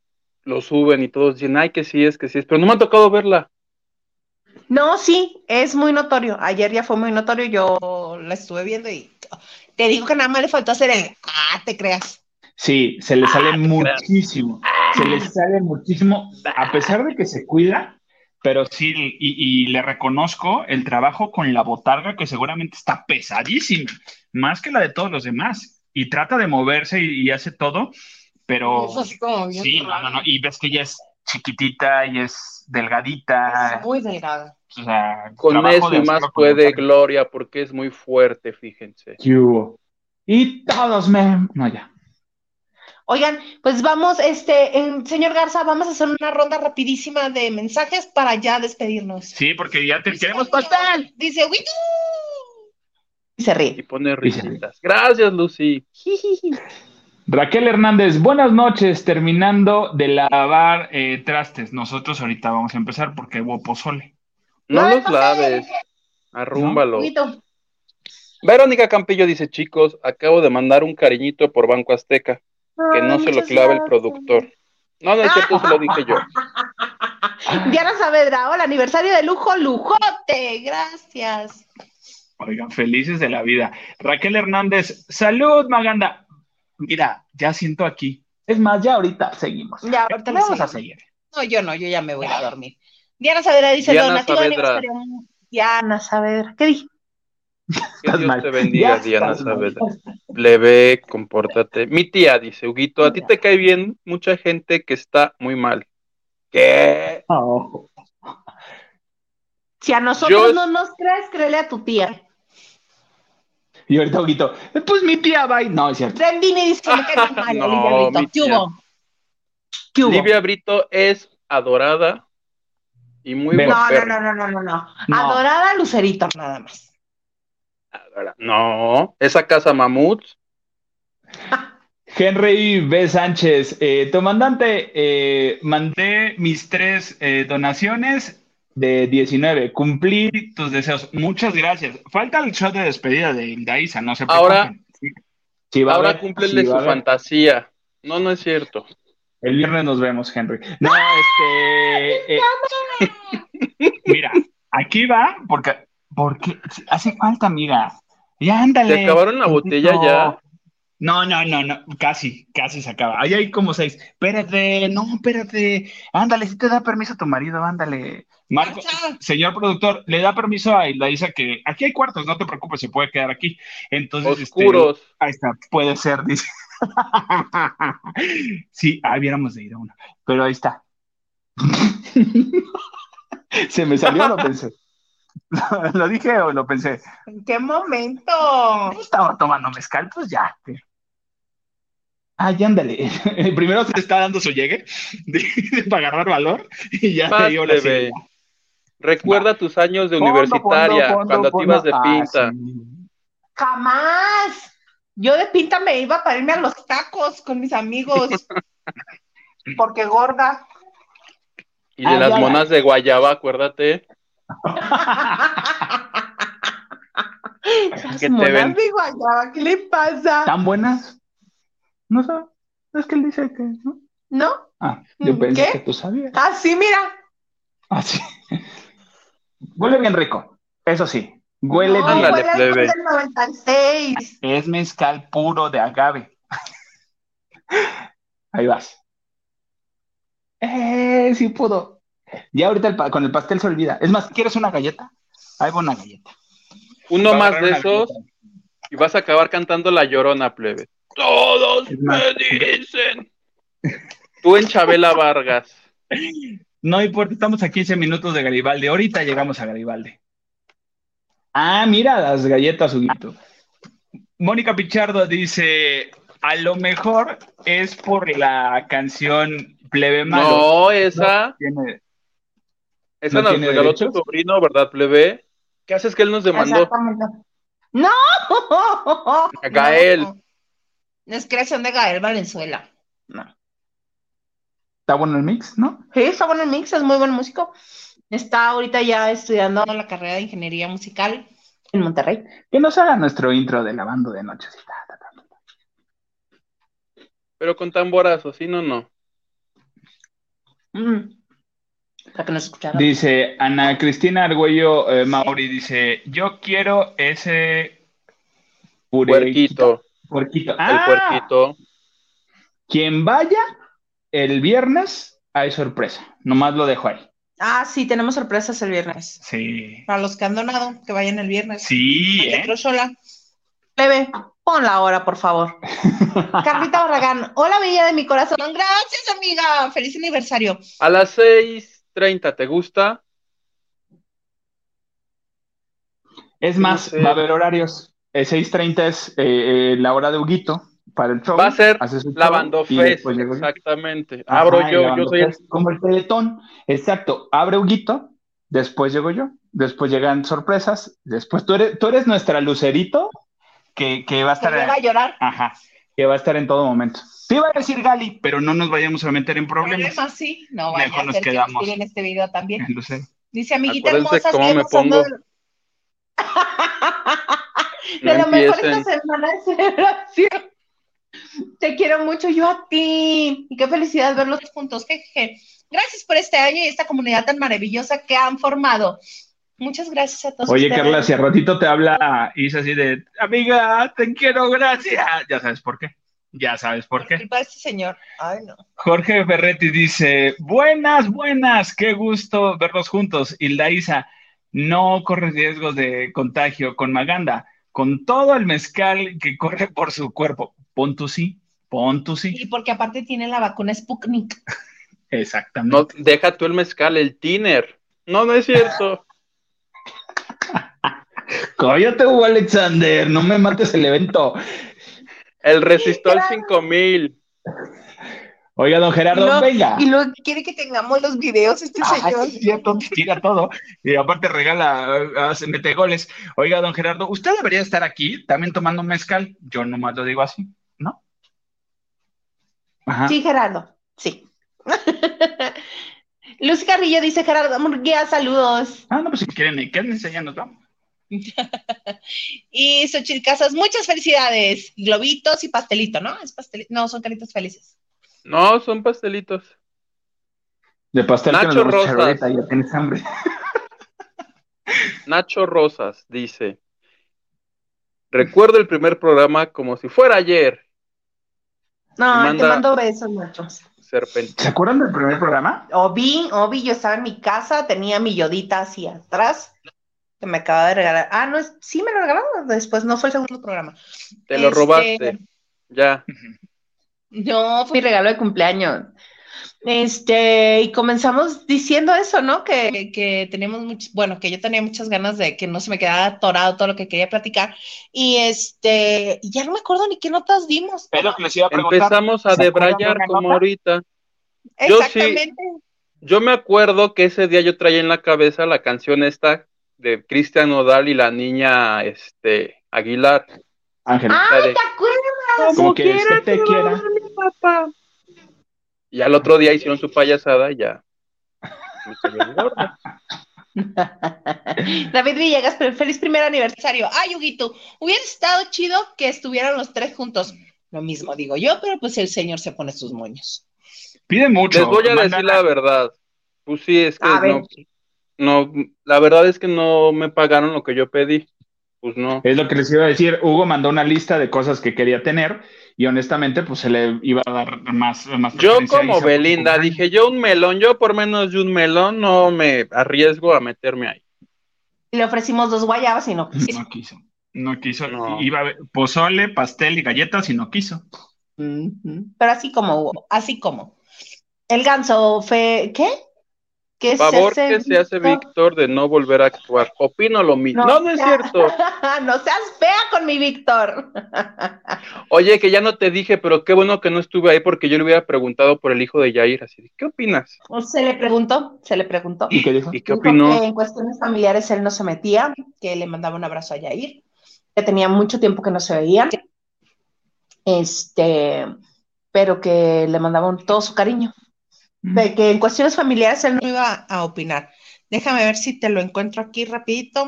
Speaker 4: lo suben y todos dicen, ay, que sí es, que sí es, pero no me ha tocado verla.
Speaker 1: No, sí, es muy notorio. Ayer ya fue muy notorio, yo la estuve viendo y te digo que nada más le faltó hacer el, ah, te creas.
Speaker 2: Sí, se le sale muchísimo. Se le sale muchísimo, a pesar de que se cuida, pero sí, y, y le reconozco el trabajo con la botarga que seguramente está pesadísima, más que la de todos los demás. Y trata de moverse y, y hace todo, pero
Speaker 1: Es así como bien
Speaker 2: sí, no,
Speaker 1: raro.
Speaker 2: no, no. Y ves que ella es chiquitita y es delgadita.
Speaker 1: Es muy delgada.
Speaker 2: O sea,
Speaker 4: Con
Speaker 2: trabajo
Speaker 4: eso
Speaker 2: de
Speaker 4: y más
Speaker 2: hacerlo con
Speaker 4: puede
Speaker 2: botarga.
Speaker 4: Gloria porque es muy fuerte, fíjense.
Speaker 2: ¿Qué hubo? Y todos me. No, ya.
Speaker 1: Oigan, pues vamos, este, em, señor Garza, vamos a hacer una ronda rapidísima de mensajes para ya despedirnos.
Speaker 2: Sí, porque ya te queremos
Speaker 1: pastel! Dice, ¡Witu! Y se
Speaker 4: Y
Speaker 1: ríe.
Speaker 4: pone risitas. Gracias, Lucy.
Speaker 2: Raquel Hernández, buenas noches. Terminando de lavar eh, trastes. Nosotros ahorita vamos a empezar porque hubo pozole.
Speaker 4: No
Speaker 1: Ay,
Speaker 4: los
Speaker 1: papá.
Speaker 4: laves. Arrúmbalo.
Speaker 1: Witu.
Speaker 4: Verónica Campillo dice, chicos, acabo de mandar un cariñito por Banco Azteca, que no
Speaker 1: Ay,
Speaker 4: se lo
Speaker 1: muchas
Speaker 4: clave el
Speaker 1: gracias.
Speaker 4: productor. No, no es cierto, se lo dije yo.
Speaker 1: Diana Saavedra, hola, aniversario de lujo, lujote, gracias.
Speaker 2: Oigan, felices de la vida. Raquel Hernández, salud, Maganda. Mira, ya siento aquí. Es más, ya ahorita seguimos.
Speaker 1: Ya, ahorita lo
Speaker 2: vamos a
Speaker 1: seguimos.
Speaker 2: seguir.
Speaker 1: No, yo no, yo ya me voy a dormir. Diana Saavedra dice
Speaker 4: Diana
Speaker 1: donativo de
Speaker 4: Saavedra.
Speaker 1: aniversario. Diana Saavedra, ¿qué dije?
Speaker 4: Que
Speaker 2: Estás
Speaker 4: Dios
Speaker 2: mal.
Speaker 4: te bendiga,
Speaker 2: Ya
Speaker 4: Diana
Speaker 2: estás mal.
Speaker 4: Saavedra. Plebe, compórtate. Mi tía dice, Huguito, a ti te cae bien mucha gente que está muy mal. ¿Qué?
Speaker 2: Ah, ojo.
Speaker 1: Si a nosotros
Speaker 4: Yo-
Speaker 1: no nos crees, créele a tu tía.
Speaker 2: Y ahorita, Huguito, eh, pues mi tía va. y- No, es cierto.
Speaker 1: Rendini dice que me cae mal,
Speaker 4: No,
Speaker 1: Olivia Brito.
Speaker 4: mi
Speaker 1: ¿Qué
Speaker 4: tía.
Speaker 1: hubo? ¿Qué hubo?
Speaker 4: Livia Brito es adorada y muy
Speaker 2: Ven.
Speaker 4: buena
Speaker 1: No, no,
Speaker 4: perra.
Speaker 1: no, no, no, no, no.
Speaker 2: No.
Speaker 1: Adorada Lucerito, nada más.
Speaker 4: Adora- No, esa casa mamut.
Speaker 2: Henry B. Sánchez, eh, tu mandante, eh, mandé mis tres eh, donaciones de 19. Cumplí tus deseos. Muchas gracias. Falta el show de despedida de Hildaísa, no se preocupen.
Speaker 4: Ahora-
Speaker 2: Sí. Sí va a
Speaker 4: Ahora
Speaker 2: haber,
Speaker 4: cúmplele
Speaker 2: sí va
Speaker 4: su
Speaker 2: a haber.
Speaker 4: fantasía. No, no es cierto.
Speaker 2: El viernes nos vemos, Henry. No,
Speaker 4: ¡Ah!
Speaker 2: este. eh, mira, aquí va, porque, porque hace falta, amiga. Ya ándale.
Speaker 1: Eh.
Speaker 4: Se acabaron la botella
Speaker 2: No.
Speaker 4: ya.
Speaker 2: No, no, no, no, casi, casi se acaba. Ahí hay como seis. Espérate, no, espérate. Ándale, si te da permiso tu marido, ándale. Marco, señor productor, le da permiso a Hildaísa que aquí hay cuartos, no te preocupes, se puede quedar aquí. Entonces, este,
Speaker 4: Oscuros.
Speaker 2: ahí está, puede ser, dice. sí, ah, hubiéramos de ir a una, pero ahí está. se me salió, lo pensé. ¿Lo dije o lo pensé?
Speaker 1: ¿En qué momento?
Speaker 2: pues, estaba tomando mezcal, pues ya. Ay, ándale. Primero se está dando su llegue de- para agarrar valor y ya
Speaker 4: Vas,
Speaker 2: te dio la
Speaker 4: plebe.
Speaker 2: siguiente.
Speaker 4: Recuerda tus años de
Speaker 2: Fondo,
Speaker 4: universitaria,
Speaker 2: fondo, fondo,
Speaker 4: cuando te ibas de
Speaker 2: fondo. Ah,
Speaker 4: pinta.
Speaker 2: sí.
Speaker 1: Jamás. Yo de pinta me iba para irme a los tacos con mis amigos. Porque gorda.
Speaker 4: Y de
Speaker 2: Ah, ya,
Speaker 4: las
Speaker 2: ya.
Speaker 4: monas de Guayaba, acuérdate.
Speaker 1: Esas
Speaker 4: Que te
Speaker 1: monas
Speaker 4: ven.
Speaker 1: de guayaba, ¿qué le pasa?
Speaker 2: ¿Tan buenas? No sé. Es que él dice que no.
Speaker 1: ¿No?
Speaker 2: Ah, yo pensé
Speaker 1: ¿Qué?
Speaker 2: que tú sabías.
Speaker 1: Así, mira.
Speaker 2: Ah, sí. Huele bien rico. Eso sí. Huele
Speaker 1: No,
Speaker 2: bien.
Speaker 4: ándale,
Speaker 1: fue
Speaker 4: plebe.
Speaker 1: del 96.
Speaker 2: Es mezcal puro de agave. Ahí vas. Eh, sí pudo. Ya ahorita el pa- con el pastel se olvida. Es más, ¿quieres una galleta? Ahí va una galleta.
Speaker 4: Uno
Speaker 2: Va a
Speaker 4: más
Speaker 2: agarrar
Speaker 4: de
Speaker 2: una
Speaker 4: esos
Speaker 2: galleta.
Speaker 4: y vas a acabar cantando La Llorona, plebe. Todos
Speaker 2: Es
Speaker 4: me
Speaker 2: más,
Speaker 4: dicen. Tú en Chabela Vargas.
Speaker 2: No importa, estamos a 15 minutos de Garibaldi. Ahorita llegamos a Garibaldi. Ah, mira las galletas, Huguito. Mónica Pichardo dice: A lo mejor es por la canción Plebe Malo.
Speaker 4: No, esa,
Speaker 2: Tiene-
Speaker 4: esa
Speaker 2: ¿No
Speaker 4: nos
Speaker 2: tiene
Speaker 4: regaló tu
Speaker 2: derechos?
Speaker 4: sobrino, ¿verdad, plebe? ¿Qué haces que él nos demandó?
Speaker 1: Exactamente.
Speaker 4: A Gael.
Speaker 1: No, no es creación de Gael Valenzuela.
Speaker 2: Está bueno el mix, ¿no?
Speaker 1: Sí, está bueno el mix, es muy buen músico. Está ahorita ya estudiando la carrera de ingeniería musical en Monterrey.
Speaker 2: Que nos haga nuestro intro de lavando de noche. así, ta, ta, ta.
Speaker 4: Pero con tamborazo, ¿sí no, no?
Speaker 1: Mm. Para que nos escucharan.
Speaker 2: Dice Ana Cristina Argüello eh, Mauri: Dice, Yo quiero ese. pure-
Speaker 4: Puerquito,
Speaker 2: Puerquito.
Speaker 4: el
Speaker 2: Ah,
Speaker 4: puerquito.
Speaker 2: Quien vaya el viernes, hay sorpresa. Nomás lo dejo ahí.
Speaker 1: Ah, sí, tenemos sorpresas el viernes.
Speaker 2: Sí.
Speaker 1: Para los que han donado, que vayan el viernes.
Speaker 2: Sí,
Speaker 1: Te
Speaker 2: ¿eh?
Speaker 1: creo sola. Bebé, pon la hora, por favor. Carlita Barragán, hola, bella de mi corazón. Gracias, amiga. Feliz aniversario.
Speaker 4: A las 6.30, ¿te gusta?
Speaker 2: Es más,
Speaker 4: No sé.
Speaker 2: va a haber horarios. Eh, 6.30 es eh, eh, la hora de Huguito para el show.
Speaker 4: Va a ser
Speaker 2: Hace su show
Speaker 4: Lavando
Speaker 2: y
Speaker 4: Fest,
Speaker 2: después llego yo.
Speaker 4: exactamente.
Speaker 2: Ajá,
Speaker 4: Abro
Speaker 2: el
Speaker 4: yo, yo
Speaker 2: Lavando
Speaker 4: soy el...
Speaker 2: Fest, Como el teletón. Exacto. Abre Huguito, después llego yo. Después llegan sorpresas. Después tú eres, tú eres nuestra lucerito que, que va
Speaker 1: Que
Speaker 2: a estar.
Speaker 1: llega a llorar.
Speaker 2: Ajá. Que va a estar en todo momento. Te iba a decir Gali, pero no nos vayamos a meter en problemas.
Speaker 1: Problemas, sí. No,
Speaker 2: Mejor
Speaker 1: vaya a
Speaker 2: nos
Speaker 1: ser que nos
Speaker 2: quedamos.
Speaker 1: tiren este video también.
Speaker 2: en Lucero.
Speaker 1: Dice amiguita
Speaker 4: Acuérdense
Speaker 1: hermosa,
Speaker 4: cómo
Speaker 1: estoy
Speaker 4: me
Speaker 1: gozando
Speaker 4: pongo.
Speaker 1: de-
Speaker 4: No
Speaker 1: de lo mejor esta
Speaker 4: empiecen.
Speaker 1: semana de celebración. Te quiero mucho, yo a ti. Y qué felicidad verlos juntos. Jejeje. Gracias por este año y esta comunidad tan maravillosa que han formado. Muchas gracias a todos.
Speaker 2: Oye,
Speaker 1: ustedes.
Speaker 2: Carla, si a ratito te habla Isa así de, amiga, te quiero, gracias. Ya sabes por qué. Ya sabes por
Speaker 1: Por
Speaker 2: qué.
Speaker 1: culpa de este señor. Ay, no.
Speaker 2: Jorge Ferretti dice, buenas, buenas, qué gusto verlos juntos. Hilda Isa, no corres riesgos de contagio con Maganda, con todo el mezcal que corre por su cuerpo. Pon tu sí, pon tu sí.
Speaker 1: Y porque aparte tiene la vacuna Sputnik.
Speaker 2: Exactamente.
Speaker 4: No, deja tú el mezcal, el tiner. No, no es cierto.
Speaker 2: Cállate, Hugo Alexander, no me mates el evento.
Speaker 4: El resistol 5000.
Speaker 2: Oiga, don Gerardo,
Speaker 1: No,
Speaker 2: venga.
Speaker 1: Y luego quiere que tengamos los videos este
Speaker 2: Ah,
Speaker 1: señor.
Speaker 2: sí, es cierto, tira todo y aparte regala, ah, hace- mete goles. Oiga, don Gerardo, usted debería estar aquí también tomando mezcal. Yo nomás lo digo así, ¿no?
Speaker 4: Ah.
Speaker 2: Ajá.
Speaker 1: Sí, Gerardo, sí. Luz Carrillo dice, Gerardo Murguía, saludos.
Speaker 2: Ah, no, pues si quieren, quédense, ya nos vamos.
Speaker 1: Y Xochitl Casas, muchas felicidades. Globitos y pastelito, ¿no? Es pastelito, no, son caritas felices.
Speaker 4: No, son pastelitos.
Speaker 2: De pastel
Speaker 4: que Nacho nos vamos a echar Rosas.
Speaker 2: ya tienes hambre.
Speaker 4: Nacho Rosas dice: Recuerdo el primer programa como si fuera ayer.
Speaker 1: No,
Speaker 4: Te manda-
Speaker 1: te mando besos, muchos.
Speaker 4: Serpente.
Speaker 2: ¿Se acuerdan del primer programa?
Speaker 1: Obi, Obi, yo estaba en mi casa, tenía mi yodita hacia atrás, que me acaba de regalar. Ah, no, es- sí me lo regalaron después, no fue el segundo programa.
Speaker 4: Te lo
Speaker 1: Este-
Speaker 4: robaste. Ya.
Speaker 1: No, fue mi regalo de cumpleaños. Este, y comenzamos diciendo eso, ¿no? Que, que teníamos muchos, bueno, que yo tenía muchas ganas de que no se me quedara atorado todo lo que quería platicar. Y este, ya no me acuerdo ni qué notas dimos.
Speaker 2: Es lo que les iba a preguntar.
Speaker 4: Empezamos a
Speaker 2: ¿se acuerdan de
Speaker 4: debrayar
Speaker 2: una
Speaker 4: como
Speaker 2: nota?
Speaker 4: ahorita. Yo sí.
Speaker 1: Exactamente.
Speaker 4: Yo me acuerdo que ese día yo traía en la cabeza la canción esta de Cristian Odal y la niña este, Aguilar.
Speaker 2: Ángel,
Speaker 4: La de-
Speaker 1: Ah,
Speaker 2: como quieres que te quiera.
Speaker 4: Y al otro día hicieron su payasada y ya. Me cayó el gordo.
Speaker 1: David Villegas, pero feliz primer aniversario. Ay, Huguito, hubiera estado chido que estuvieran los tres juntos. Lo mismo digo yo, pero pues el señor se pone sus moños.
Speaker 2: Pide mucho.
Speaker 4: Les voy a
Speaker 2: Manda-
Speaker 4: decir la verdad. Pues sí, es que
Speaker 1: A ver.
Speaker 4: no, no, la verdad es que no me pagaron lo que yo pedí. Pues no.
Speaker 2: Es lo que les iba a decir. Hugo mandó una lista de cosas que quería tener y honestamente, pues se le iba a dar más. más
Speaker 4: Yo
Speaker 2: preferencia a
Speaker 4: como
Speaker 2: Isa.
Speaker 4: Belinda dije, yo un melón, yo por menos de un melón no me arriesgo a meterme ahí.
Speaker 1: Le ofrecimos dos guayabas y no.
Speaker 2: No quiso. No quiso.
Speaker 4: No.
Speaker 2: Iba a ver pozole, pastel y galletas y no quiso.
Speaker 1: Pero así como, Hugo, así como. El ganso fue, ¿qué? ¿Qué
Speaker 4: Favor que se hace
Speaker 1: Víctor?
Speaker 4: Víctor de no volver a actuar. Opino lo mismo. No,
Speaker 1: No,
Speaker 4: no, es cierto.
Speaker 1: no seas fea con mi Víctor.
Speaker 4: Oye, que ya no te dije, pero qué bueno que no estuve ahí porque yo le hubiera preguntado por el hijo de Yair. Así, de, ¿qué opinas?
Speaker 1: Se le preguntó, se le preguntó.
Speaker 2: ¿Y qué dijo?
Speaker 4: ¿Y qué
Speaker 1: Dijo
Speaker 4: opinó?
Speaker 1: que en cuestiones familiares él no se metía, que le mandaba un abrazo a Yair, que tenía mucho tiempo que no se veían, este, pero que le mandaba un- todo su cariño. De que en cuestiones familiares él no iba a opinar. Déjame ver si te lo encuentro aquí rapidito.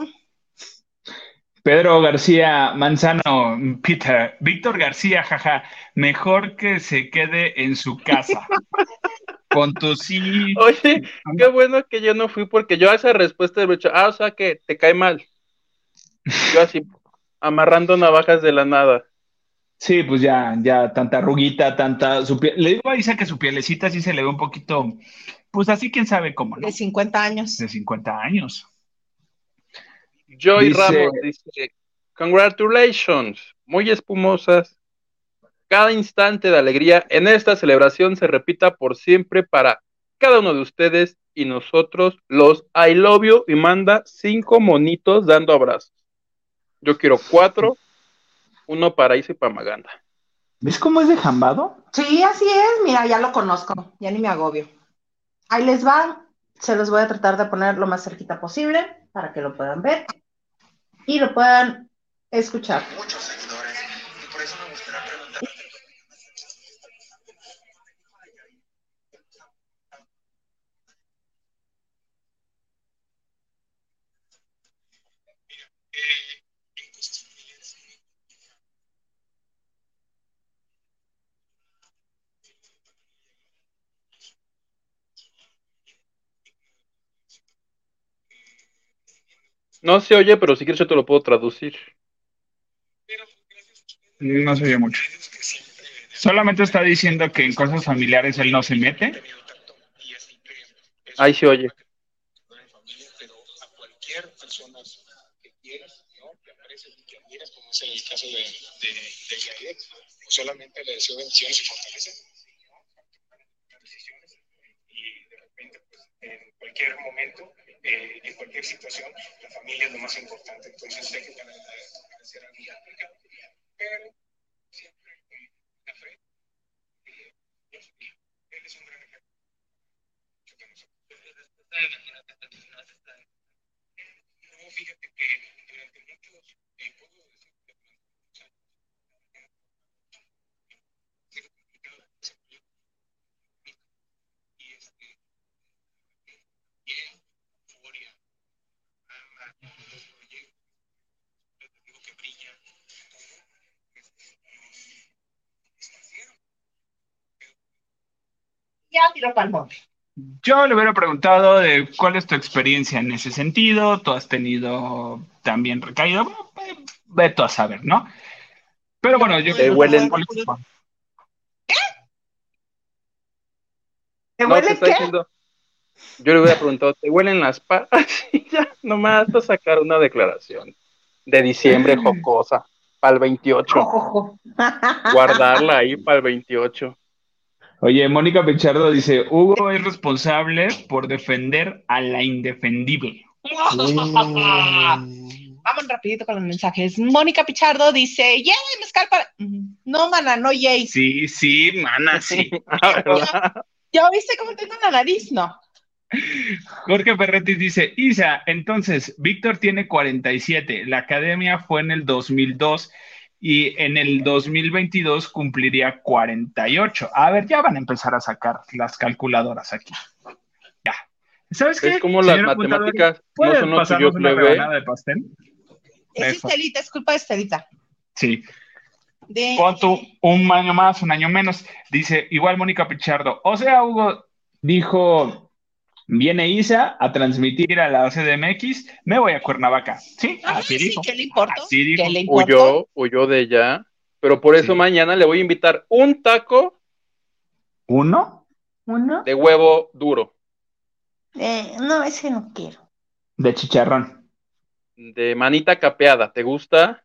Speaker 2: Pedro García Manzano, Peter, Víctor García, jaja, mejor que se quede en su casa. Con tu sí.
Speaker 4: Oye, qué bueno que yo no fui porque yo a esa respuesta de hecho, ah, o sea que te cae mal. Yo así, amarrando navajas de la nada.
Speaker 2: Sí, pues ya, ya, tanta arruguita, tanta. Su piel- Le digo a Isa que su pielecita sí se le ve un poquito, pues así, quién sabe cómo, ¿no?
Speaker 1: De 50 años.
Speaker 2: De 50 años.
Speaker 4: Joy
Speaker 2: Dice-
Speaker 4: Ramos dice, congratulations, muy espumosas. Cada instante de alegría en esta celebración se repita por siempre para cada uno de ustedes y nosotros los I love you y manda cinco monitos dando abrazos. Yo quiero cuatro, uno para Isa y para Maganda.
Speaker 2: ¿Ves cómo es de jambado?
Speaker 1: Sí, así es. Mira, ya lo conozco. Ya ni me agobio. Ahí les va. Se los voy a tratar de poner lo más cerquita posible para que lo puedan ver y lo puedan escuchar.
Speaker 3: Muchos seguidores. Y por eso me gustaría preguntar.
Speaker 4: No se oye, pero si quieres yo te lo puedo traducir.
Speaker 2: No se oye mucho. Solamente está diciendo que en cosas familiares él no se mete.
Speaker 4: Ahí se oye.
Speaker 3: Pero a cualquier persona que quieras, ¿no? que aprecies y que admires, como es el caso de, de, de Yair, solamente le deseo bendiciones y fortaleza. Y de repente, pues, en cualquier momento, eh, en cualquier situación, la familia es lo más importante. Entonces, sé que para agradecer a mi amiga, pero siempre con la fe. eh, yo sé que él es un gran ejemplo. Yo que no sé. No, fíjate que durante muchos, eh, puedo decir que durante muchos años, ha sido complicado ese proyecto. Y este, eh, bien, euforia, ama los proyectos, yo te digo que brilla, todo, este, nos nacieron.
Speaker 1: Ya tiro pa'l monte.
Speaker 2: Yo le hubiera preguntado de cuál es tu experiencia en ese sentido. Tú has tenido también recaída. Bueno, ve- ve tú a saber, ¿no? Pero bueno, yo.
Speaker 4: Te huelen.
Speaker 1: ¿Te
Speaker 4: No, te
Speaker 1: huele
Speaker 4: está
Speaker 1: qué?
Speaker 4: diciendo- Yo le hubiera preguntado, ¿te huelen las patas? Y ya, nomás vas a sacar una declaración de diciembre jocosa, para el 28.
Speaker 1: Ojo,
Speaker 4: Guardarla ahí para el 28.
Speaker 2: Oye, Mónica Pichardo dice: Hugo es responsable por defender a la indefendible.
Speaker 1: ojo.
Speaker 2: Mm.
Speaker 1: Vamos rapidito con los mensajes. Mónica Pichardo dice, yeah, mezcal para... Mm, No, mana, no, yay.
Speaker 2: Sí, sí, mana, sí.
Speaker 4: Ah, ¿verdad?
Speaker 1: ¿Ya viste cómo tengo la nariz? No.
Speaker 2: Jorge Ferretti dice, Isa, entonces, Víctor tiene 47, la academia fue en el 2002 y en el 2022 cumpliría 48. A ver, ya van a empezar a sacar las calculadoras aquí. Ya. ¿Sabes qué?
Speaker 4: Es como las
Speaker 2: señor apuntador?
Speaker 4: matemáticas no
Speaker 2: ¿Puede
Speaker 4: son lo que yo
Speaker 2: pasarnos una
Speaker 4: plebe.
Speaker 2: rebanada de pastel?
Speaker 1: Es
Speaker 2: Eso.
Speaker 1: Estelita, es culpa de Estelita.
Speaker 2: Sí.
Speaker 1: De...
Speaker 2: Pon tú un año más, un año menos. Dice, igual Mónica Pichardo. O sea, Hugo dijo Viene Isa a transmitir a la CDMX, me voy a Cuernavaca. Sí,
Speaker 1: Ah,
Speaker 2: así
Speaker 1: sí,
Speaker 2: dijo.
Speaker 1: ¿qué le importa?
Speaker 2: Así dijo.
Speaker 1: ¿Qué le importa?
Speaker 4: Huyó, huyó de ella. Pero por eso
Speaker 2: Sí.
Speaker 4: mañana le voy a invitar un taco
Speaker 2: ¿Uno?
Speaker 1: ¿Uno?
Speaker 4: de huevo duro.
Speaker 1: Eh, no, ese no quiero.
Speaker 2: De chicharrón.
Speaker 4: De manita capeada. ¿Te gusta?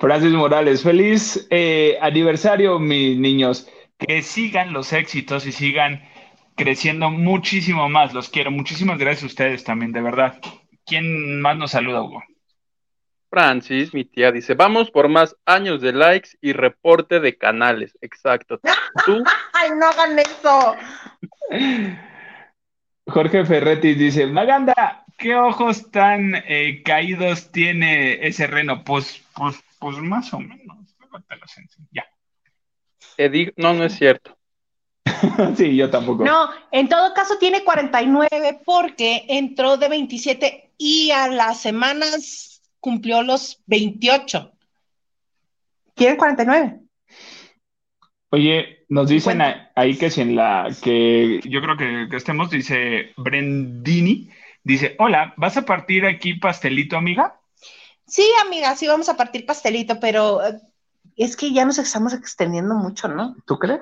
Speaker 2: Francis Morales, feliz eh, aniversario, mis niños. Que sigan los éxitos y sigan creciendo muchísimo más. Los quiero. Muchísimas gracias a ustedes también, de verdad. ¿Quién más nos saluda, Hugo?
Speaker 4: Francis, mi tía, dice, vamos por más años de likes y reporte de canales. Exacto. Tú,
Speaker 1: ¡Ay, no hagan eso!
Speaker 2: Jorge Ferretti dice, Maganda, ¿qué ojos tan eh, caídos tiene ese reno? Pues, pues, pues más o menos. Luego te los enseño. Ya.
Speaker 4: te digo, no, no es cierto.
Speaker 2: sí, yo tampoco.
Speaker 1: No, en todo caso tiene 49 porque entró de 27 y a las semanas cumplió los 28. ¿Tiene 49?
Speaker 2: Oye, nos dicen a- ahí que si en la que yo creo que, que estemos, dice Brendini, dice, hola, ¿vas a partir aquí pastelito, amiga?
Speaker 1: Sí, amiga, sí vamos a partir pastelito, pero eh, es que ya nos estamos extendiendo mucho, ¿no?
Speaker 2: ¿Tú crees?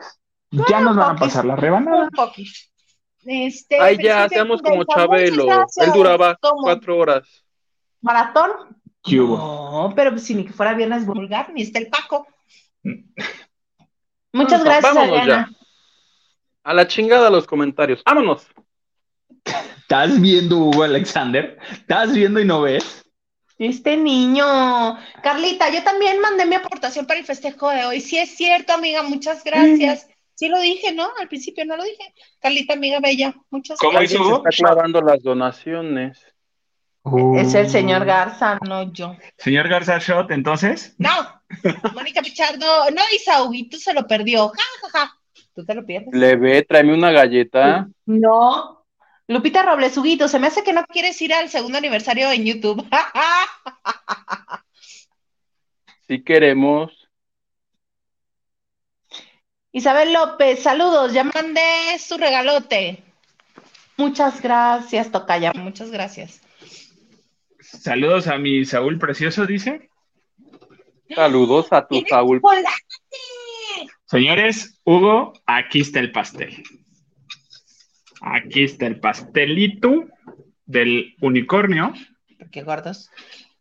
Speaker 2: Ya nos van a
Speaker 1: ok.
Speaker 2: pasar las
Speaker 1: Un
Speaker 2: rebanadas.
Speaker 1: poquito. Este,
Speaker 4: Ahí ya,
Speaker 1: felicidades,
Speaker 4: seamos como
Speaker 1: muchas
Speaker 4: Chabelo.
Speaker 1: gracias.
Speaker 4: Él duraba
Speaker 1: ¿Cómo?
Speaker 4: cuatro horas.
Speaker 1: ¿Maratón?
Speaker 2: ¿Qué hubo?
Speaker 1: No, pero si ni que fuera viernes vulgar, ni está el Paco. Muchas
Speaker 4: Vámonos,
Speaker 1: gracias,
Speaker 4: vámonos
Speaker 1: Adriana.
Speaker 4: ya. A la chingada los comentarios. Vámonos.
Speaker 2: ¿Estás viendo, Hugo Alexander? ¿Estás viendo y no ves?
Speaker 1: Este niño. Carlita, yo también mandé mi aportación para el festejo de hoy. Sí es cierto, amiga, muchas gracias. Sí lo dije, ¿no? Al principio no lo dije. Carlita, amiga bella, muchas
Speaker 2: ¿Cómo
Speaker 1: gracias.
Speaker 4: Alguien
Speaker 2: hizo
Speaker 4: se
Speaker 2: Hugo?
Speaker 4: está clavando las donaciones.
Speaker 1: Es el señor Garza, no yo.
Speaker 2: Señor Garza Shot, entonces.
Speaker 1: No, Mónica Pichardo, no, Isaú, tú se lo perdió. Ja, ja, ja. Tú te lo pierdes.
Speaker 4: Le ve, tráeme una galleta.
Speaker 1: No. Lupita Robles, Huguito, se me hace que no quieres ir al segundo aniversario en YouTube.
Speaker 4: Si queremos.
Speaker 1: Isabel López, saludos, ya mandé su regalote. Muchas gracias, Tocaya, muchas gracias.
Speaker 2: Saludos a mi Saúl Precioso, dice.
Speaker 4: Saludos a tu
Speaker 1: ¡Tiene
Speaker 4: Saúl.
Speaker 1: chocolate!
Speaker 2: Señores, Hugo, aquí está el pastel. Aquí está el pastelito del unicornio.
Speaker 1: ¿Por qué gordos?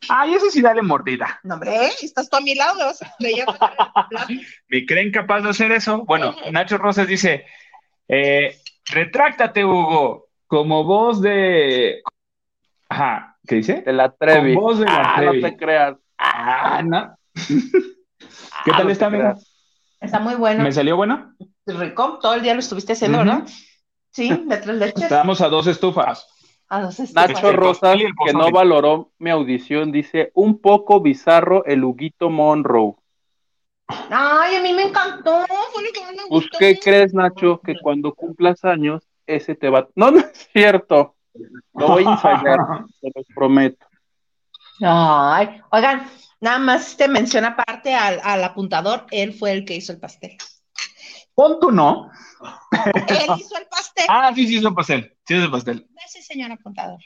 Speaker 2: Ay, eso sí, dale mordida.
Speaker 1: No, hombre, ¿eh? estás tú a mi lado, me vas a estrellar contra el plato.
Speaker 2: ¿Me creen capaz de hacer eso? Bueno, Nacho Rosas dice: eh, Retráctate, Hugo, como voz de. Ajá, ¿qué dice?
Speaker 4: De la
Speaker 2: Con
Speaker 4: Trevi.
Speaker 2: voz de la
Speaker 4: Ah,
Speaker 2: Trevi.
Speaker 4: no te creas. Ah,
Speaker 2: Ah, no. ¿Qué tal
Speaker 4: no
Speaker 2: está,
Speaker 4: te
Speaker 2: amigo?
Speaker 1: Está muy bueno.
Speaker 2: ¿Me salió bueno?
Speaker 1: Rico, todo el día lo estuviste haciendo, ¿verdad?
Speaker 2: Ujú.
Speaker 1: Sí, de tres leches.
Speaker 2: Estábamos a dos estufas.
Speaker 1: A dos estufas.
Speaker 4: Nacho
Speaker 2: El
Speaker 4: Rosas,
Speaker 2: pastel y el
Speaker 4: que
Speaker 2: pozole.
Speaker 4: no valoró mi audición, dice un poco bizarro el Huguito Monroe.
Speaker 1: Ay, a mí me encantó, fue lo que más me
Speaker 4: ¿Pues
Speaker 1: gustó.
Speaker 4: qué crees, Nacho? Que cuando cumplas años, ese te va. No, no es cierto. Lo voy a ensayar, te lo prometo.
Speaker 1: Ay, oigan, nada más te menciona aparte al, al apuntador, él fue el que hizo el pastel.
Speaker 2: Pon tú no.
Speaker 1: Él hizo el pastel.
Speaker 2: Ah, sí, sí, es un pastel. Sí, es un pastel.
Speaker 1: Gracias, señor apuntador.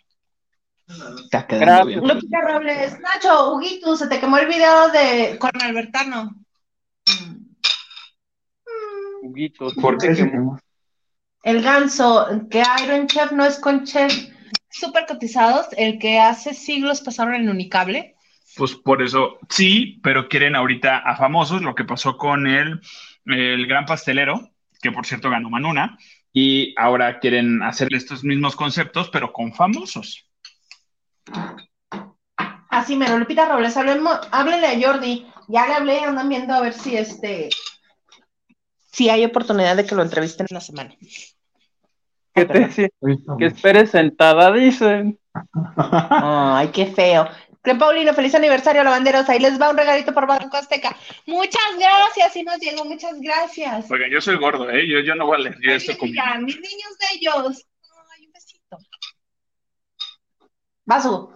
Speaker 2: Está quedando
Speaker 4: Gracias.
Speaker 2: bien.
Speaker 1: Lupita Robles, Nacho, Huguito, se te quemó el video de con Albertano. Mm.
Speaker 4: Huguito,
Speaker 2: ¿Por qué?
Speaker 4: que-
Speaker 1: El ganso, que Iron Chef no es con Chef. Súper cotizados, el que hace siglos pasaron en Unicable.
Speaker 2: Pues por eso sí, pero quieren ahorita a famosos, lo que pasó con el, el gran pastelero, que por cierto ganó Manuna, y ahora quieren hacer estos mismos conceptos, pero con famosos.
Speaker 1: Así mero, Lupita Robles, hablemos- háblenle a Jordi. Ya le hablé, andan viendo a ver si este. Si hay oportunidad de que lo entrevisten en la semana.
Speaker 4: que te dice? Que esperes sentada, dicen.
Speaker 1: Ay, qué feo. Clem Paulino, feliz aniversario, lavanderos. Ahí les va un regalito por Banco Azteca. Muchas gracias, y nos llegó, muchas gracias.
Speaker 2: Oiga, yo soy gordo, ¿eh? Yo, yo no voy a leer, yo ya estoy
Speaker 1: Ay, mira,
Speaker 2: comiendo.
Speaker 1: mis niños de ellos. Ay, un besito. Vas, Hugo.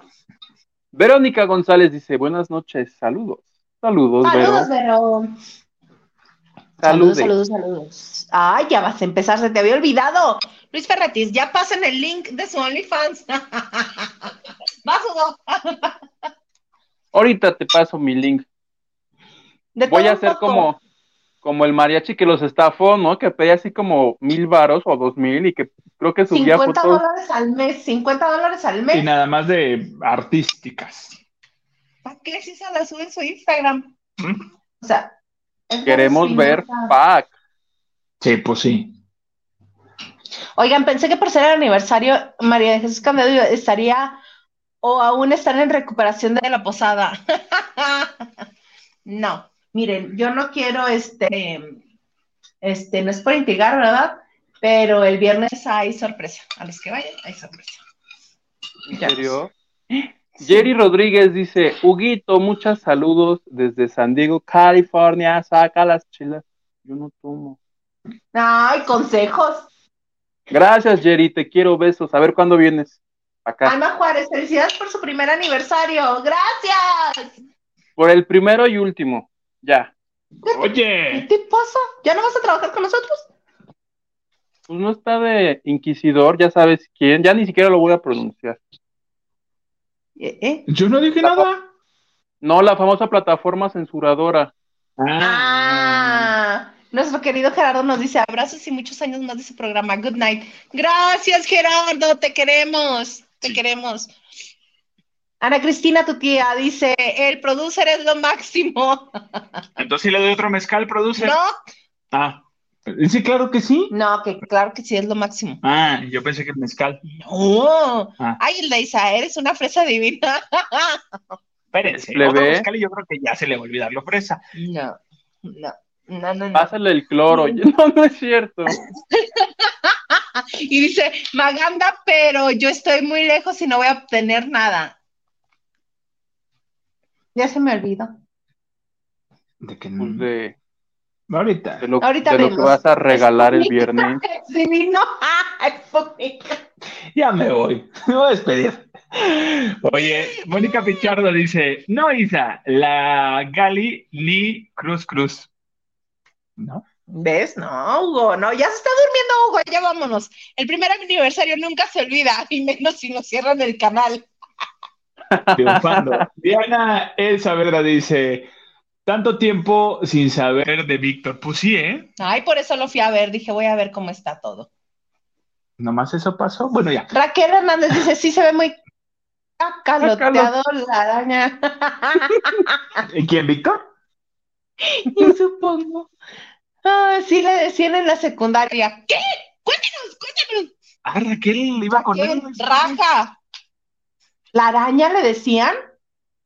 Speaker 4: Verónica Pues, González dice, buenas noches, saludos. Saludos,
Speaker 1: Saludos,
Speaker 4: Vero.
Speaker 1: Vero.
Speaker 6: Salude.
Speaker 1: Saludos, saludos, saludos. Ay, ya vas a empezar, se te había olvidado. Luis Ferratis, ya pasen el link de su OnlyFans. Vas Hugo.
Speaker 4: Ahorita te paso mi link.
Speaker 1: De
Speaker 4: Voy
Speaker 1: todo
Speaker 4: a
Speaker 1: un
Speaker 4: hacer
Speaker 1: poco.
Speaker 4: como, como el mariachi que los estafó, ¿no? Que pedía así como mil varos o dos mil y que creo que subía
Speaker 1: 50
Speaker 4: fotos.
Speaker 1: dólares al mes, 50 dólares al
Speaker 2: Y
Speaker 1: mes.
Speaker 2: nada más de artísticas.
Speaker 1: ¿Para qué si se la sube en su Instagram?
Speaker 2: ¿Mm?
Speaker 1: O sea, es
Speaker 4: Queremos
Speaker 1: buena
Speaker 4: ver
Speaker 1: espinita.
Speaker 4: pack.
Speaker 2: Sí, pues sí.
Speaker 1: Oigan, pensé que por ser el aniversario, María de Jesús Candedo estaría o aún están en recuperación de la posada. No, miren, yo no quiero este, este, no es por intrigar, ¿verdad? Pero el viernes hay sorpresa. A los que vayan, hay sorpresa.
Speaker 4: ¿En
Speaker 1: Ya.
Speaker 4: serio? Jerry Rodríguez dice, Huguito, muchos saludos desde San Diego, California, saca las chilas. Yo no tomo.
Speaker 1: Ay, consejos.
Speaker 4: Gracias, Jerry, te quiero, besos. A ver cuándo vienes. Acá.
Speaker 1: Alma Juárez, felicidades por su primer aniversario. Gracias.
Speaker 4: Por el primero y último. Ya.
Speaker 1: ¿Qué
Speaker 2: Oye,
Speaker 1: te pasa? ¿Ya no vas a trabajar con nosotros?
Speaker 4: Pues no está de inquisidor, ya sabes quién. Ya ni siquiera lo voy a pronunciar.
Speaker 1: Eh, eh.
Speaker 2: yo no dije nada.
Speaker 4: No, la famosa plataforma censuradora.
Speaker 1: Ah, nuestro querido Gerardo nos dice abrazos y muchos años más de su programa. Good night. Gracias, Gerardo, te queremos, te
Speaker 2: Sí.
Speaker 1: queremos. Ana Cristina, tu tía, dice, el producer es lo máximo.
Speaker 2: Entonces sí le doy otro mezcal, producer.
Speaker 1: No,
Speaker 2: Ah. Sí, claro que sí.
Speaker 1: no, que claro que sí es lo máximo.
Speaker 2: Ah, yo pensé que el mezcal.
Speaker 1: No.
Speaker 2: Ah.
Speaker 1: Ay, Leisa, eres una fresa divina.
Speaker 2: Espérense,
Speaker 4: Le
Speaker 2: otro
Speaker 4: ve.
Speaker 2: mezcal y yo creo que ya se le va a olvidar la fresa.
Speaker 1: No, no, no, no, no.
Speaker 4: Pásale el cloro. No, no es cierto.
Speaker 1: Y dice, Maganda, pero yo estoy muy lejos y no voy a obtener nada. Ya se me olvidó.
Speaker 2: De que
Speaker 4: Pues
Speaker 2: no.
Speaker 4: de,
Speaker 2: Ahorita.
Speaker 4: de lo,
Speaker 1: Ahorita
Speaker 4: de lo que
Speaker 1: vemos.
Speaker 4: vas a regalar el viernes.
Speaker 1: Divino. Ay, pobrecita.
Speaker 2: Ya me voy. Me voy a despedir. Oye, Mónica Pichardo dice, no, Isa, la Gali Lee Cruz Cruz. ¿No?
Speaker 1: ¿Ves? No, Hugo, no, ya se está durmiendo, Hugo, ya vámonos. El primer aniversario nunca se olvida, y menos si nos cierran el canal.
Speaker 2: Triunfando. Diana Elsa Verda dice, tanto tiempo sin saber de Víctor. Pues sí, ¿eh?
Speaker 1: Ay, por eso lo fui a ver, dije, voy a ver cómo está todo.
Speaker 2: Nomás eso pasó. Bueno, ya.
Speaker 1: Raquel Hernández dice, sí se ve muy caloteado la araña.
Speaker 2: ¿Y ¿Quién, Víctor?
Speaker 1: Yo supongo. Ah, sí le decían en la secundaria. ¿Qué? Cuéntanos, cuéntanos.
Speaker 2: Ah, Raquel iba con él.
Speaker 1: ¿Qué? Raja. La araña le decían.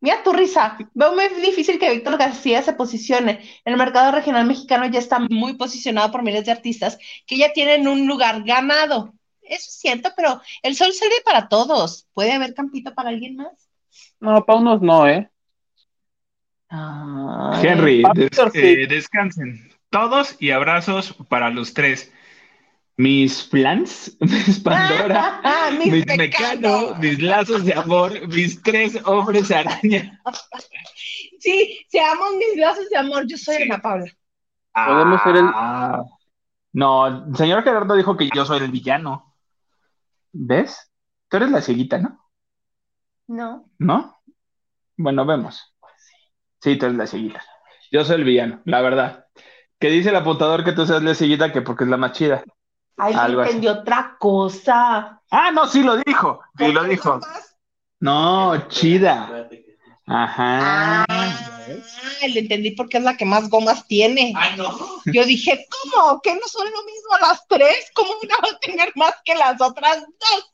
Speaker 1: Mira tu risa. Veo muy difícil que Víctor García se posicione. El mercado regional mexicano ya está muy posicionado por miles de artistas que ya tienen un lugar ganado. Eso es cierto, pero el sol sirve para todos. ¿Puede haber campito para alguien más?
Speaker 4: No, para unos no, ¿eh?
Speaker 2: Henry,
Speaker 4: Ay,
Speaker 2: des-
Speaker 4: Víctor, sí.
Speaker 2: eh, descansen todos y abrazos para los tres. Mis plans, mis Pandora,
Speaker 1: Ah, mis
Speaker 2: mis
Speaker 1: mecanos.
Speaker 2: Mecano, mis lazos de amor, mis tres hombres araña.
Speaker 1: Sí, seamos mis lazos de amor. Yo soy Ana Paula.
Speaker 4: Podemos ser el-
Speaker 2: Ah. No, el señor Gerardo dijo que yo soy el villano. ¿Ves? Tú eres la cieguita, ¿no?
Speaker 1: No.
Speaker 2: ¿No? Bueno, vemos. Sí, tú eres la cieguita. Yo soy el villano, la verdad. Que dice el apuntador que tú seas la cieguita que porque es la más chida.
Speaker 1: Ay,
Speaker 2: Algo así.
Speaker 1: entendió otra cosa.
Speaker 2: Ah, no, sí lo dijo. Sí lo dijo. No, chida. Ajá.
Speaker 1: Ah, le entendí porque es la que más gomas tiene.
Speaker 6: Ay, no.
Speaker 1: Yo dije, ¿cómo? ¿Que no son lo mismo las tres? ¿Cómo una va a tener más que las otras dos?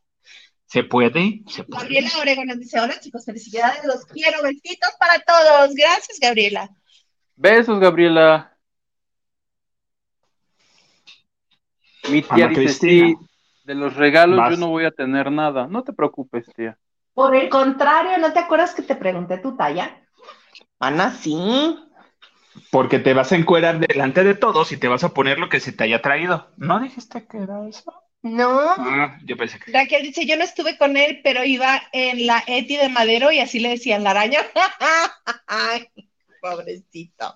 Speaker 2: ¿Se puede? ¿Se puede?
Speaker 1: Gabriela Obregón nos dice, hola chicos, felicidades, los quiero, besitos para todos. Gracias, Gabriela.
Speaker 4: Besos, Gabriela. Mi tía
Speaker 2: Ana
Speaker 4: dice,
Speaker 2: Cristina.
Speaker 4: sí, de los regalos
Speaker 2: Vas.
Speaker 4: yo no voy a tener nada. No te preocupes, tía.
Speaker 1: Por el contrario, ¿no te acuerdas que te pregunté tu talla? Ana, sí.
Speaker 2: Porque te vas a encuerar delante de todos y te vas a poner lo que se te haya traído. ¿No dijiste que era eso?
Speaker 1: No.
Speaker 2: Ah, yo pensé que.
Speaker 1: Raquel dice, yo no estuve con él, pero iba en la Eti de Madero y así le decían la araña. Ay, pobrecito.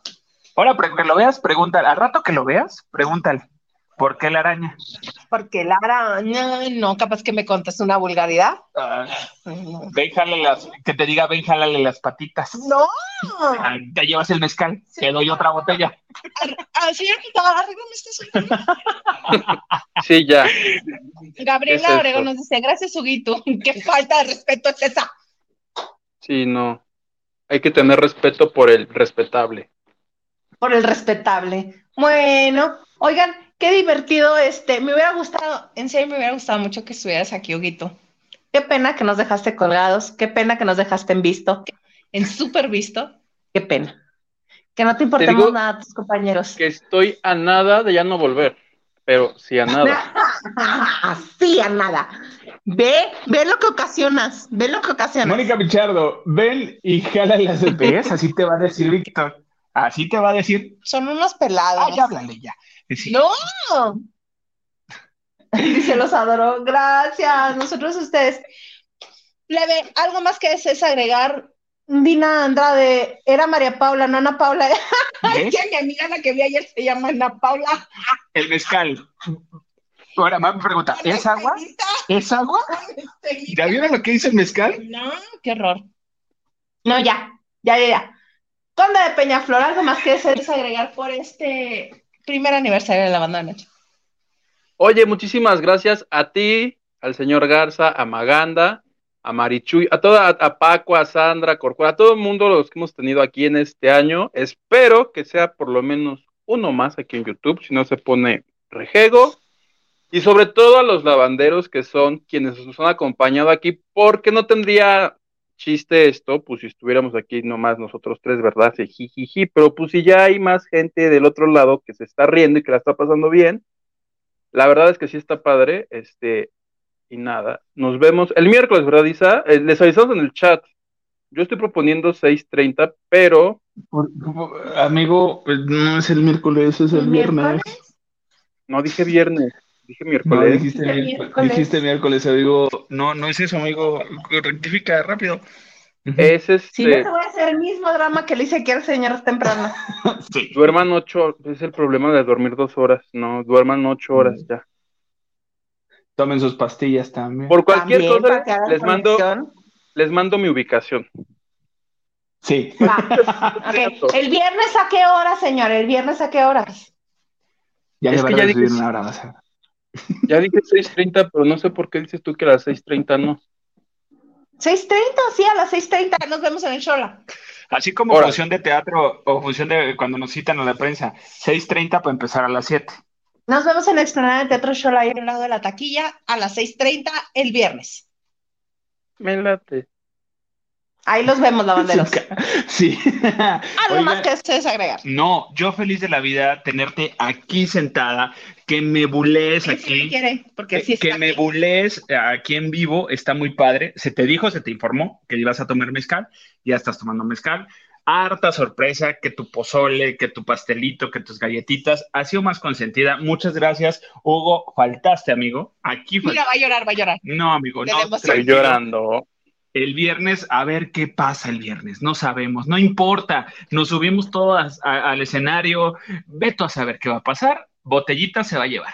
Speaker 2: Ahora pre- que lo veas, pregúntale. Al rato que lo veas, pregúntale. ¿Por qué la araña?
Speaker 1: Porque la araña, no, capaz que me contas una vulgaridad.
Speaker 2: Ah, ven, jálale las, que te diga, ven, jálale las patitas.
Speaker 1: No,
Speaker 2: Ah, te llevas el mezcal, te doy otra botella.
Speaker 1: ah, señor contador, arréglame este sueño.
Speaker 4: Sí, ya. ¿Qué
Speaker 1: Gabriela
Speaker 4: es esto?
Speaker 1: Orego nos dice, gracias, Huguito. Qué falta de respeto es esa.
Speaker 4: Sí, no. Hay que tener respeto por el respetable.
Speaker 1: Por el respetable. Bueno, oigan, qué divertido este. Me hubiera gustado, en serio me hubiera gustado mucho que estuvieras aquí, Huguito. Qué pena que nos dejaste colgados, qué pena que nos dejaste en visto, en súper visto, qué pena. Que no te importemos
Speaker 4: digo
Speaker 1: nada a tus compañeros.
Speaker 4: Que estoy a nada de ya no volver. Pero sí a nada.
Speaker 1: Así a nada. Ve, ve lo que ocasionas, ve lo que ocasionas.
Speaker 2: Mónica Pichardo, ven y jala las EPS, así te va a decir Víctor. Así te va a decir,
Speaker 1: Son unos pelados.
Speaker 2: ay, háblale ya. eh, Sí.
Speaker 1: ¡No! Dice, los adoro. Gracias. Nosotros ustedes. Plebe, algo más que es, agregar. Dina Andrade, era María Paula, no Ana Paula.
Speaker 2: ¿Ves?
Speaker 1: mi amiga la que vi ayer se llama Ana Paula.
Speaker 2: El mezcal. Ahora, mamá me pregunta, ¿es agua? ¿Es agua? ¿Ya vieron lo que dice el mezcal?
Speaker 1: No, qué horror. No, ya, ya, ya, ya. Conda de Peñaflor, algo más que es agregar por este primer aniversario de la banda de noche.
Speaker 4: Oye, muchísimas gracias a ti, al señor Garza, a Maganda, a Marichuy, a toda, a Paco, a Sandra, a Corcuera, a todo el mundo los que hemos tenido aquí en este año. Espero que sea por lo menos uno más aquí en YouTube, si no se pone rejego. Y sobre todo a los lavanderos que son quienes nos han acompañado aquí, porque no tendría chiste esto, pues si estuviéramos aquí nomás nosotros tres, ¿verdad? Sí, jijiji, pero pues si ya hay más gente del otro lado que se está riendo y que la está pasando bien, la verdad es que sí está padre, este, y nada, nos vemos el miércoles, ¿verdad, Isa? Eh, les avisamos en el chat, yo estoy proponiendo 6.30, pero
Speaker 7: Amigo, pues, no es el miércoles, es el viernes.
Speaker 4: no dije viernes, dije
Speaker 7: No,
Speaker 4: miércoles.
Speaker 7: dijiste,
Speaker 1: El
Speaker 7: miércoles.
Speaker 1: miércoles.
Speaker 7: dijiste miércoles, amigo. No, no es eso, amigo. Rectifica rápido. Eh,
Speaker 4: Es
Speaker 1: Si no
Speaker 4: este,
Speaker 1: te voy a hacer el mismo drama que le hice aquí al señor temprano.
Speaker 2: Sí.
Speaker 4: duerman ocho, es el problema de dormir dos horas, no, duerman ocho horas ya.
Speaker 7: Tomen sus pastillas también.
Speaker 4: Por cualquier
Speaker 1: También, para que
Speaker 4: cosa,
Speaker 1: hagan
Speaker 4: les mando,
Speaker 1: conexión.
Speaker 4: les mando mi ubicación.
Speaker 7: Sí.
Speaker 1: Va. Ok. El viernes a qué hora, señor? El viernes a qué horas?
Speaker 7: Ya
Speaker 4: Es
Speaker 7: le
Speaker 4: que
Speaker 7: van
Speaker 4: ya
Speaker 7: a subir
Speaker 4: dije-
Speaker 7: una hora más.
Speaker 4: Ya dije 6.30, pero no sé por qué dices tú que a las 6.30 no.
Speaker 1: 6:30, sí, a las 6:30 nos vemos en el Shola.
Speaker 2: Así como
Speaker 4: Órale.
Speaker 2: función de teatro o función de cuando nos citan a la prensa, 6.30 para empezar a las 7.
Speaker 1: Nos vemos en la explanada del Teatro Shola ahí al lado de la taquilla a las 6:30 el viernes.
Speaker 4: Me late.
Speaker 1: Ahí los vemos, lavanderos.
Speaker 7: Sí.
Speaker 1: Algo
Speaker 7: Oiga,
Speaker 1: más que ustedes agregar.
Speaker 2: No, yo feliz de la vida tenerte aquí sentada, que me bulees
Speaker 1: Sí, sí me
Speaker 2: aquí, eh,
Speaker 1: quiere, porque sí
Speaker 2: que,
Speaker 1: está
Speaker 2: que me
Speaker 1: aquí.
Speaker 2: bulees eh, aquí en vivo, está muy padre. Se te dijo, se te informó que ibas a tomar mezcal, ya estás tomando mezcal. Harta sorpresa que tu pozole, que tu pastelito, que tus galletitas, ha sido más consentida. Muchas gracias, Hugo. Faltaste, amigo. Aquí
Speaker 1: Mira,
Speaker 2: faltaste.
Speaker 1: va a llorar, va a llorar.
Speaker 2: No, amigo,
Speaker 1: de
Speaker 2: no.
Speaker 1: la emoción.
Speaker 4: Estoy
Speaker 2: tranquilo.
Speaker 4: llorando.
Speaker 2: El viernes, a ver qué pasa el viernes, no sabemos, no importa, nos subimos todas a- al escenario, veto a saber qué va a pasar, botellita se va a llevar.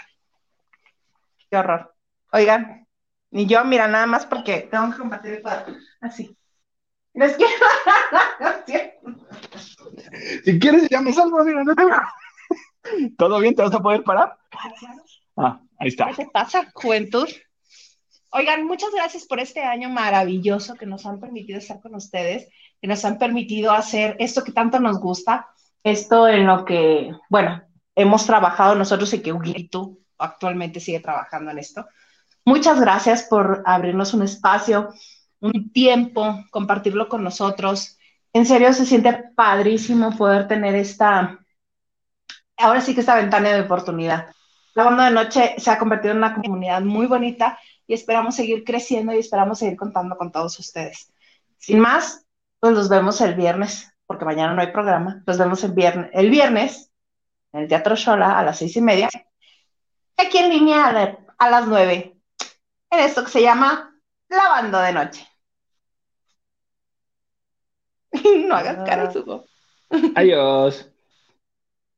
Speaker 1: Qué horror. Oigan, ni yo, mira, nada más porque tengo que compartir el cuadro. Así. Les quiero.
Speaker 7: Si quieres, ya me salgo, amigo. No te
Speaker 2: ¿Todo bien? ¿Te vas a poder parar? Ah, ahí está.
Speaker 1: ¿Qué te pasa, juventud? Oigan, muchas gracias por este año maravilloso que nos han permitido estar con ustedes, que nos han permitido hacer esto que tanto nos gusta, esto en lo que, bueno, hemos trabajado nosotros y que Huguito actualmente sigue trabajando en esto. Muchas gracias por abrirnos un espacio, un tiempo, compartirlo con nosotros. En serio, se siente padrísimo poder tener esta, ahora sí que esta ventana de oportunidad. La banda de noche se ha convertido en una comunidad muy bonita y esperamos seguir creciendo y esperamos seguir contando con todos ustedes. Sin más, pues los vemos el viernes, porque mañana no hay programa. Los vemos el viernes, el viernes en el Teatro Shola a las seis y media. Aquí en línea a, la- a las nueve, en esto que se llama La Banda de Noche. no hagas caras, Hugo.
Speaker 7: Adiós.